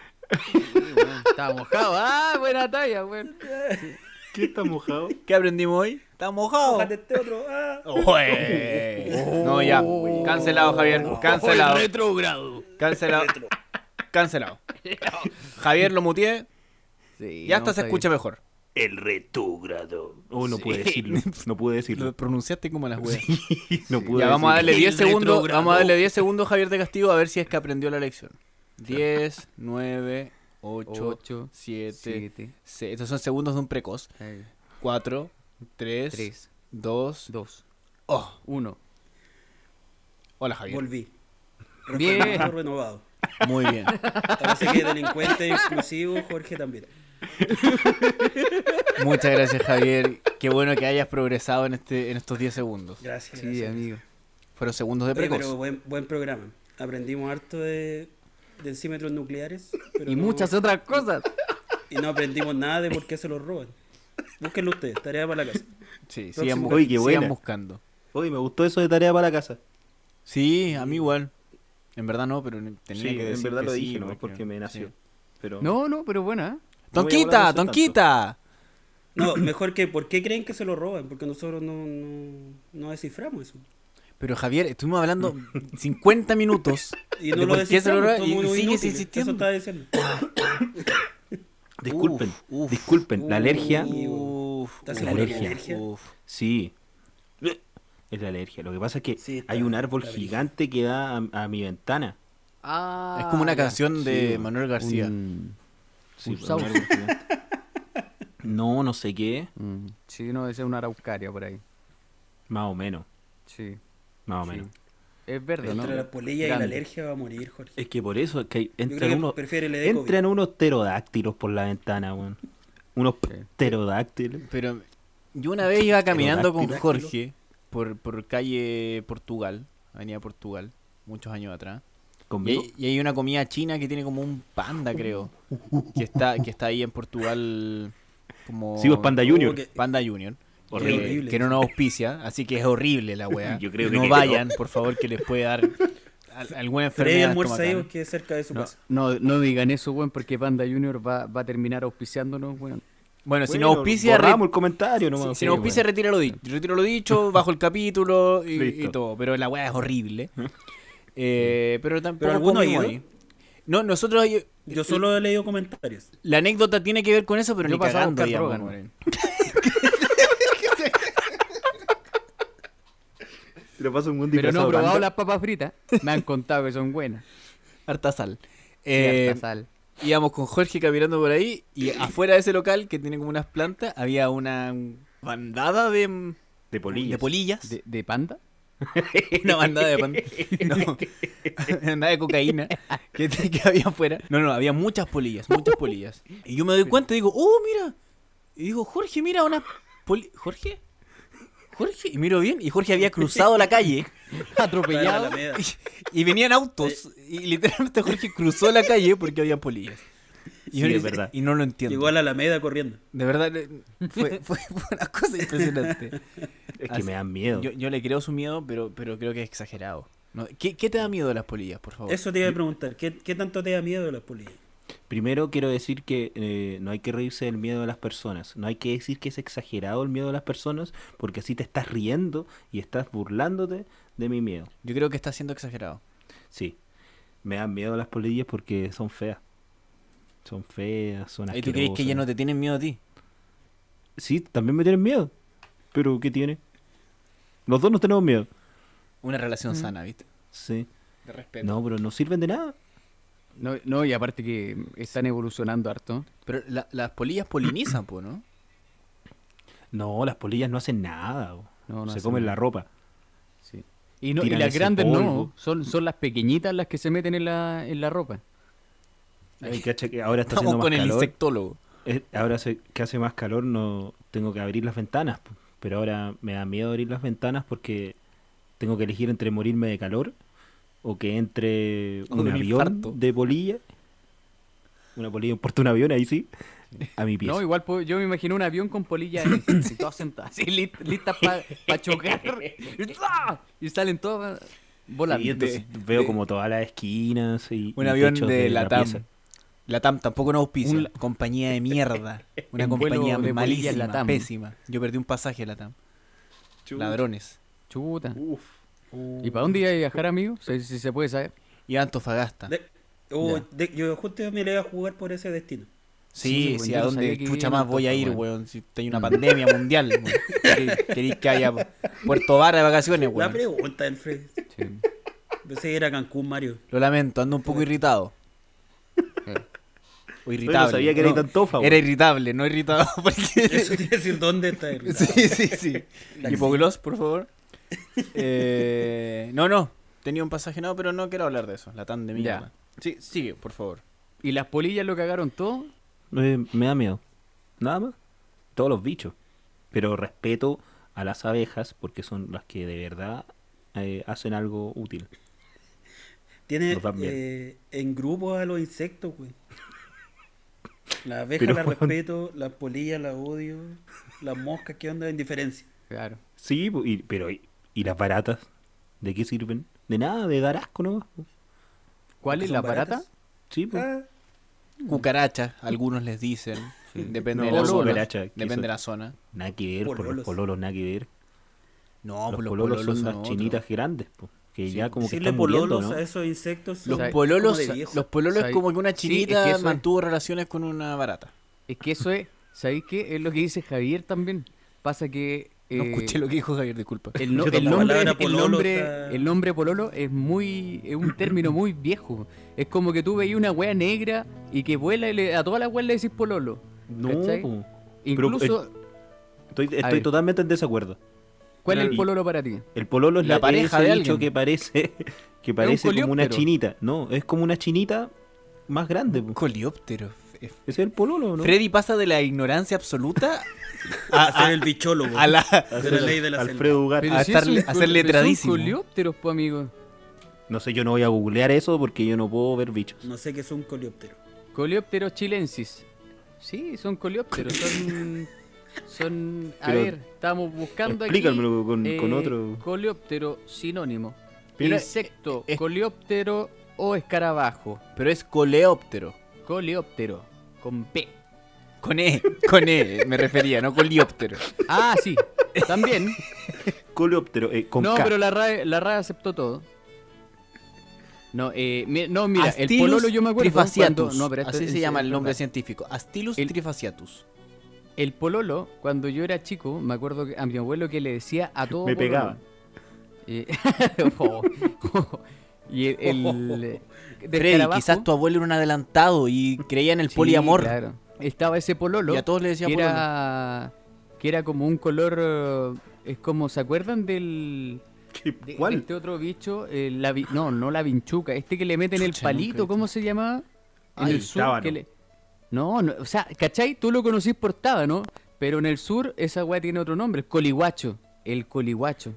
Speaker 4: Sí, weón, Está mojado. Ah, buena talla, weón.
Speaker 1: esa. ¿Qué está mojado?
Speaker 3: ¿Qué aprendimos hoy? Está mojado.
Speaker 2: Bájate este otro. ah.
Speaker 3: Ué. Eh, No, ya. Cancelado, Javier. Cancelado.
Speaker 4: Oh, Retrogrado.
Speaker 3: Cancelado. Cancelado. Javier, lo muteé.
Speaker 4: Sí,
Speaker 3: Ya
Speaker 4: no,
Speaker 3: hasta se
Speaker 4: está
Speaker 3: escucha mejor.
Speaker 1: El retrógrado. Oh, no pude decirlo. No pude
Speaker 3: Lo
Speaker 1: decirlo.
Speaker 3: pronunciaste como las weas.
Speaker 1: No pude
Speaker 3: Ya vamos a darle
Speaker 4: El
Speaker 3: 10 segundos.
Speaker 4: retrógrado.
Speaker 3: Vamos a darle 10 segundos a Javier de Castillo a ver si es que aprendió la lección. 10, 9, 8,
Speaker 4: Ocho,
Speaker 3: 7,
Speaker 4: siete,
Speaker 3: 6. Estos son segundos de un precoz.
Speaker 4: eh,
Speaker 3: 4, 3,
Speaker 4: Tres,
Speaker 3: 2.
Speaker 4: dos,
Speaker 3: Oh,
Speaker 4: uno.
Speaker 3: hola Javier.
Speaker 2: Volví.
Speaker 4: Bien.
Speaker 2: reformado, renovado.
Speaker 7: Muy bien.
Speaker 2: Parece que delincuente exclusivo, Jorge también.
Speaker 7: Muchas gracias, Javier. Qué bueno que hayas progresado en este en estos 10 segundos.
Speaker 2: Gracias.
Speaker 4: Sí,
Speaker 2: gracias.
Speaker 4: amigo.
Speaker 7: Fueron segundos de
Speaker 2: Oye,
Speaker 7: precoz.
Speaker 2: pero buen, buen programa. Aprendimos harto de decímetros nucleares. pero
Speaker 4: Y
Speaker 2: no-
Speaker 4: muchas otras cosas.
Speaker 2: Y no aprendimos nada de por qué se los roban. Búsquenlo ustedes, tarea para la casa.
Speaker 7: Sí, sigan,
Speaker 2: Próximo.
Speaker 7: bu-
Speaker 1: Oye, qué
Speaker 7: sigan
Speaker 1: buena.
Speaker 7: buscando.
Speaker 1: Oye, me gustó eso de tarea para la casa.
Speaker 7: Sí, a mí igual. En verdad no, pero tenía
Speaker 1: Sí,
Speaker 7: que decir
Speaker 1: en verdad
Speaker 7: que
Speaker 1: lo
Speaker 7: sí,
Speaker 1: dije, ¿no?
Speaker 7: porque-
Speaker 1: Porque me nació.
Speaker 7: sí.
Speaker 1: Pero
Speaker 4: No, no, pero buena. ¿eh?
Speaker 1: No voy a
Speaker 7: ¡Tonquita,
Speaker 1: hablar de eso
Speaker 7: tonquita!
Speaker 2: No, mejor que por qué creen que se lo roban, porque nosotros no, no, no desciframos eso.
Speaker 7: Pero Javier, estuvimos
Speaker 1: (laughs)
Speaker 7: hablando 50 minutos.
Speaker 2: Y no
Speaker 7: de
Speaker 2: lo
Speaker 7: por qué se
Speaker 2: desciframos,
Speaker 7: lo roba-
Speaker 2: somos
Speaker 7: y
Speaker 2: unos
Speaker 7: sigues
Speaker 2: inútiles, Eso
Speaker 7: insistiendo.
Speaker 2: está diciendo.
Speaker 7: Ah,
Speaker 1: disculpen, disculpen, la alergia,
Speaker 7: Uf,
Speaker 2: ¿Estás
Speaker 7: uf,
Speaker 1: seguro que
Speaker 7: alergia.
Speaker 2: alergia?
Speaker 7: Uf.
Speaker 1: sí. Es la alergia. Lo que pasa es que
Speaker 2: Sí, está-
Speaker 1: hay un árbol
Speaker 2: está bien.
Speaker 1: gigante que da a, a mi ventana.
Speaker 4: Ah,
Speaker 7: es como una
Speaker 4: ya.
Speaker 7: canción de
Speaker 4: Sí,
Speaker 7: Manuel García.
Speaker 4: un-
Speaker 1: Sí,
Speaker 4: Un
Speaker 1: pues,
Speaker 4: sauce.
Speaker 1: un árbol gigante. (laughs) No, no sé qué.
Speaker 4: mm, sí, no, esa es una araucaria por ahí.
Speaker 1: Más o menos.
Speaker 4: Sí.
Speaker 1: Más o
Speaker 4: sí.
Speaker 1: menos.
Speaker 4: Es verde, ¿no?
Speaker 2: Entre la polilla y la
Speaker 4: Grande.
Speaker 2: alergia va a morir,
Speaker 7: Eh,
Speaker 2: Jorge.
Speaker 1: Es que por eso es que hay-
Speaker 2: Yo creo
Speaker 1: entran
Speaker 2: que
Speaker 1: unos,
Speaker 2: prefiere le dé COVID.
Speaker 1: entran unos pterodáctilos por la ventana, weón. Unos
Speaker 4: Sí.
Speaker 1: pterodáctilos.
Speaker 7: Pero yo una vez iba caminando con
Speaker 2: Pterodáctilo.
Speaker 7: Jorge por, por calle Portugal, Avenida Portugal, muchos años atrás. Y
Speaker 1: ¿Conmigo?
Speaker 7: hay, y hay una comida china que tiene como un panda, creo. Que está, que está ahí en Portugal como... Oh,
Speaker 1: Sí, pues Panda Junior.
Speaker 2: que-
Speaker 7: Panda Junior.
Speaker 1: Horrible.
Speaker 7: Que, que no nos auspicia, así que es horrible la
Speaker 1: (laughs)
Speaker 7: weá.
Speaker 1: Yo creo que
Speaker 7: no
Speaker 1: quedó.
Speaker 7: vayan, por favor, que les puede dar al- alguna
Speaker 2: Freddy
Speaker 7: enfermedad
Speaker 2: almuerza ahí
Speaker 7: estomacal.
Speaker 2: porque es cerca de su
Speaker 4: No,
Speaker 2: casa.
Speaker 4: no, no digan eso, weón, porque Panda Junior va, va a terminar auspiciándonos, weón.
Speaker 7: Bueno, si
Speaker 1: Bueno,
Speaker 7: nos auspicia, re-
Speaker 1: borramos el comentario nomás.
Speaker 7: si, si
Speaker 1: Sí,
Speaker 7: nos auspicia,
Speaker 1: bueno.
Speaker 7: retira lo dicho. Retiro lo dicho, bajo el capítulo y,
Speaker 1: Listo.
Speaker 7: y todo. Pero la weá es horrible. Eh, pero tampoco
Speaker 2: ¿Pero alguno ha
Speaker 7: comimos
Speaker 2: ido?
Speaker 7: ahí. No, nosotros... ahí-
Speaker 2: Yo solo he leído comentarios.
Speaker 7: La anécdota tiene que ver con eso, pero
Speaker 4: Yo
Speaker 7: ni
Speaker 4: pasaba a
Speaker 7: cagando,
Speaker 4: buscar
Speaker 7: digamos,
Speaker 4: droga, ¿no?
Speaker 7: weón.
Speaker 1: (laughs) Lo pasa un mundo
Speaker 4: Pero no he
Speaker 1: disfrazado de
Speaker 4: probado
Speaker 1: panda.
Speaker 4: las papas fritas. Me han contado que son
Speaker 1: (laughs)
Speaker 4: buenas.
Speaker 7: Harta sal.
Speaker 4: Y
Speaker 7: Eh,
Speaker 4: harta sal.
Speaker 7: Íbamos con Jorge caminando por ahí y afuera de ese local que tiene como unas plantas había una bandada de,
Speaker 1: De polillas.
Speaker 7: de polillas.
Speaker 4: ¿De, de panda?
Speaker 7: una bandada de pan- no, una bandada de cocaína que, te- que había afuera. No, no, había muchas polillas, muchas polillas. Y yo me doy cuenta y digo, oh, mira. Y digo, Jorge, mira, unas poli... ¿Jorge? ¿Jorge? Y miro bien y Jorge había cruzado la calle.
Speaker 2: Para la
Speaker 4: Atropellado.
Speaker 2: Alameda.
Speaker 7: (laughs) Y venían autos. Y literalmente Jorge cruzó la calle porque había polillas. Y,
Speaker 1: Sí,
Speaker 7: yo le-
Speaker 1: es verdad.
Speaker 7: y no lo entiendo.
Speaker 2: Llegó a la Alameda corriendo.
Speaker 7: De verdad, eh,
Speaker 1: (laughs)
Speaker 7: fue, fue una cosa impresionante.
Speaker 1: Es que
Speaker 7: Así-
Speaker 1: me dan miedo.
Speaker 7: Yo, yo le creo su miedo, pero, pero creo que es exagerado. No, ¿qué, qué te da miedo de las polillas, por favor?
Speaker 2: Eso te iba a preguntar. ¿Qué, qué tanto te da miedo de las polillas?
Speaker 1: Primero quiero decir que eh, no hay que reírse del miedo de las personas. No hay que decir que es exagerado el miedo de las personas porque así te estás riendo y estás burlándote de mi miedo.
Speaker 7: Yo creo que está siendo exagerado.
Speaker 1: Sí, me dan miedo las polillas porque son feas. Son feas, son
Speaker 7: ¿Y tú crees que ya no
Speaker 1: asquerosas.
Speaker 7: te tienen miedo a ti?
Speaker 1: Sí, también me tienen miedo. Pero ¿qué tiene? Los dos nos tenemos miedo.
Speaker 7: Una relación sana, ¿viste?
Speaker 1: Sí.
Speaker 7: De respeto.
Speaker 1: No, pero no sirven de nada.
Speaker 4: No, no, y aparte que están evolucionando harto.
Speaker 7: Pero la- las polillas polinizan, po, ¿no?
Speaker 1: No, las polillas no hacen nada. bo.
Speaker 4: No, no
Speaker 1: Se
Speaker 4: hacen
Speaker 1: comen
Speaker 4: nada.
Speaker 1: la ropa. Sí.
Speaker 4: Y, no, y
Speaker 1: Tiran
Speaker 4: las
Speaker 1: ese
Speaker 4: grandes
Speaker 1: polvo.
Speaker 4: no, son, son las pequeñitas las que se meten en la, en la ropa.
Speaker 1: Ay, cacha que ahora
Speaker 7: (laughs)
Speaker 1: está
Speaker 7: Estamos
Speaker 1: haciendo más
Speaker 7: con el
Speaker 1: calor.
Speaker 7: insectólogo.
Speaker 1: Eh, Ahora se- que hace más calor no tengo que abrir las ventanas, po. pero ahora me da miedo abrir las ventanas porque tengo que elegir entre morirme de calor o que entre
Speaker 7: O
Speaker 1: un
Speaker 7: de un
Speaker 1: avión
Speaker 7: infarto.
Speaker 1: de polilla, una polilla importa un avión ahí sí, a mi pieza.
Speaker 4: No, igual puedo- yo me imagino un avión con polillas
Speaker 1: (coughs)
Speaker 4: ahí, y todas sentadas, así li- listas para
Speaker 1: (laughs)
Speaker 4: chocar. Y ¡ah! Y salen todas volando.
Speaker 1: Sí, entonces veo como todas las esquinas y
Speaker 7: Un
Speaker 1: y
Speaker 7: avión
Speaker 1: techos
Speaker 7: de
Speaker 1: la
Speaker 7: Latam.
Speaker 1: pieza.
Speaker 7: Latam tampoco nos auspicia.
Speaker 4: Un la-
Speaker 7: compañía de mierda. Una
Speaker 4: Un
Speaker 7: compañía
Speaker 4: vuelo de polillas
Speaker 7: malísima,
Speaker 4: Latam.
Speaker 7: pésima. Yo perdí un pasaje a Latam. Ladrones.
Speaker 4: Chuta. ¿Y para dónde iba a viajar, amigo? Si, si se puede saber.
Speaker 7: Y a Antofagasta.
Speaker 2: De- oh,
Speaker 7: Ah. Ya.
Speaker 2: de- yo justo me le iba a jugar por ese destino.
Speaker 4: Sí,
Speaker 7: Sí, sí,
Speaker 1: pues,
Speaker 4: weón, yo
Speaker 7: a
Speaker 4: no
Speaker 7: dónde
Speaker 4: sabía que iban
Speaker 7: chucha
Speaker 4: a
Speaker 7: más voy a ir,
Speaker 4: Antofagasta,
Speaker 7: weón. Si hay
Speaker 1: Mm.
Speaker 7: una pandemia mundial, weón.
Speaker 1: (laughs)
Speaker 7: Queréis- Queréis que haya Puerto Vara de
Speaker 2: La
Speaker 7: vacaciones, weón.
Speaker 2: pregunta del Freddy. Pensé que era Cancún,
Speaker 7: (laughs)
Speaker 2: Mario.
Speaker 7: Lo lamento, ando un poco
Speaker 1: (laughs)
Speaker 7: irritado.
Speaker 1: Eh.
Speaker 7: O irritable.
Speaker 1: Oye, no sabía que era
Speaker 7: No,
Speaker 1: Itantofa, weón.
Speaker 7: Era irritable, no irritado. (laughs) Porque...
Speaker 1: (laughs)
Speaker 2: Eso te iba a decir dónde está el
Speaker 7: (laughs) sí, sí, sí. Hipogloss, por favor. Eh, no, no. tenía un pasaje nuevo, pero no quiero hablar de eso. La tan de mierda. Sí, sigue, por favor.
Speaker 4: ¿Y las polillas lo cagaron todo?
Speaker 1: Eh, me da miedo. Nada más. Todos los bichos. Pero respeto a las abejas porque son las que de verdad eh, hacen algo útil.
Speaker 2: Tiene
Speaker 1: Nos van bien.
Speaker 2: eh, en grupo a los insectos,
Speaker 1: (laughs)
Speaker 2: güey. Las abejas
Speaker 1: Pero,
Speaker 2: las
Speaker 1: weón.
Speaker 2: respeto, las polillas las odio, las moscas, ¿qué onda? Indiferencia.
Speaker 4: Claro.
Speaker 1: Sí, po, y- pero ¿y, y las baratas? ¿De qué sirven? De nada, de dar asco nomás. po.
Speaker 4: ¿Cuál es
Speaker 2: ¿Son
Speaker 4: la barata?
Speaker 2: baratas?
Speaker 1: Sí, pues. po.
Speaker 2: Ah,
Speaker 7: Cucaracha, algunos les dicen. Depende,
Speaker 1: Mm. No,
Speaker 7: de, la
Speaker 4: pololos.
Speaker 7: zona.
Speaker 1: Cucaracha, ¿qué
Speaker 7: Depende
Speaker 1: son?
Speaker 7: de la zona.
Speaker 1: Nada que ver, por los
Speaker 2: Pololos.
Speaker 1: pololos, nada que ver.
Speaker 7: No,
Speaker 1: los,
Speaker 7: pues
Speaker 1: pololos, son las
Speaker 7: otros.
Speaker 1: chinitas grandes, po, que ya como que
Speaker 2: Decirle
Speaker 1: están
Speaker 2: pololos
Speaker 1: muriendo, ¿no?
Speaker 2: a esos insectos.
Speaker 4: Los
Speaker 2: son
Speaker 4: Ay,
Speaker 7: Pololos,
Speaker 2: como de viejo.
Speaker 7: los pololos es
Speaker 4: Soy-
Speaker 7: como que una
Speaker 4: Sí, es que
Speaker 7: chinita
Speaker 4: eso es.
Speaker 7: mantuvo relaciones con una barata.
Speaker 4: Es que eso es, ¿sabéis qué? Es lo que dice Javier también. Pasa que...
Speaker 7: No
Speaker 4: eh,
Speaker 7: escuché lo que dijo Javier, disculpa. (laughs)
Speaker 4: El, no-
Speaker 2: Yo
Speaker 4: el
Speaker 2: tampoco.
Speaker 4: nombre,
Speaker 2: La palabra
Speaker 4: el
Speaker 2: pololo
Speaker 4: nombre-
Speaker 2: está-
Speaker 4: el nombre pololo es muy es un término muy viejo. Es como que tú veis una wea negra y que vuela y le- a todas las weas le decís pololo.
Speaker 1: No,
Speaker 4: ¿Cachai?
Speaker 1: po. Pero,
Speaker 4: Incluso,
Speaker 2: eh,
Speaker 1: estoy, estoy
Speaker 4: ver.
Speaker 1: totalmente en desacuerdo.
Speaker 4: ¿cuál es
Speaker 1: y-
Speaker 4: el pololo para ti?
Speaker 1: El pololo es
Speaker 7: La
Speaker 1: la
Speaker 7: pareja
Speaker 1: pareja
Speaker 7: de
Speaker 1: de
Speaker 7: alguien.
Speaker 1: que parece (laughs) que parece como una
Speaker 4: coleóptero.
Speaker 1: chinita. No, es como una chinita más grande. po.
Speaker 7: Colióptero. F-
Speaker 1: Ese es el pololo, ¿no?
Speaker 7: Freddy pasa de la ignorancia absoluta
Speaker 2: a ser Ah, el bichólogo.
Speaker 7: a la.
Speaker 4: (laughs)
Speaker 2: de la ley de la selva.
Speaker 1: Alfredo Ugar.
Speaker 7: Pero- a estar-
Speaker 4: un
Speaker 7: a ser
Speaker 4: col-
Speaker 7: letradísimo.
Speaker 4: Son coleópteros, pues, amigo.
Speaker 1: No sé, yo no voy a googlear eso porque yo no puedo ver bichos.
Speaker 2: No sé qué es un coleóptero.
Speaker 4: Coleópteros chilensis. Sí, son
Speaker 1: (laughs)
Speaker 4: coleópteros. Son. son a
Speaker 1: Pero-
Speaker 4: ver, estamos buscando aquí. eh,
Speaker 1: Explícamelo con- con otro.
Speaker 4: Coleóptero, sinónimo.
Speaker 7: Pero es-
Speaker 4: Insecto,
Speaker 7: es-
Speaker 4: coleóptero o escarabajo.
Speaker 7: Pero es coleóptero.
Speaker 4: Coleóptero, con P.
Speaker 7: Con E. Con E me refería, no colióptero.
Speaker 4: Ah,
Speaker 1: (laughs)
Speaker 4: sí, también.
Speaker 1: Coleóptero, eh, con
Speaker 4: no,
Speaker 1: K.
Speaker 4: pero la RAE, la RAE aceptó todo. No, eh, mi- no, (laughs) mira, el
Speaker 7: Astilus
Speaker 4: pololo yo me acuerdo cuando...
Speaker 7: Trifasciatus.
Speaker 4: No, pero esto
Speaker 7: Así
Speaker 4: es-
Speaker 7: se
Speaker 4: es
Speaker 7: llama el nombre
Speaker 4: verdad.
Speaker 7: científico. Astilus
Speaker 4: El-
Speaker 7: trifasciatus.
Speaker 4: El pololo, cuando yo era chico, me acuerdo que a mi abuelo que le decía a
Speaker 1: (laughs)
Speaker 4: todo
Speaker 1: Me
Speaker 4: pololo.
Speaker 1: pegaba.
Speaker 4: Y, (laughs) Oh, oh. Y el... el- de
Speaker 7: Oh, Freddy,
Speaker 4: escarabajo-
Speaker 7: quizás tu abuelo era un adelantado y creía en el
Speaker 4: Sí,
Speaker 7: poliamor.
Speaker 4: claro. Estaba ese pololo.
Speaker 7: Y a todos le decía
Speaker 4: que era, que era como un color... eh, Es como, ¿se acuerdan del...
Speaker 1: ¿Qué-
Speaker 4: De- de
Speaker 1: ¿Cuál?
Speaker 4: este otro bicho, eh, la vi- no, no la vinchuca, este que le meten el
Speaker 7: Chucha, nunca he
Speaker 4: palito,
Speaker 7: visto.
Speaker 4: ¿cómo se llamaba? En
Speaker 1: Ay,
Speaker 4: el sur.
Speaker 1: Ah, tábano.
Speaker 4: que le- No, no, o sea, ¿cachai? Tú lo conocís por tábano, pero en el sur esa weá tiene otro nombre, el coliguacho. El coliguacho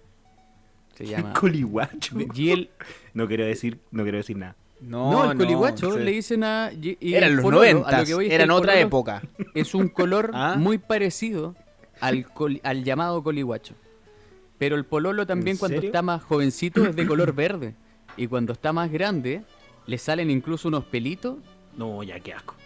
Speaker 4: se llama.
Speaker 1: Coliguacho.
Speaker 4: Y el,
Speaker 1: No quiero decir, no quiero decir nada.
Speaker 4: no, el coliguacho le dicen a. y- y el
Speaker 7: Oh, Eran los
Speaker 4: pololo, a lo
Speaker 7: noventas,
Speaker 4: que voy es que
Speaker 7: eran
Speaker 4: el
Speaker 7: otra
Speaker 4: pololo
Speaker 7: época.
Speaker 4: Es un color
Speaker 7: (laughs) Ah.
Speaker 4: muy parecido al, coli- al llamado coliguacho. Pero el pololo también
Speaker 1: ¿En
Speaker 4: cuando
Speaker 1: serio?
Speaker 4: está más jovencito es de color verde. Y cuando está más grande le salen incluso unos pelitos
Speaker 1: No, ya qué asco.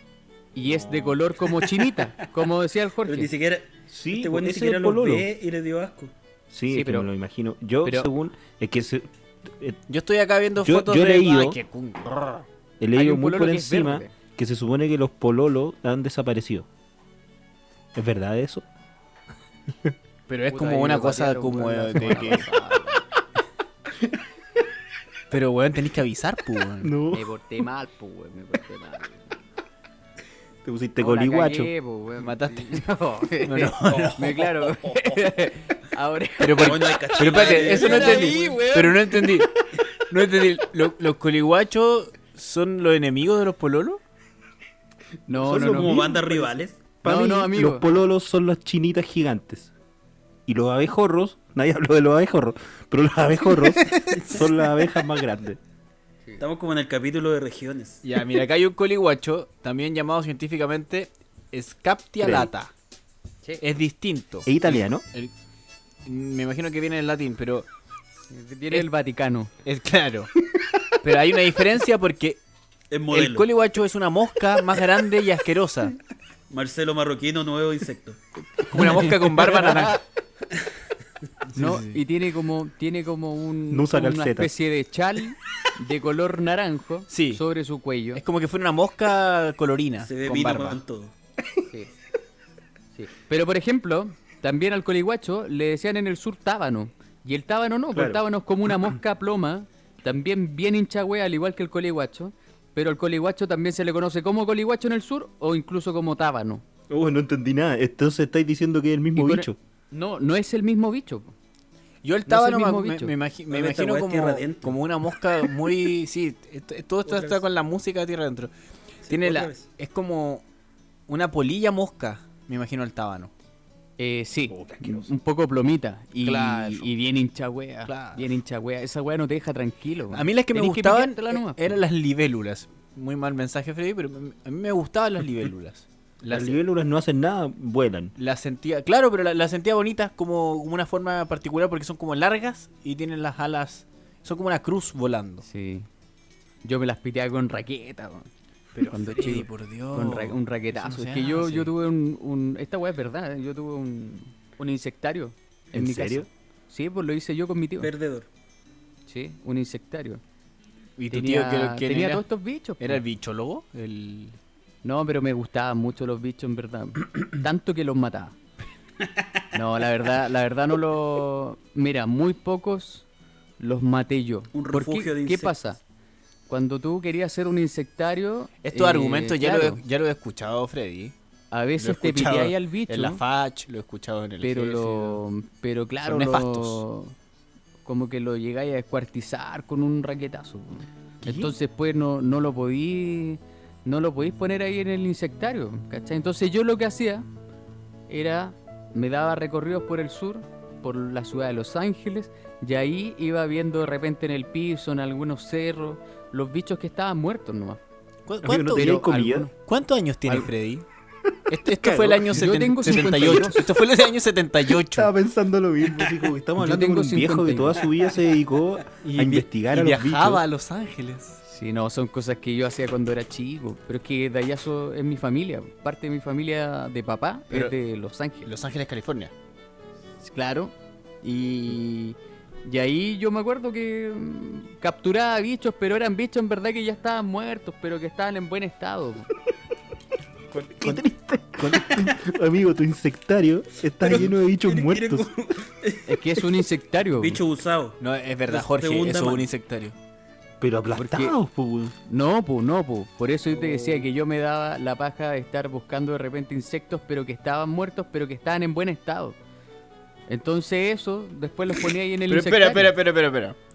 Speaker 4: y es de color como
Speaker 7: (laughs)
Speaker 4: chinita, como decía el
Speaker 2: Pero ni
Speaker 4: Jorge.
Speaker 2: siquiera.
Speaker 1: Sí, pues,
Speaker 2: este weón ni
Speaker 1: ese es
Speaker 2: siquiera
Speaker 1: el
Speaker 2: los
Speaker 1: pololo.
Speaker 2: ve y le dio asco.
Speaker 1: Sí,
Speaker 4: Sí,
Speaker 1: es que
Speaker 4: pero-
Speaker 1: me lo imagino. Yo,
Speaker 4: pero-
Speaker 1: según. Es que se- eh,
Speaker 7: Yo estoy acá viendo
Speaker 1: Yo-
Speaker 7: fotos
Speaker 1: yo he
Speaker 7: de.
Speaker 1: leído-
Speaker 7: Ay, qué cun- brr.
Speaker 1: he
Speaker 4: Hay
Speaker 1: leído
Speaker 4: un
Speaker 1: muy
Speaker 4: pololo
Speaker 1: por
Speaker 4: que es
Speaker 1: encima
Speaker 4: verde.
Speaker 1: que se supone que los pololos han desaparecido. ¿Es verdad eso?
Speaker 7: Pero es
Speaker 4: Puta, ahí
Speaker 7: como una
Speaker 4: lo
Speaker 7: cosa
Speaker 4: patearon,
Speaker 7: como
Speaker 4: weón, la
Speaker 7: de
Speaker 4: semana
Speaker 7: que.
Speaker 4: pasada.
Speaker 7: Pero weón, tenés que avisar, pues.
Speaker 1: No.
Speaker 4: (laughs) Me porté mal, po, weón, me porté mal.
Speaker 1: Te pusiste
Speaker 4: No, la
Speaker 1: coliguacho.
Speaker 4: cagué, po, weón.
Speaker 7: Mataste.
Speaker 4: (laughs) No,
Speaker 7: (laughs) No, no,
Speaker 4: me claro. (laughs) Ahora
Speaker 7: Pero, por-
Speaker 2: Bueno, hay cachai-
Speaker 7: pero espérate, eso no
Speaker 4: Era
Speaker 7: entendí.
Speaker 4: ahí, weón.
Speaker 7: pero no entendí. No entendí. ¿Lo- ¿Los coliguachos son los enemigos de los pololos?
Speaker 4: no,
Speaker 2: Son
Speaker 4: no,
Speaker 2: como
Speaker 4: no.
Speaker 2: bandas rivales.
Speaker 1: Para
Speaker 4: No,
Speaker 1: mí,
Speaker 4: no, amigo.
Speaker 1: los pololos son las chinitas gigantes. Y los abejorros, nadie habló de los abejorros, pero los abejorros son las abejas más grandes.
Speaker 2: Estamos como en el capítulo de regiones.
Speaker 7: Ya, mira, acá hay un coliguacho, también llamado científicamente Scaptia
Speaker 1: Freddy.
Speaker 7: lata.
Speaker 4: Sí.
Speaker 7: Es distinto.
Speaker 1: ¿Es italiano?
Speaker 7: El- me imagino que viene en latín, pero
Speaker 4: Viene el Vaticano.
Speaker 7: es claro. Pero hay una diferencia porque
Speaker 2: Es
Speaker 7: el
Speaker 2: modelo.
Speaker 7: coliguacho es una mosca más grande y asquerosa.
Speaker 2: Marcelo Marroquino, nuevo insecto.
Speaker 7: Es como una mosca
Speaker 2: (laughs)
Speaker 7: con barba naranja.
Speaker 4: ¿no? Y tiene como, tiene como un,
Speaker 1: No usa
Speaker 4: una
Speaker 1: calcetas.
Speaker 4: especie de chal de
Speaker 1: (laughs)
Speaker 4: color naranjo
Speaker 7: Sí.
Speaker 4: sobre su cuello.
Speaker 7: Es como que fuera una mosca
Speaker 4: Ah,
Speaker 7: colorina
Speaker 2: Se ve
Speaker 7: con
Speaker 2: vino
Speaker 7: barba.
Speaker 2: con todo.
Speaker 4: Sí. Sí. Pero por ejemplo, también al coliguacho le decían en el sur tábano. Y el tábano no, porque
Speaker 1: Claro.
Speaker 4: el tábano es como una mosca ploma, también bien hincha wea, al igual que el coliguacho. Pero el coliguacho también se le conoce como coliguacho en el sur o incluso como tábano.
Speaker 1: Oh, no entendí nada. Entonces estáis diciendo que es el
Speaker 4: Y
Speaker 1: mismo
Speaker 4: con-
Speaker 1: bicho.
Speaker 4: No, no es el mismo bicho. po.
Speaker 7: Yo
Speaker 4: No
Speaker 7: el
Speaker 4: es el
Speaker 7: tábano me-
Speaker 4: mismo
Speaker 7: me,
Speaker 4: bicho.
Speaker 7: me imagi- me
Speaker 2: Pero esta
Speaker 7: imagino
Speaker 2: weá es tierra
Speaker 7: como,
Speaker 2: adentro.
Speaker 7: como una mosca muy... Sí, esto- todo esto está con la música de tierra adentro. Tiene
Speaker 2: otra
Speaker 7: la,
Speaker 2: vez.
Speaker 7: es como una polilla mosca, me imagino el tábano.
Speaker 4: Eh, sí, un poco plomita y,
Speaker 7: Claro.
Speaker 4: y bien hincha wea,
Speaker 7: Claro.
Speaker 4: bien hincha wea. Esa wea no te deja tranquilo.
Speaker 7: A mí las que me
Speaker 4: Tenés
Speaker 7: gustaban eh, e-,
Speaker 4: pillártela nomás,
Speaker 7: eran las libélulas. Muy mal mensaje, Freddy, pero a mí me
Speaker 2: (laughs)
Speaker 7: gustaban las libélulas.
Speaker 1: Las
Speaker 7: Las,
Speaker 1: libélulas no hacen nada, vuelan.
Speaker 7: las sentía, claro, pero la- las sentía bonitas como, como una forma particular porque son como largas y tienen las alas, son como una cruz volando.
Speaker 4: Sí. Yo me las piteaba con raqueta. weón.
Speaker 7: Pero
Speaker 4: Cuando
Speaker 7: Freddy,
Speaker 4: chico,
Speaker 7: por Dios.
Speaker 4: con ra- un raquetazo.
Speaker 7: Oh, Eso no
Speaker 4: es
Speaker 7: se
Speaker 4: que yo,
Speaker 7: hace.
Speaker 4: yo tuve un, un- Esta weá es verdad. eh, Yo tuve un, un insectario. ¿En,
Speaker 1: ¿En
Speaker 4: mi casa.
Speaker 1: serio?
Speaker 4: Sí, pues lo hice yo con mi tío.
Speaker 2: Perdedor.
Speaker 4: sí, un insectario.
Speaker 7: ¿Y tu
Speaker 4: tenía,
Speaker 7: tío que,
Speaker 4: tenía
Speaker 7: era?
Speaker 4: todos estos bichos.
Speaker 7: ¿Era el
Speaker 4: po.
Speaker 7: bichólogo? El...
Speaker 4: No, pero me gustaban mucho los bichos, en
Speaker 7: (clears throat)
Speaker 4: verdad. Tanto que los mataba. No, la verdad, la verdad no los... Mira, muy pocos los maté yo.
Speaker 2: Un
Speaker 4: ¿Por qué?
Speaker 2: refugio de
Speaker 4: ¿Qué
Speaker 2: insectos.
Speaker 4: pasa? Cuando tú querías ser un insectario...
Speaker 7: Estos
Speaker 4: eh,
Speaker 7: argumentos ya,
Speaker 4: claro,
Speaker 7: lo he, ya lo he escuchado, Freddy.
Speaker 4: A
Speaker 7: Lo he
Speaker 4: veces te
Speaker 7: escuchado
Speaker 4: piteáis al bicho,
Speaker 7: En la FACH, lo he escuchado en el
Speaker 4: pero,
Speaker 7: ejército.
Speaker 4: lo, pero claro,
Speaker 7: Son
Speaker 4: lo-
Speaker 7: nefastos.
Speaker 4: como que lo llegáis a descuartizar con un raquetazo. Entonces, pues, no, no lo podí... No lo podéis poner ahí en el insectario, ¿cachai? Entonces yo lo que hacía era... Me daba recorridos por el sur, por la ciudad de Los Ángeles, y ahí iba viendo de repente en el piso, en algunos cerros, los bichos que estaban muertos nomás.
Speaker 7: ¿Cu-
Speaker 1: Amigo, ¿no
Speaker 7: cuánto-
Speaker 1: tenías
Speaker 4: pero
Speaker 1: comida?
Speaker 4: algunos-
Speaker 7: ¿Cuántos años tiene Freddy? Este, esto fue el
Speaker 4: Yo
Speaker 7: año seten-
Speaker 4: tengo
Speaker 7: 78.
Speaker 4: 52.
Speaker 7: Esto fue el año 78.
Speaker 1: pensando lo mismo, así como que estamos
Speaker 4: (laughs) Yo
Speaker 1: hablando con
Speaker 4: tengo
Speaker 1: un viejo que
Speaker 4: 51.
Speaker 1: toda su vida se dedicó
Speaker 7: Y
Speaker 1: a
Speaker 7: vi-
Speaker 1: investigar
Speaker 7: y
Speaker 1: a los
Speaker 7: viajaba a
Speaker 1: bichos.
Speaker 7: Los Ángeles.
Speaker 4: Sí, no, son cosas que yo hacía cuando era chico. Pero es que Dayaso es mi familia. Parte de mi familia de papá
Speaker 7: Pero-
Speaker 4: es de Los Ángeles.
Speaker 7: Los Ángeles, California.
Speaker 4: Claro. Y, y ahí yo me acuerdo que mm, capturaba bichos, pero eran bichos en verdad que ya estaban muertos, pero que estaban en buen estado. po.
Speaker 1: Qué triste.
Speaker 4: (laughs)
Speaker 1: (laughs) Amigo, tu insectario está lleno de bichos
Speaker 2: Tiene- tiene
Speaker 1: muertos.
Speaker 2: como-
Speaker 4: Es que es
Speaker 3: (laughs)
Speaker 4: un insectario. po.
Speaker 2: Bicho usado.
Speaker 7: No, es verdad,
Speaker 2: La
Speaker 7: Jorge,
Speaker 2: segunda
Speaker 7: eso es un
Speaker 2: mano.
Speaker 7: insectario.
Speaker 1: Pero aplastados, po, weón.
Speaker 4: No, pues, no, pues. Por eso yo te decía
Speaker 3: Oh.
Speaker 4: que yo me daba la paja de estar buscando de repente insectos, pero que estaban muertos, pero que estaban en buen estado. Entonces eso, después los ponía ahí en el
Speaker 3: Pero espera,
Speaker 4: insectario.
Speaker 3: espera, espera, espera, espera.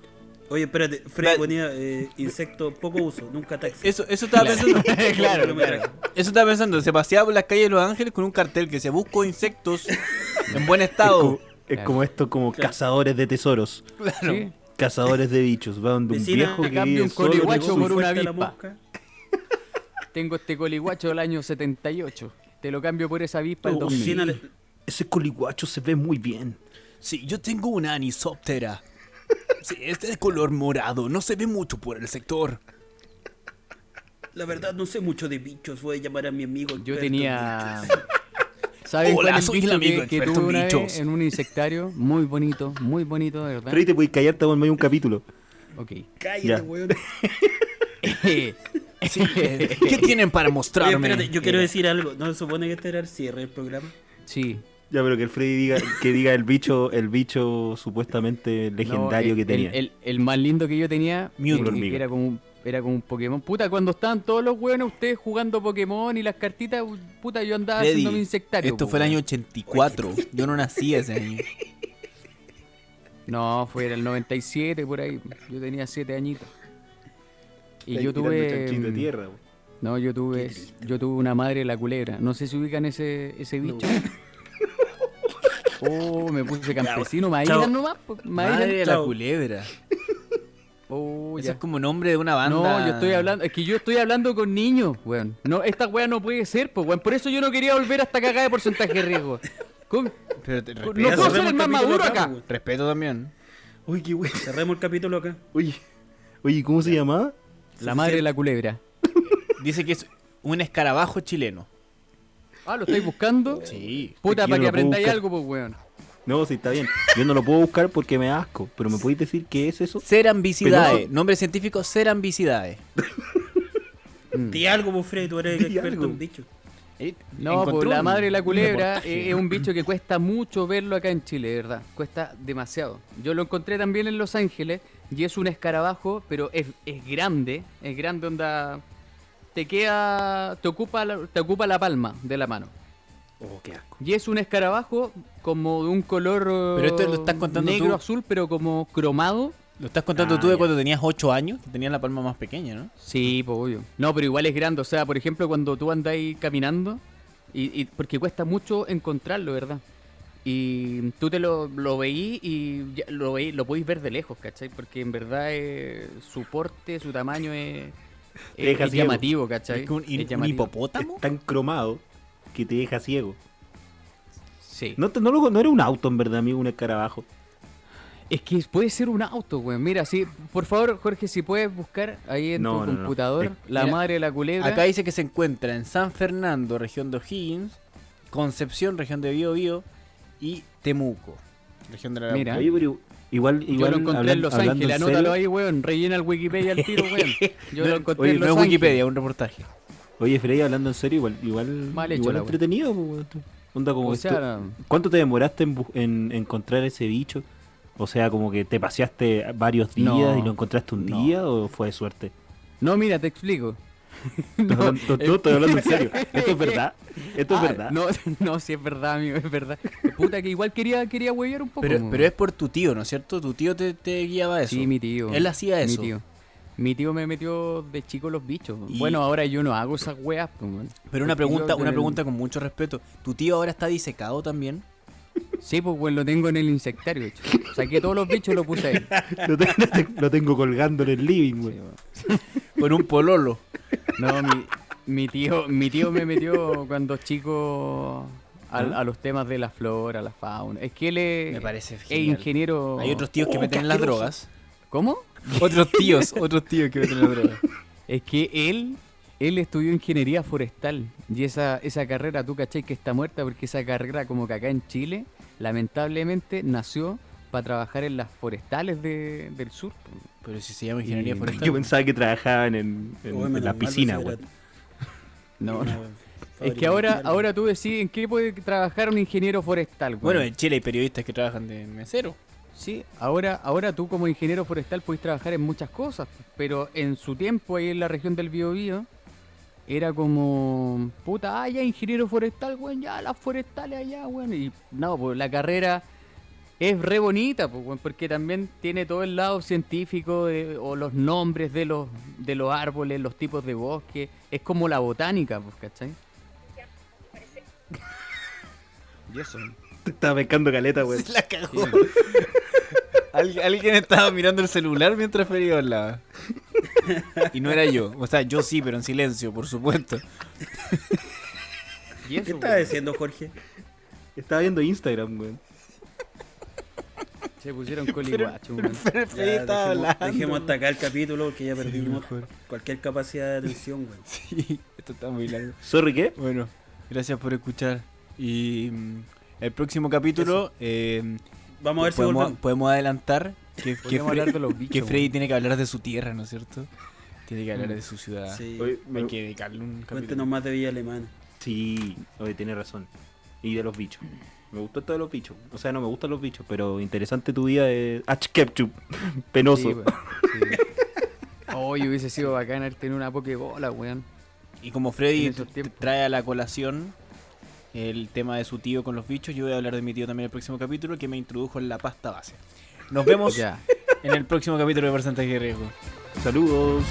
Speaker 2: Oye, espérate, Fred
Speaker 3: Da-
Speaker 2: ponía eh, insecto poco uso, nunca taxi.
Speaker 7: Eso, eso estaba pensando.
Speaker 2: Claro, claro.
Speaker 7: Eso estaba pensando. Se paseaba por las calles de Los Ángeles con un cartel que se buscó insectos en buen estado.
Speaker 1: Es
Speaker 4: Oh, Claro.
Speaker 1: como esto, como cazadores de tesoros.
Speaker 7: Claro.
Speaker 4: Sí.
Speaker 1: Cazadores de bichos. Va donde un
Speaker 2: Vecina,
Speaker 1: viejo que
Speaker 4: cambia
Speaker 1: vive
Speaker 4: un
Speaker 1: solo en
Speaker 4: colihuacho
Speaker 1: su-
Speaker 4: por una
Speaker 2: Suelta la
Speaker 4: avispa.
Speaker 2: mosca.
Speaker 4: Tengo este coliguacho del año 78. Te lo cambio por esa avispa del
Speaker 2: Tu
Speaker 4: 2000.
Speaker 2: cocina le-
Speaker 1: Ese colihuacho se ve muy bien.
Speaker 7: Sí, yo tengo una anisóptera. Sí, este es de color morado. No se ve mucho por el sector.
Speaker 2: La verdad no sé mucho de bichos, voy a llamar a mi amigo.
Speaker 4: Yo
Speaker 2: experto.
Speaker 4: tenía... ¿Sabes
Speaker 7: Hola,
Speaker 4: cuál es el
Speaker 7: soy el
Speaker 4: bicho
Speaker 7: amigo
Speaker 4: que, que
Speaker 7: experto
Speaker 4: tuve
Speaker 7: en
Speaker 4: una vez
Speaker 7: bichos.
Speaker 4: en un insectario? Muy bonito, muy bonito, de verdad.
Speaker 1: Pero ahí te puedes callar, estamos en medio de un capítulo.
Speaker 4: Ok. (laughs)
Speaker 2: Cállate,
Speaker 1: Ya.
Speaker 2: weón.
Speaker 7: Sí, eh, ¿Qué tienen para
Speaker 2: Oye,
Speaker 7: mostrarme?
Speaker 2: espérate, yo quiero decir algo. ¿No se supone que este era el cierre del programa?
Speaker 4: sí.
Speaker 1: Ya, pero que el Freddy diga, que diga el (laughs) bicho, el bicho supuestamente legendario
Speaker 4: No, eh,
Speaker 1: que
Speaker 4: el-
Speaker 1: tenía.
Speaker 4: El, el más lindo que yo tenía
Speaker 1: Mewtwo.
Speaker 4: eh,
Speaker 1: Hormiga.
Speaker 4: era como un, era como un Pokémon. Puta, cuando estaban todos los hueones ustedes jugando Pokémon y las cartitas, puta, yo andaba
Speaker 7: Freddy,
Speaker 4: haciendo mi insectario.
Speaker 7: Esto
Speaker 4: po,
Speaker 7: fue el año
Speaker 4: weón.
Speaker 7: 84. Yo no nací ese año.
Speaker 4: No, fue en el 97 por ahí. Yo tenía 7 añitos. Y
Speaker 1: Está
Speaker 4: yo
Speaker 1: tirando
Speaker 4: tuve
Speaker 1: chanchis de
Speaker 4: mm,
Speaker 1: tierra, weón.
Speaker 4: No, yo tuve yo tuve una madre de la culebra. No sé si ubican ese ese bicho.
Speaker 1: (laughs)
Speaker 4: Oh, me puse campesino, me
Speaker 2: Chao.
Speaker 4: aíslan nomás, po, me aíslan.
Speaker 7: Madre de la
Speaker 2: chao.
Speaker 7: culebra.
Speaker 4: Oh,
Speaker 7: Eso
Speaker 4: ya.
Speaker 7: es como nombre de una banda.
Speaker 4: No, yo estoy hablando, es que yo estoy hablando con niños, weón. No, esta weá no puede ser, pues, weón. Por eso yo no quería volver a esta cagada de porcentaje de riesgo.
Speaker 7: (laughs)
Speaker 4: Con-
Speaker 3: Pero te- respeto,
Speaker 4: no puedo
Speaker 2: cerremos
Speaker 4: ser el
Speaker 2: el
Speaker 4: más
Speaker 2: capítulo
Speaker 4: maduro
Speaker 2: acá,
Speaker 4: acá.
Speaker 2: weón.
Speaker 3: respeto también.
Speaker 1: Uy, qué weón.
Speaker 2: Cerremos el capítulo acá.
Speaker 1: Oye, oye, ¿cómo se llamaba?
Speaker 4: La madre de la culebra.
Speaker 7: Dice que es un escarabajo chileno.
Speaker 4: Ah, ¿lo estáis buscando?
Speaker 7: Sí.
Speaker 1: Es
Speaker 4: Puta,
Speaker 1: que yo no lo
Speaker 4: para que
Speaker 1: puedo
Speaker 4: aprendáis
Speaker 1: buscar.
Speaker 4: algo, pues, weón.
Speaker 1: No, sí, está bien. Yo no lo puedo buscar porque me da asco. Pero ¿me podéis decir qué es eso?
Speaker 7: Cerambicidae.
Speaker 1: Penoso.
Speaker 7: Nombre científico, Cerambicidae.
Speaker 4: Mm.
Speaker 2: Di algo, vos, Freddy, tú eres el
Speaker 1: Di
Speaker 2: experto
Speaker 1: algo.
Speaker 2: en bichos.
Speaker 4: No,
Speaker 3: Encontré
Speaker 4: pues la
Speaker 3: un-
Speaker 4: madre de la
Speaker 3: un
Speaker 4: culebra
Speaker 3: reportaje.
Speaker 4: eh, es un bicho que cuesta mucho verlo acá en Chile, de verdad. Cuesta demasiado. Yo lo encontré también en Los Ángeles y es un escarabajo, pero es, es grande. Es grande onda... Te queda... Te ocupa, la, te ocupa la palma de la mano.
Speaker 2: Oh, qué asco.
Speaker 4: Y es un escarabajo como de un color
Speaker 7: Pero esto
Speaker 4: eh,
Speaker 7: lo estás contando
Speaker 4: negro
Speaker 7: tú.
Speaker 4: azul, pero como cromado.
Speaker 7: Lo estás contando
Speaker 2: Ah,
Speaker 7: tú de
Speaker 2: ya.
Speaker 7: cuando tenías 8 años, que tenías la palma más pequeña, ¿no?
Speaker 4: Sí, pues obvio. No, pero igual es grande. O sea, por ejemplo, cuando tú andáis caminando, y, y- porque cuesta mucho encontrarlo, ¿verdad? Y tú te lo, lo veí y ya lo veí, lo podéis ver de lejos, ¿cachai? Porque en verdad eh, su porte, su tamaño es,
Speaker 1: Te
Speaker 4: es,
Speaker 1: deja
Speaker 4: es
Speaker 1: ciego.
Speaker 4: llamativo, ¿cachai?
Speaker 7: Es que un,
Speaker 4: Es
Speaker 7: un
Speaker 4: llamativo.
Speaker 7: hipopótamo.
Speaker 1: Es tan cromado que te deja ciego.
Speaker 4: Sí.
Speaker 1: No, te- no, lo- no era un auto, en verdad, amigo, un escarabajo.
Speaker 4: Es que puede ser un auto, güey. Mira, sí, por favor, Jorge, si puedes buscar ahí en
Speaker 1: No, no,
Speaker 4: tu
Speaker 1: no.
Speaker 4: computador
Speaker 1: Es-
Speaker 4: la
Speaker 7: Mira,
Speaker 4: madre de la culebra.
Speaker 7: Acá dice que se encuentra en San Fernando, región de O'Higgins, Concepción, región de Biobío y Temuco, región de la
Speaker 4: Mira.
Speaker 1: Oye, pero igual,
Speaker 4: Yo
Speaker 1: igual
Speaker 4: lo encontré en
Speaker 1: hablan-
Speaker 4: Los
Speaker 1: hablando
Speaker 4: Ángeles,
Speaker 1: en
Speaker 4: anótalo
Speaker 1: serio,
Speaker 4: ahí, weón. Rellena el Wikipedia al tiro,
Speaker 1: (laughs)
Speaker 4: weón. Yo lo encontré
Speaker 1: oye,
Speaker 4: en
Speaker 7: no
Speaker 4: Los Ángeles.
Speaker 7: es Wikipedia, es un reportaje.
Speaker 1: Oye, Freddy, hablando en serio, igual, igual,
Speaker 4: Mal hecho
Speaker 1: igual
Speaker 4: la wea.
Speaker 1: entretenido. po, weón. Onda como
Speaker 4: O
Speaker 1: que tú-
Speaker 4: sea,
Speaker 1: ¿Cuánto te demoraste en, bu- en encontrar ese bicho? O sea, como que te paseaste varios días
Speaker 4: No,
Speaker 1: y lo encontraste un
Speaker 4: no.
Speaker 1: día o fue de suerte?
Speaker 4: no, mira, te explico.
Speaker 1: (laughs) No, no, no, estoy
Speaker 4: (laughs)
Speaker 1: hablando en serio. Esto es verdad. Esto es
Speaker 4: Ah,
Speaker 1: verdad.
Speaker 4: No, (laughs) no, sí es verdad, amigo, es verdad. Puta, que igual quería, quería huevear un poco.
Speaker 7: Pero,
Speaker 4: weón.
Speaker 7: pero es por tu tío, ¿no es cierto? Tu tío te, te guiaba a eso.
Speaker 4: Sí, mi tío.
Speaker 7: Él hacía eso.
Speaker 4: Mi tío. Mi tío me metió de chico los bichos.
Speaker 7: Y-
Speaker 4: Bueno, ahora yo no hago esas weas. pues, weón.
Speaker 7: Pero una
Speaker 4: Porque yo
Speaker 7: pregunta, una
Speaker 4: en el-
Speaker 7: pregunta con mucho respeto. ¿Tu tío ahora está disecado también?
Speaker 4: Sí, pues weón, lo tengo en el insectario, de hecho. Saqué todos los bichos y los puse ahí.
Speaker 1: Lo, te- (laughs) lo te- lo tengo colgando en el living, güey.
Speaker 7: Con un pololo.
Speaker 4: No, mi, mi tío, mi tío me metió cuando chico a, a los temas de la flora, la fauna. Es que él es,
Speaker 7: ¿Mm? Me parece
Speaker 4: es
Speaker 7: genial.
Speaker 4: ingeniero.
Speaker 7: Hay otros tíos que meten en las drogas.
Speaker 4: ¿Cómo?
Speaker 7: Otros tíos, otros tíos que meten en las drogas.
Speaker 4: (laughs) Es que él, él estudió ingeniería forestal. Y esa, esa carrera, tú cachai que está muerta, porque esa carrera, como que acá en Chile, lamentablemente nació para trabajar en las forestales de- del sur.
Speaker 7: Pero si se llama ingeniería
Speaker 4: Y-
Speaker 1: Yo
Speaker 7: forestal.
Speaker 1: pensaba que trabajaban en, en-
Speaker 2: Oh,
Speaker 1: en
Speaker 2: menos
Speaker 1: la
Speaker 2: mal,
Speaker 1: piscina,
Speaker 2: pensé que
Speaker 1: güey.
Speaker 2: era
Speaker 4: No,
Speaker 2: una
Speaker 4: no. Es que
Speaker 2: fábrica
Speaker 4: ahora,
Speaker 2: industrial.
Speaker 4: ahora tú decís en qué puede trabajar un ingeniero forestal. güey.
Speaker 7: Bueno, en Chile hay periodistas que trabajan de mesero.
Speaker 4: Sí, ahora, ahora tú como ingeniero forestal puedes trabajar en muchas cosas, pero en su tiempo ahí en la región del Biobío era como, puta, ah, ya ingeniero forestal, weón, ya las forestales allá, weón. Y no, pues la carrera es re bonita, pues, weón, porque también tiene todo el lado científico de- o los nombres de los, de los árboles, los tipos de bosque. Es como la botánica, pues, ¿cachai? Y
Speaker 7: (laughs)
Speaker 4: eso.
Speaker 1: Te estaba pescando caleta, güey.
Speaker 7: La cagó. (laughs) Al- alguien estaba mirando el celular mientras Freddy hablaba. Y no era yo. O sea, yo sí, pero en silencio, por supuesto.
Speaker 4: Y eso,
Speaker 2: ¿Qué
Speaker 4: weón.
Speaker 2: estaba diciendo, Jorge?
Speaker 1: Estaba viendo Instagram, güey.
Speaker 4: Se pusieron coliguachos, weón.
Speaker 7: Pero
Speaker 2: Ya,
Speaker 7: Freddy estaba
Speaker 2: dejemos,
Speaker 7: hablando.
Speaker 2: dejemos hasta acá el capítulo porque ya perdimos cualquier capacidad de atención, güey.
Speaker 7: Sí, esto está muy largo.
Speaker 1: Sorry, ¿qué?
Speaker 3: Bueno, gracias por escuchar. Y mm, el próximo capítulo eh,
Speaker 2: Vamos a ver si
Speaker 3: podemos,
Speaker 2: volvemos.
Speaker 3: podemos adelantar que, que,
Speaker 4: Podríamos
Speaker 3: Fre-
Speaker 4: hablar de los
Speaker 3: que
Speaker 4: bichos,
Speaker 3: Freddy
Speaker 4: weón.
Speaker 3: tiene que hablar de su tierra, ¿no es cierto? Tiene que hablar
Speaker 4: Mm.
Speaker 3: de su ciudad.
Speaker 2: Sí.
Speaker 1: Oye,
Speaker 3: Hay
Speaker 1: me-
Speaker 3: que dedicarle un capítulo.
Speaker 2: Cuéntenos más de Villa Alemana.
Speaker 1: Sí, oye, tiene razón. Y de los bichos. Me gustó esto de los bichos. O sea, no me gustan los bichos, pero interesante tu vida de Ketchup. Penoso.
Speaker 4: Sí, weón, sí. Oye, hubiese sido bacán haber tenido una pokebola, weón.
Speaker 3: Y como
Speaker 4: En
Speaker 3: Freddy
Speaker 4: esos tiempos.
Speaker 3: trae a la colación el tema de su tío con los bichos, yo voy a hablar de mi tío también en el próximo capítulo que me introdujo en la pasta base. Nos vemos
Speaker 4: Ya.
Speaker 3: en el próximo capítulo de Porcentaje de Riesgo.
Speaker 1: Saludos.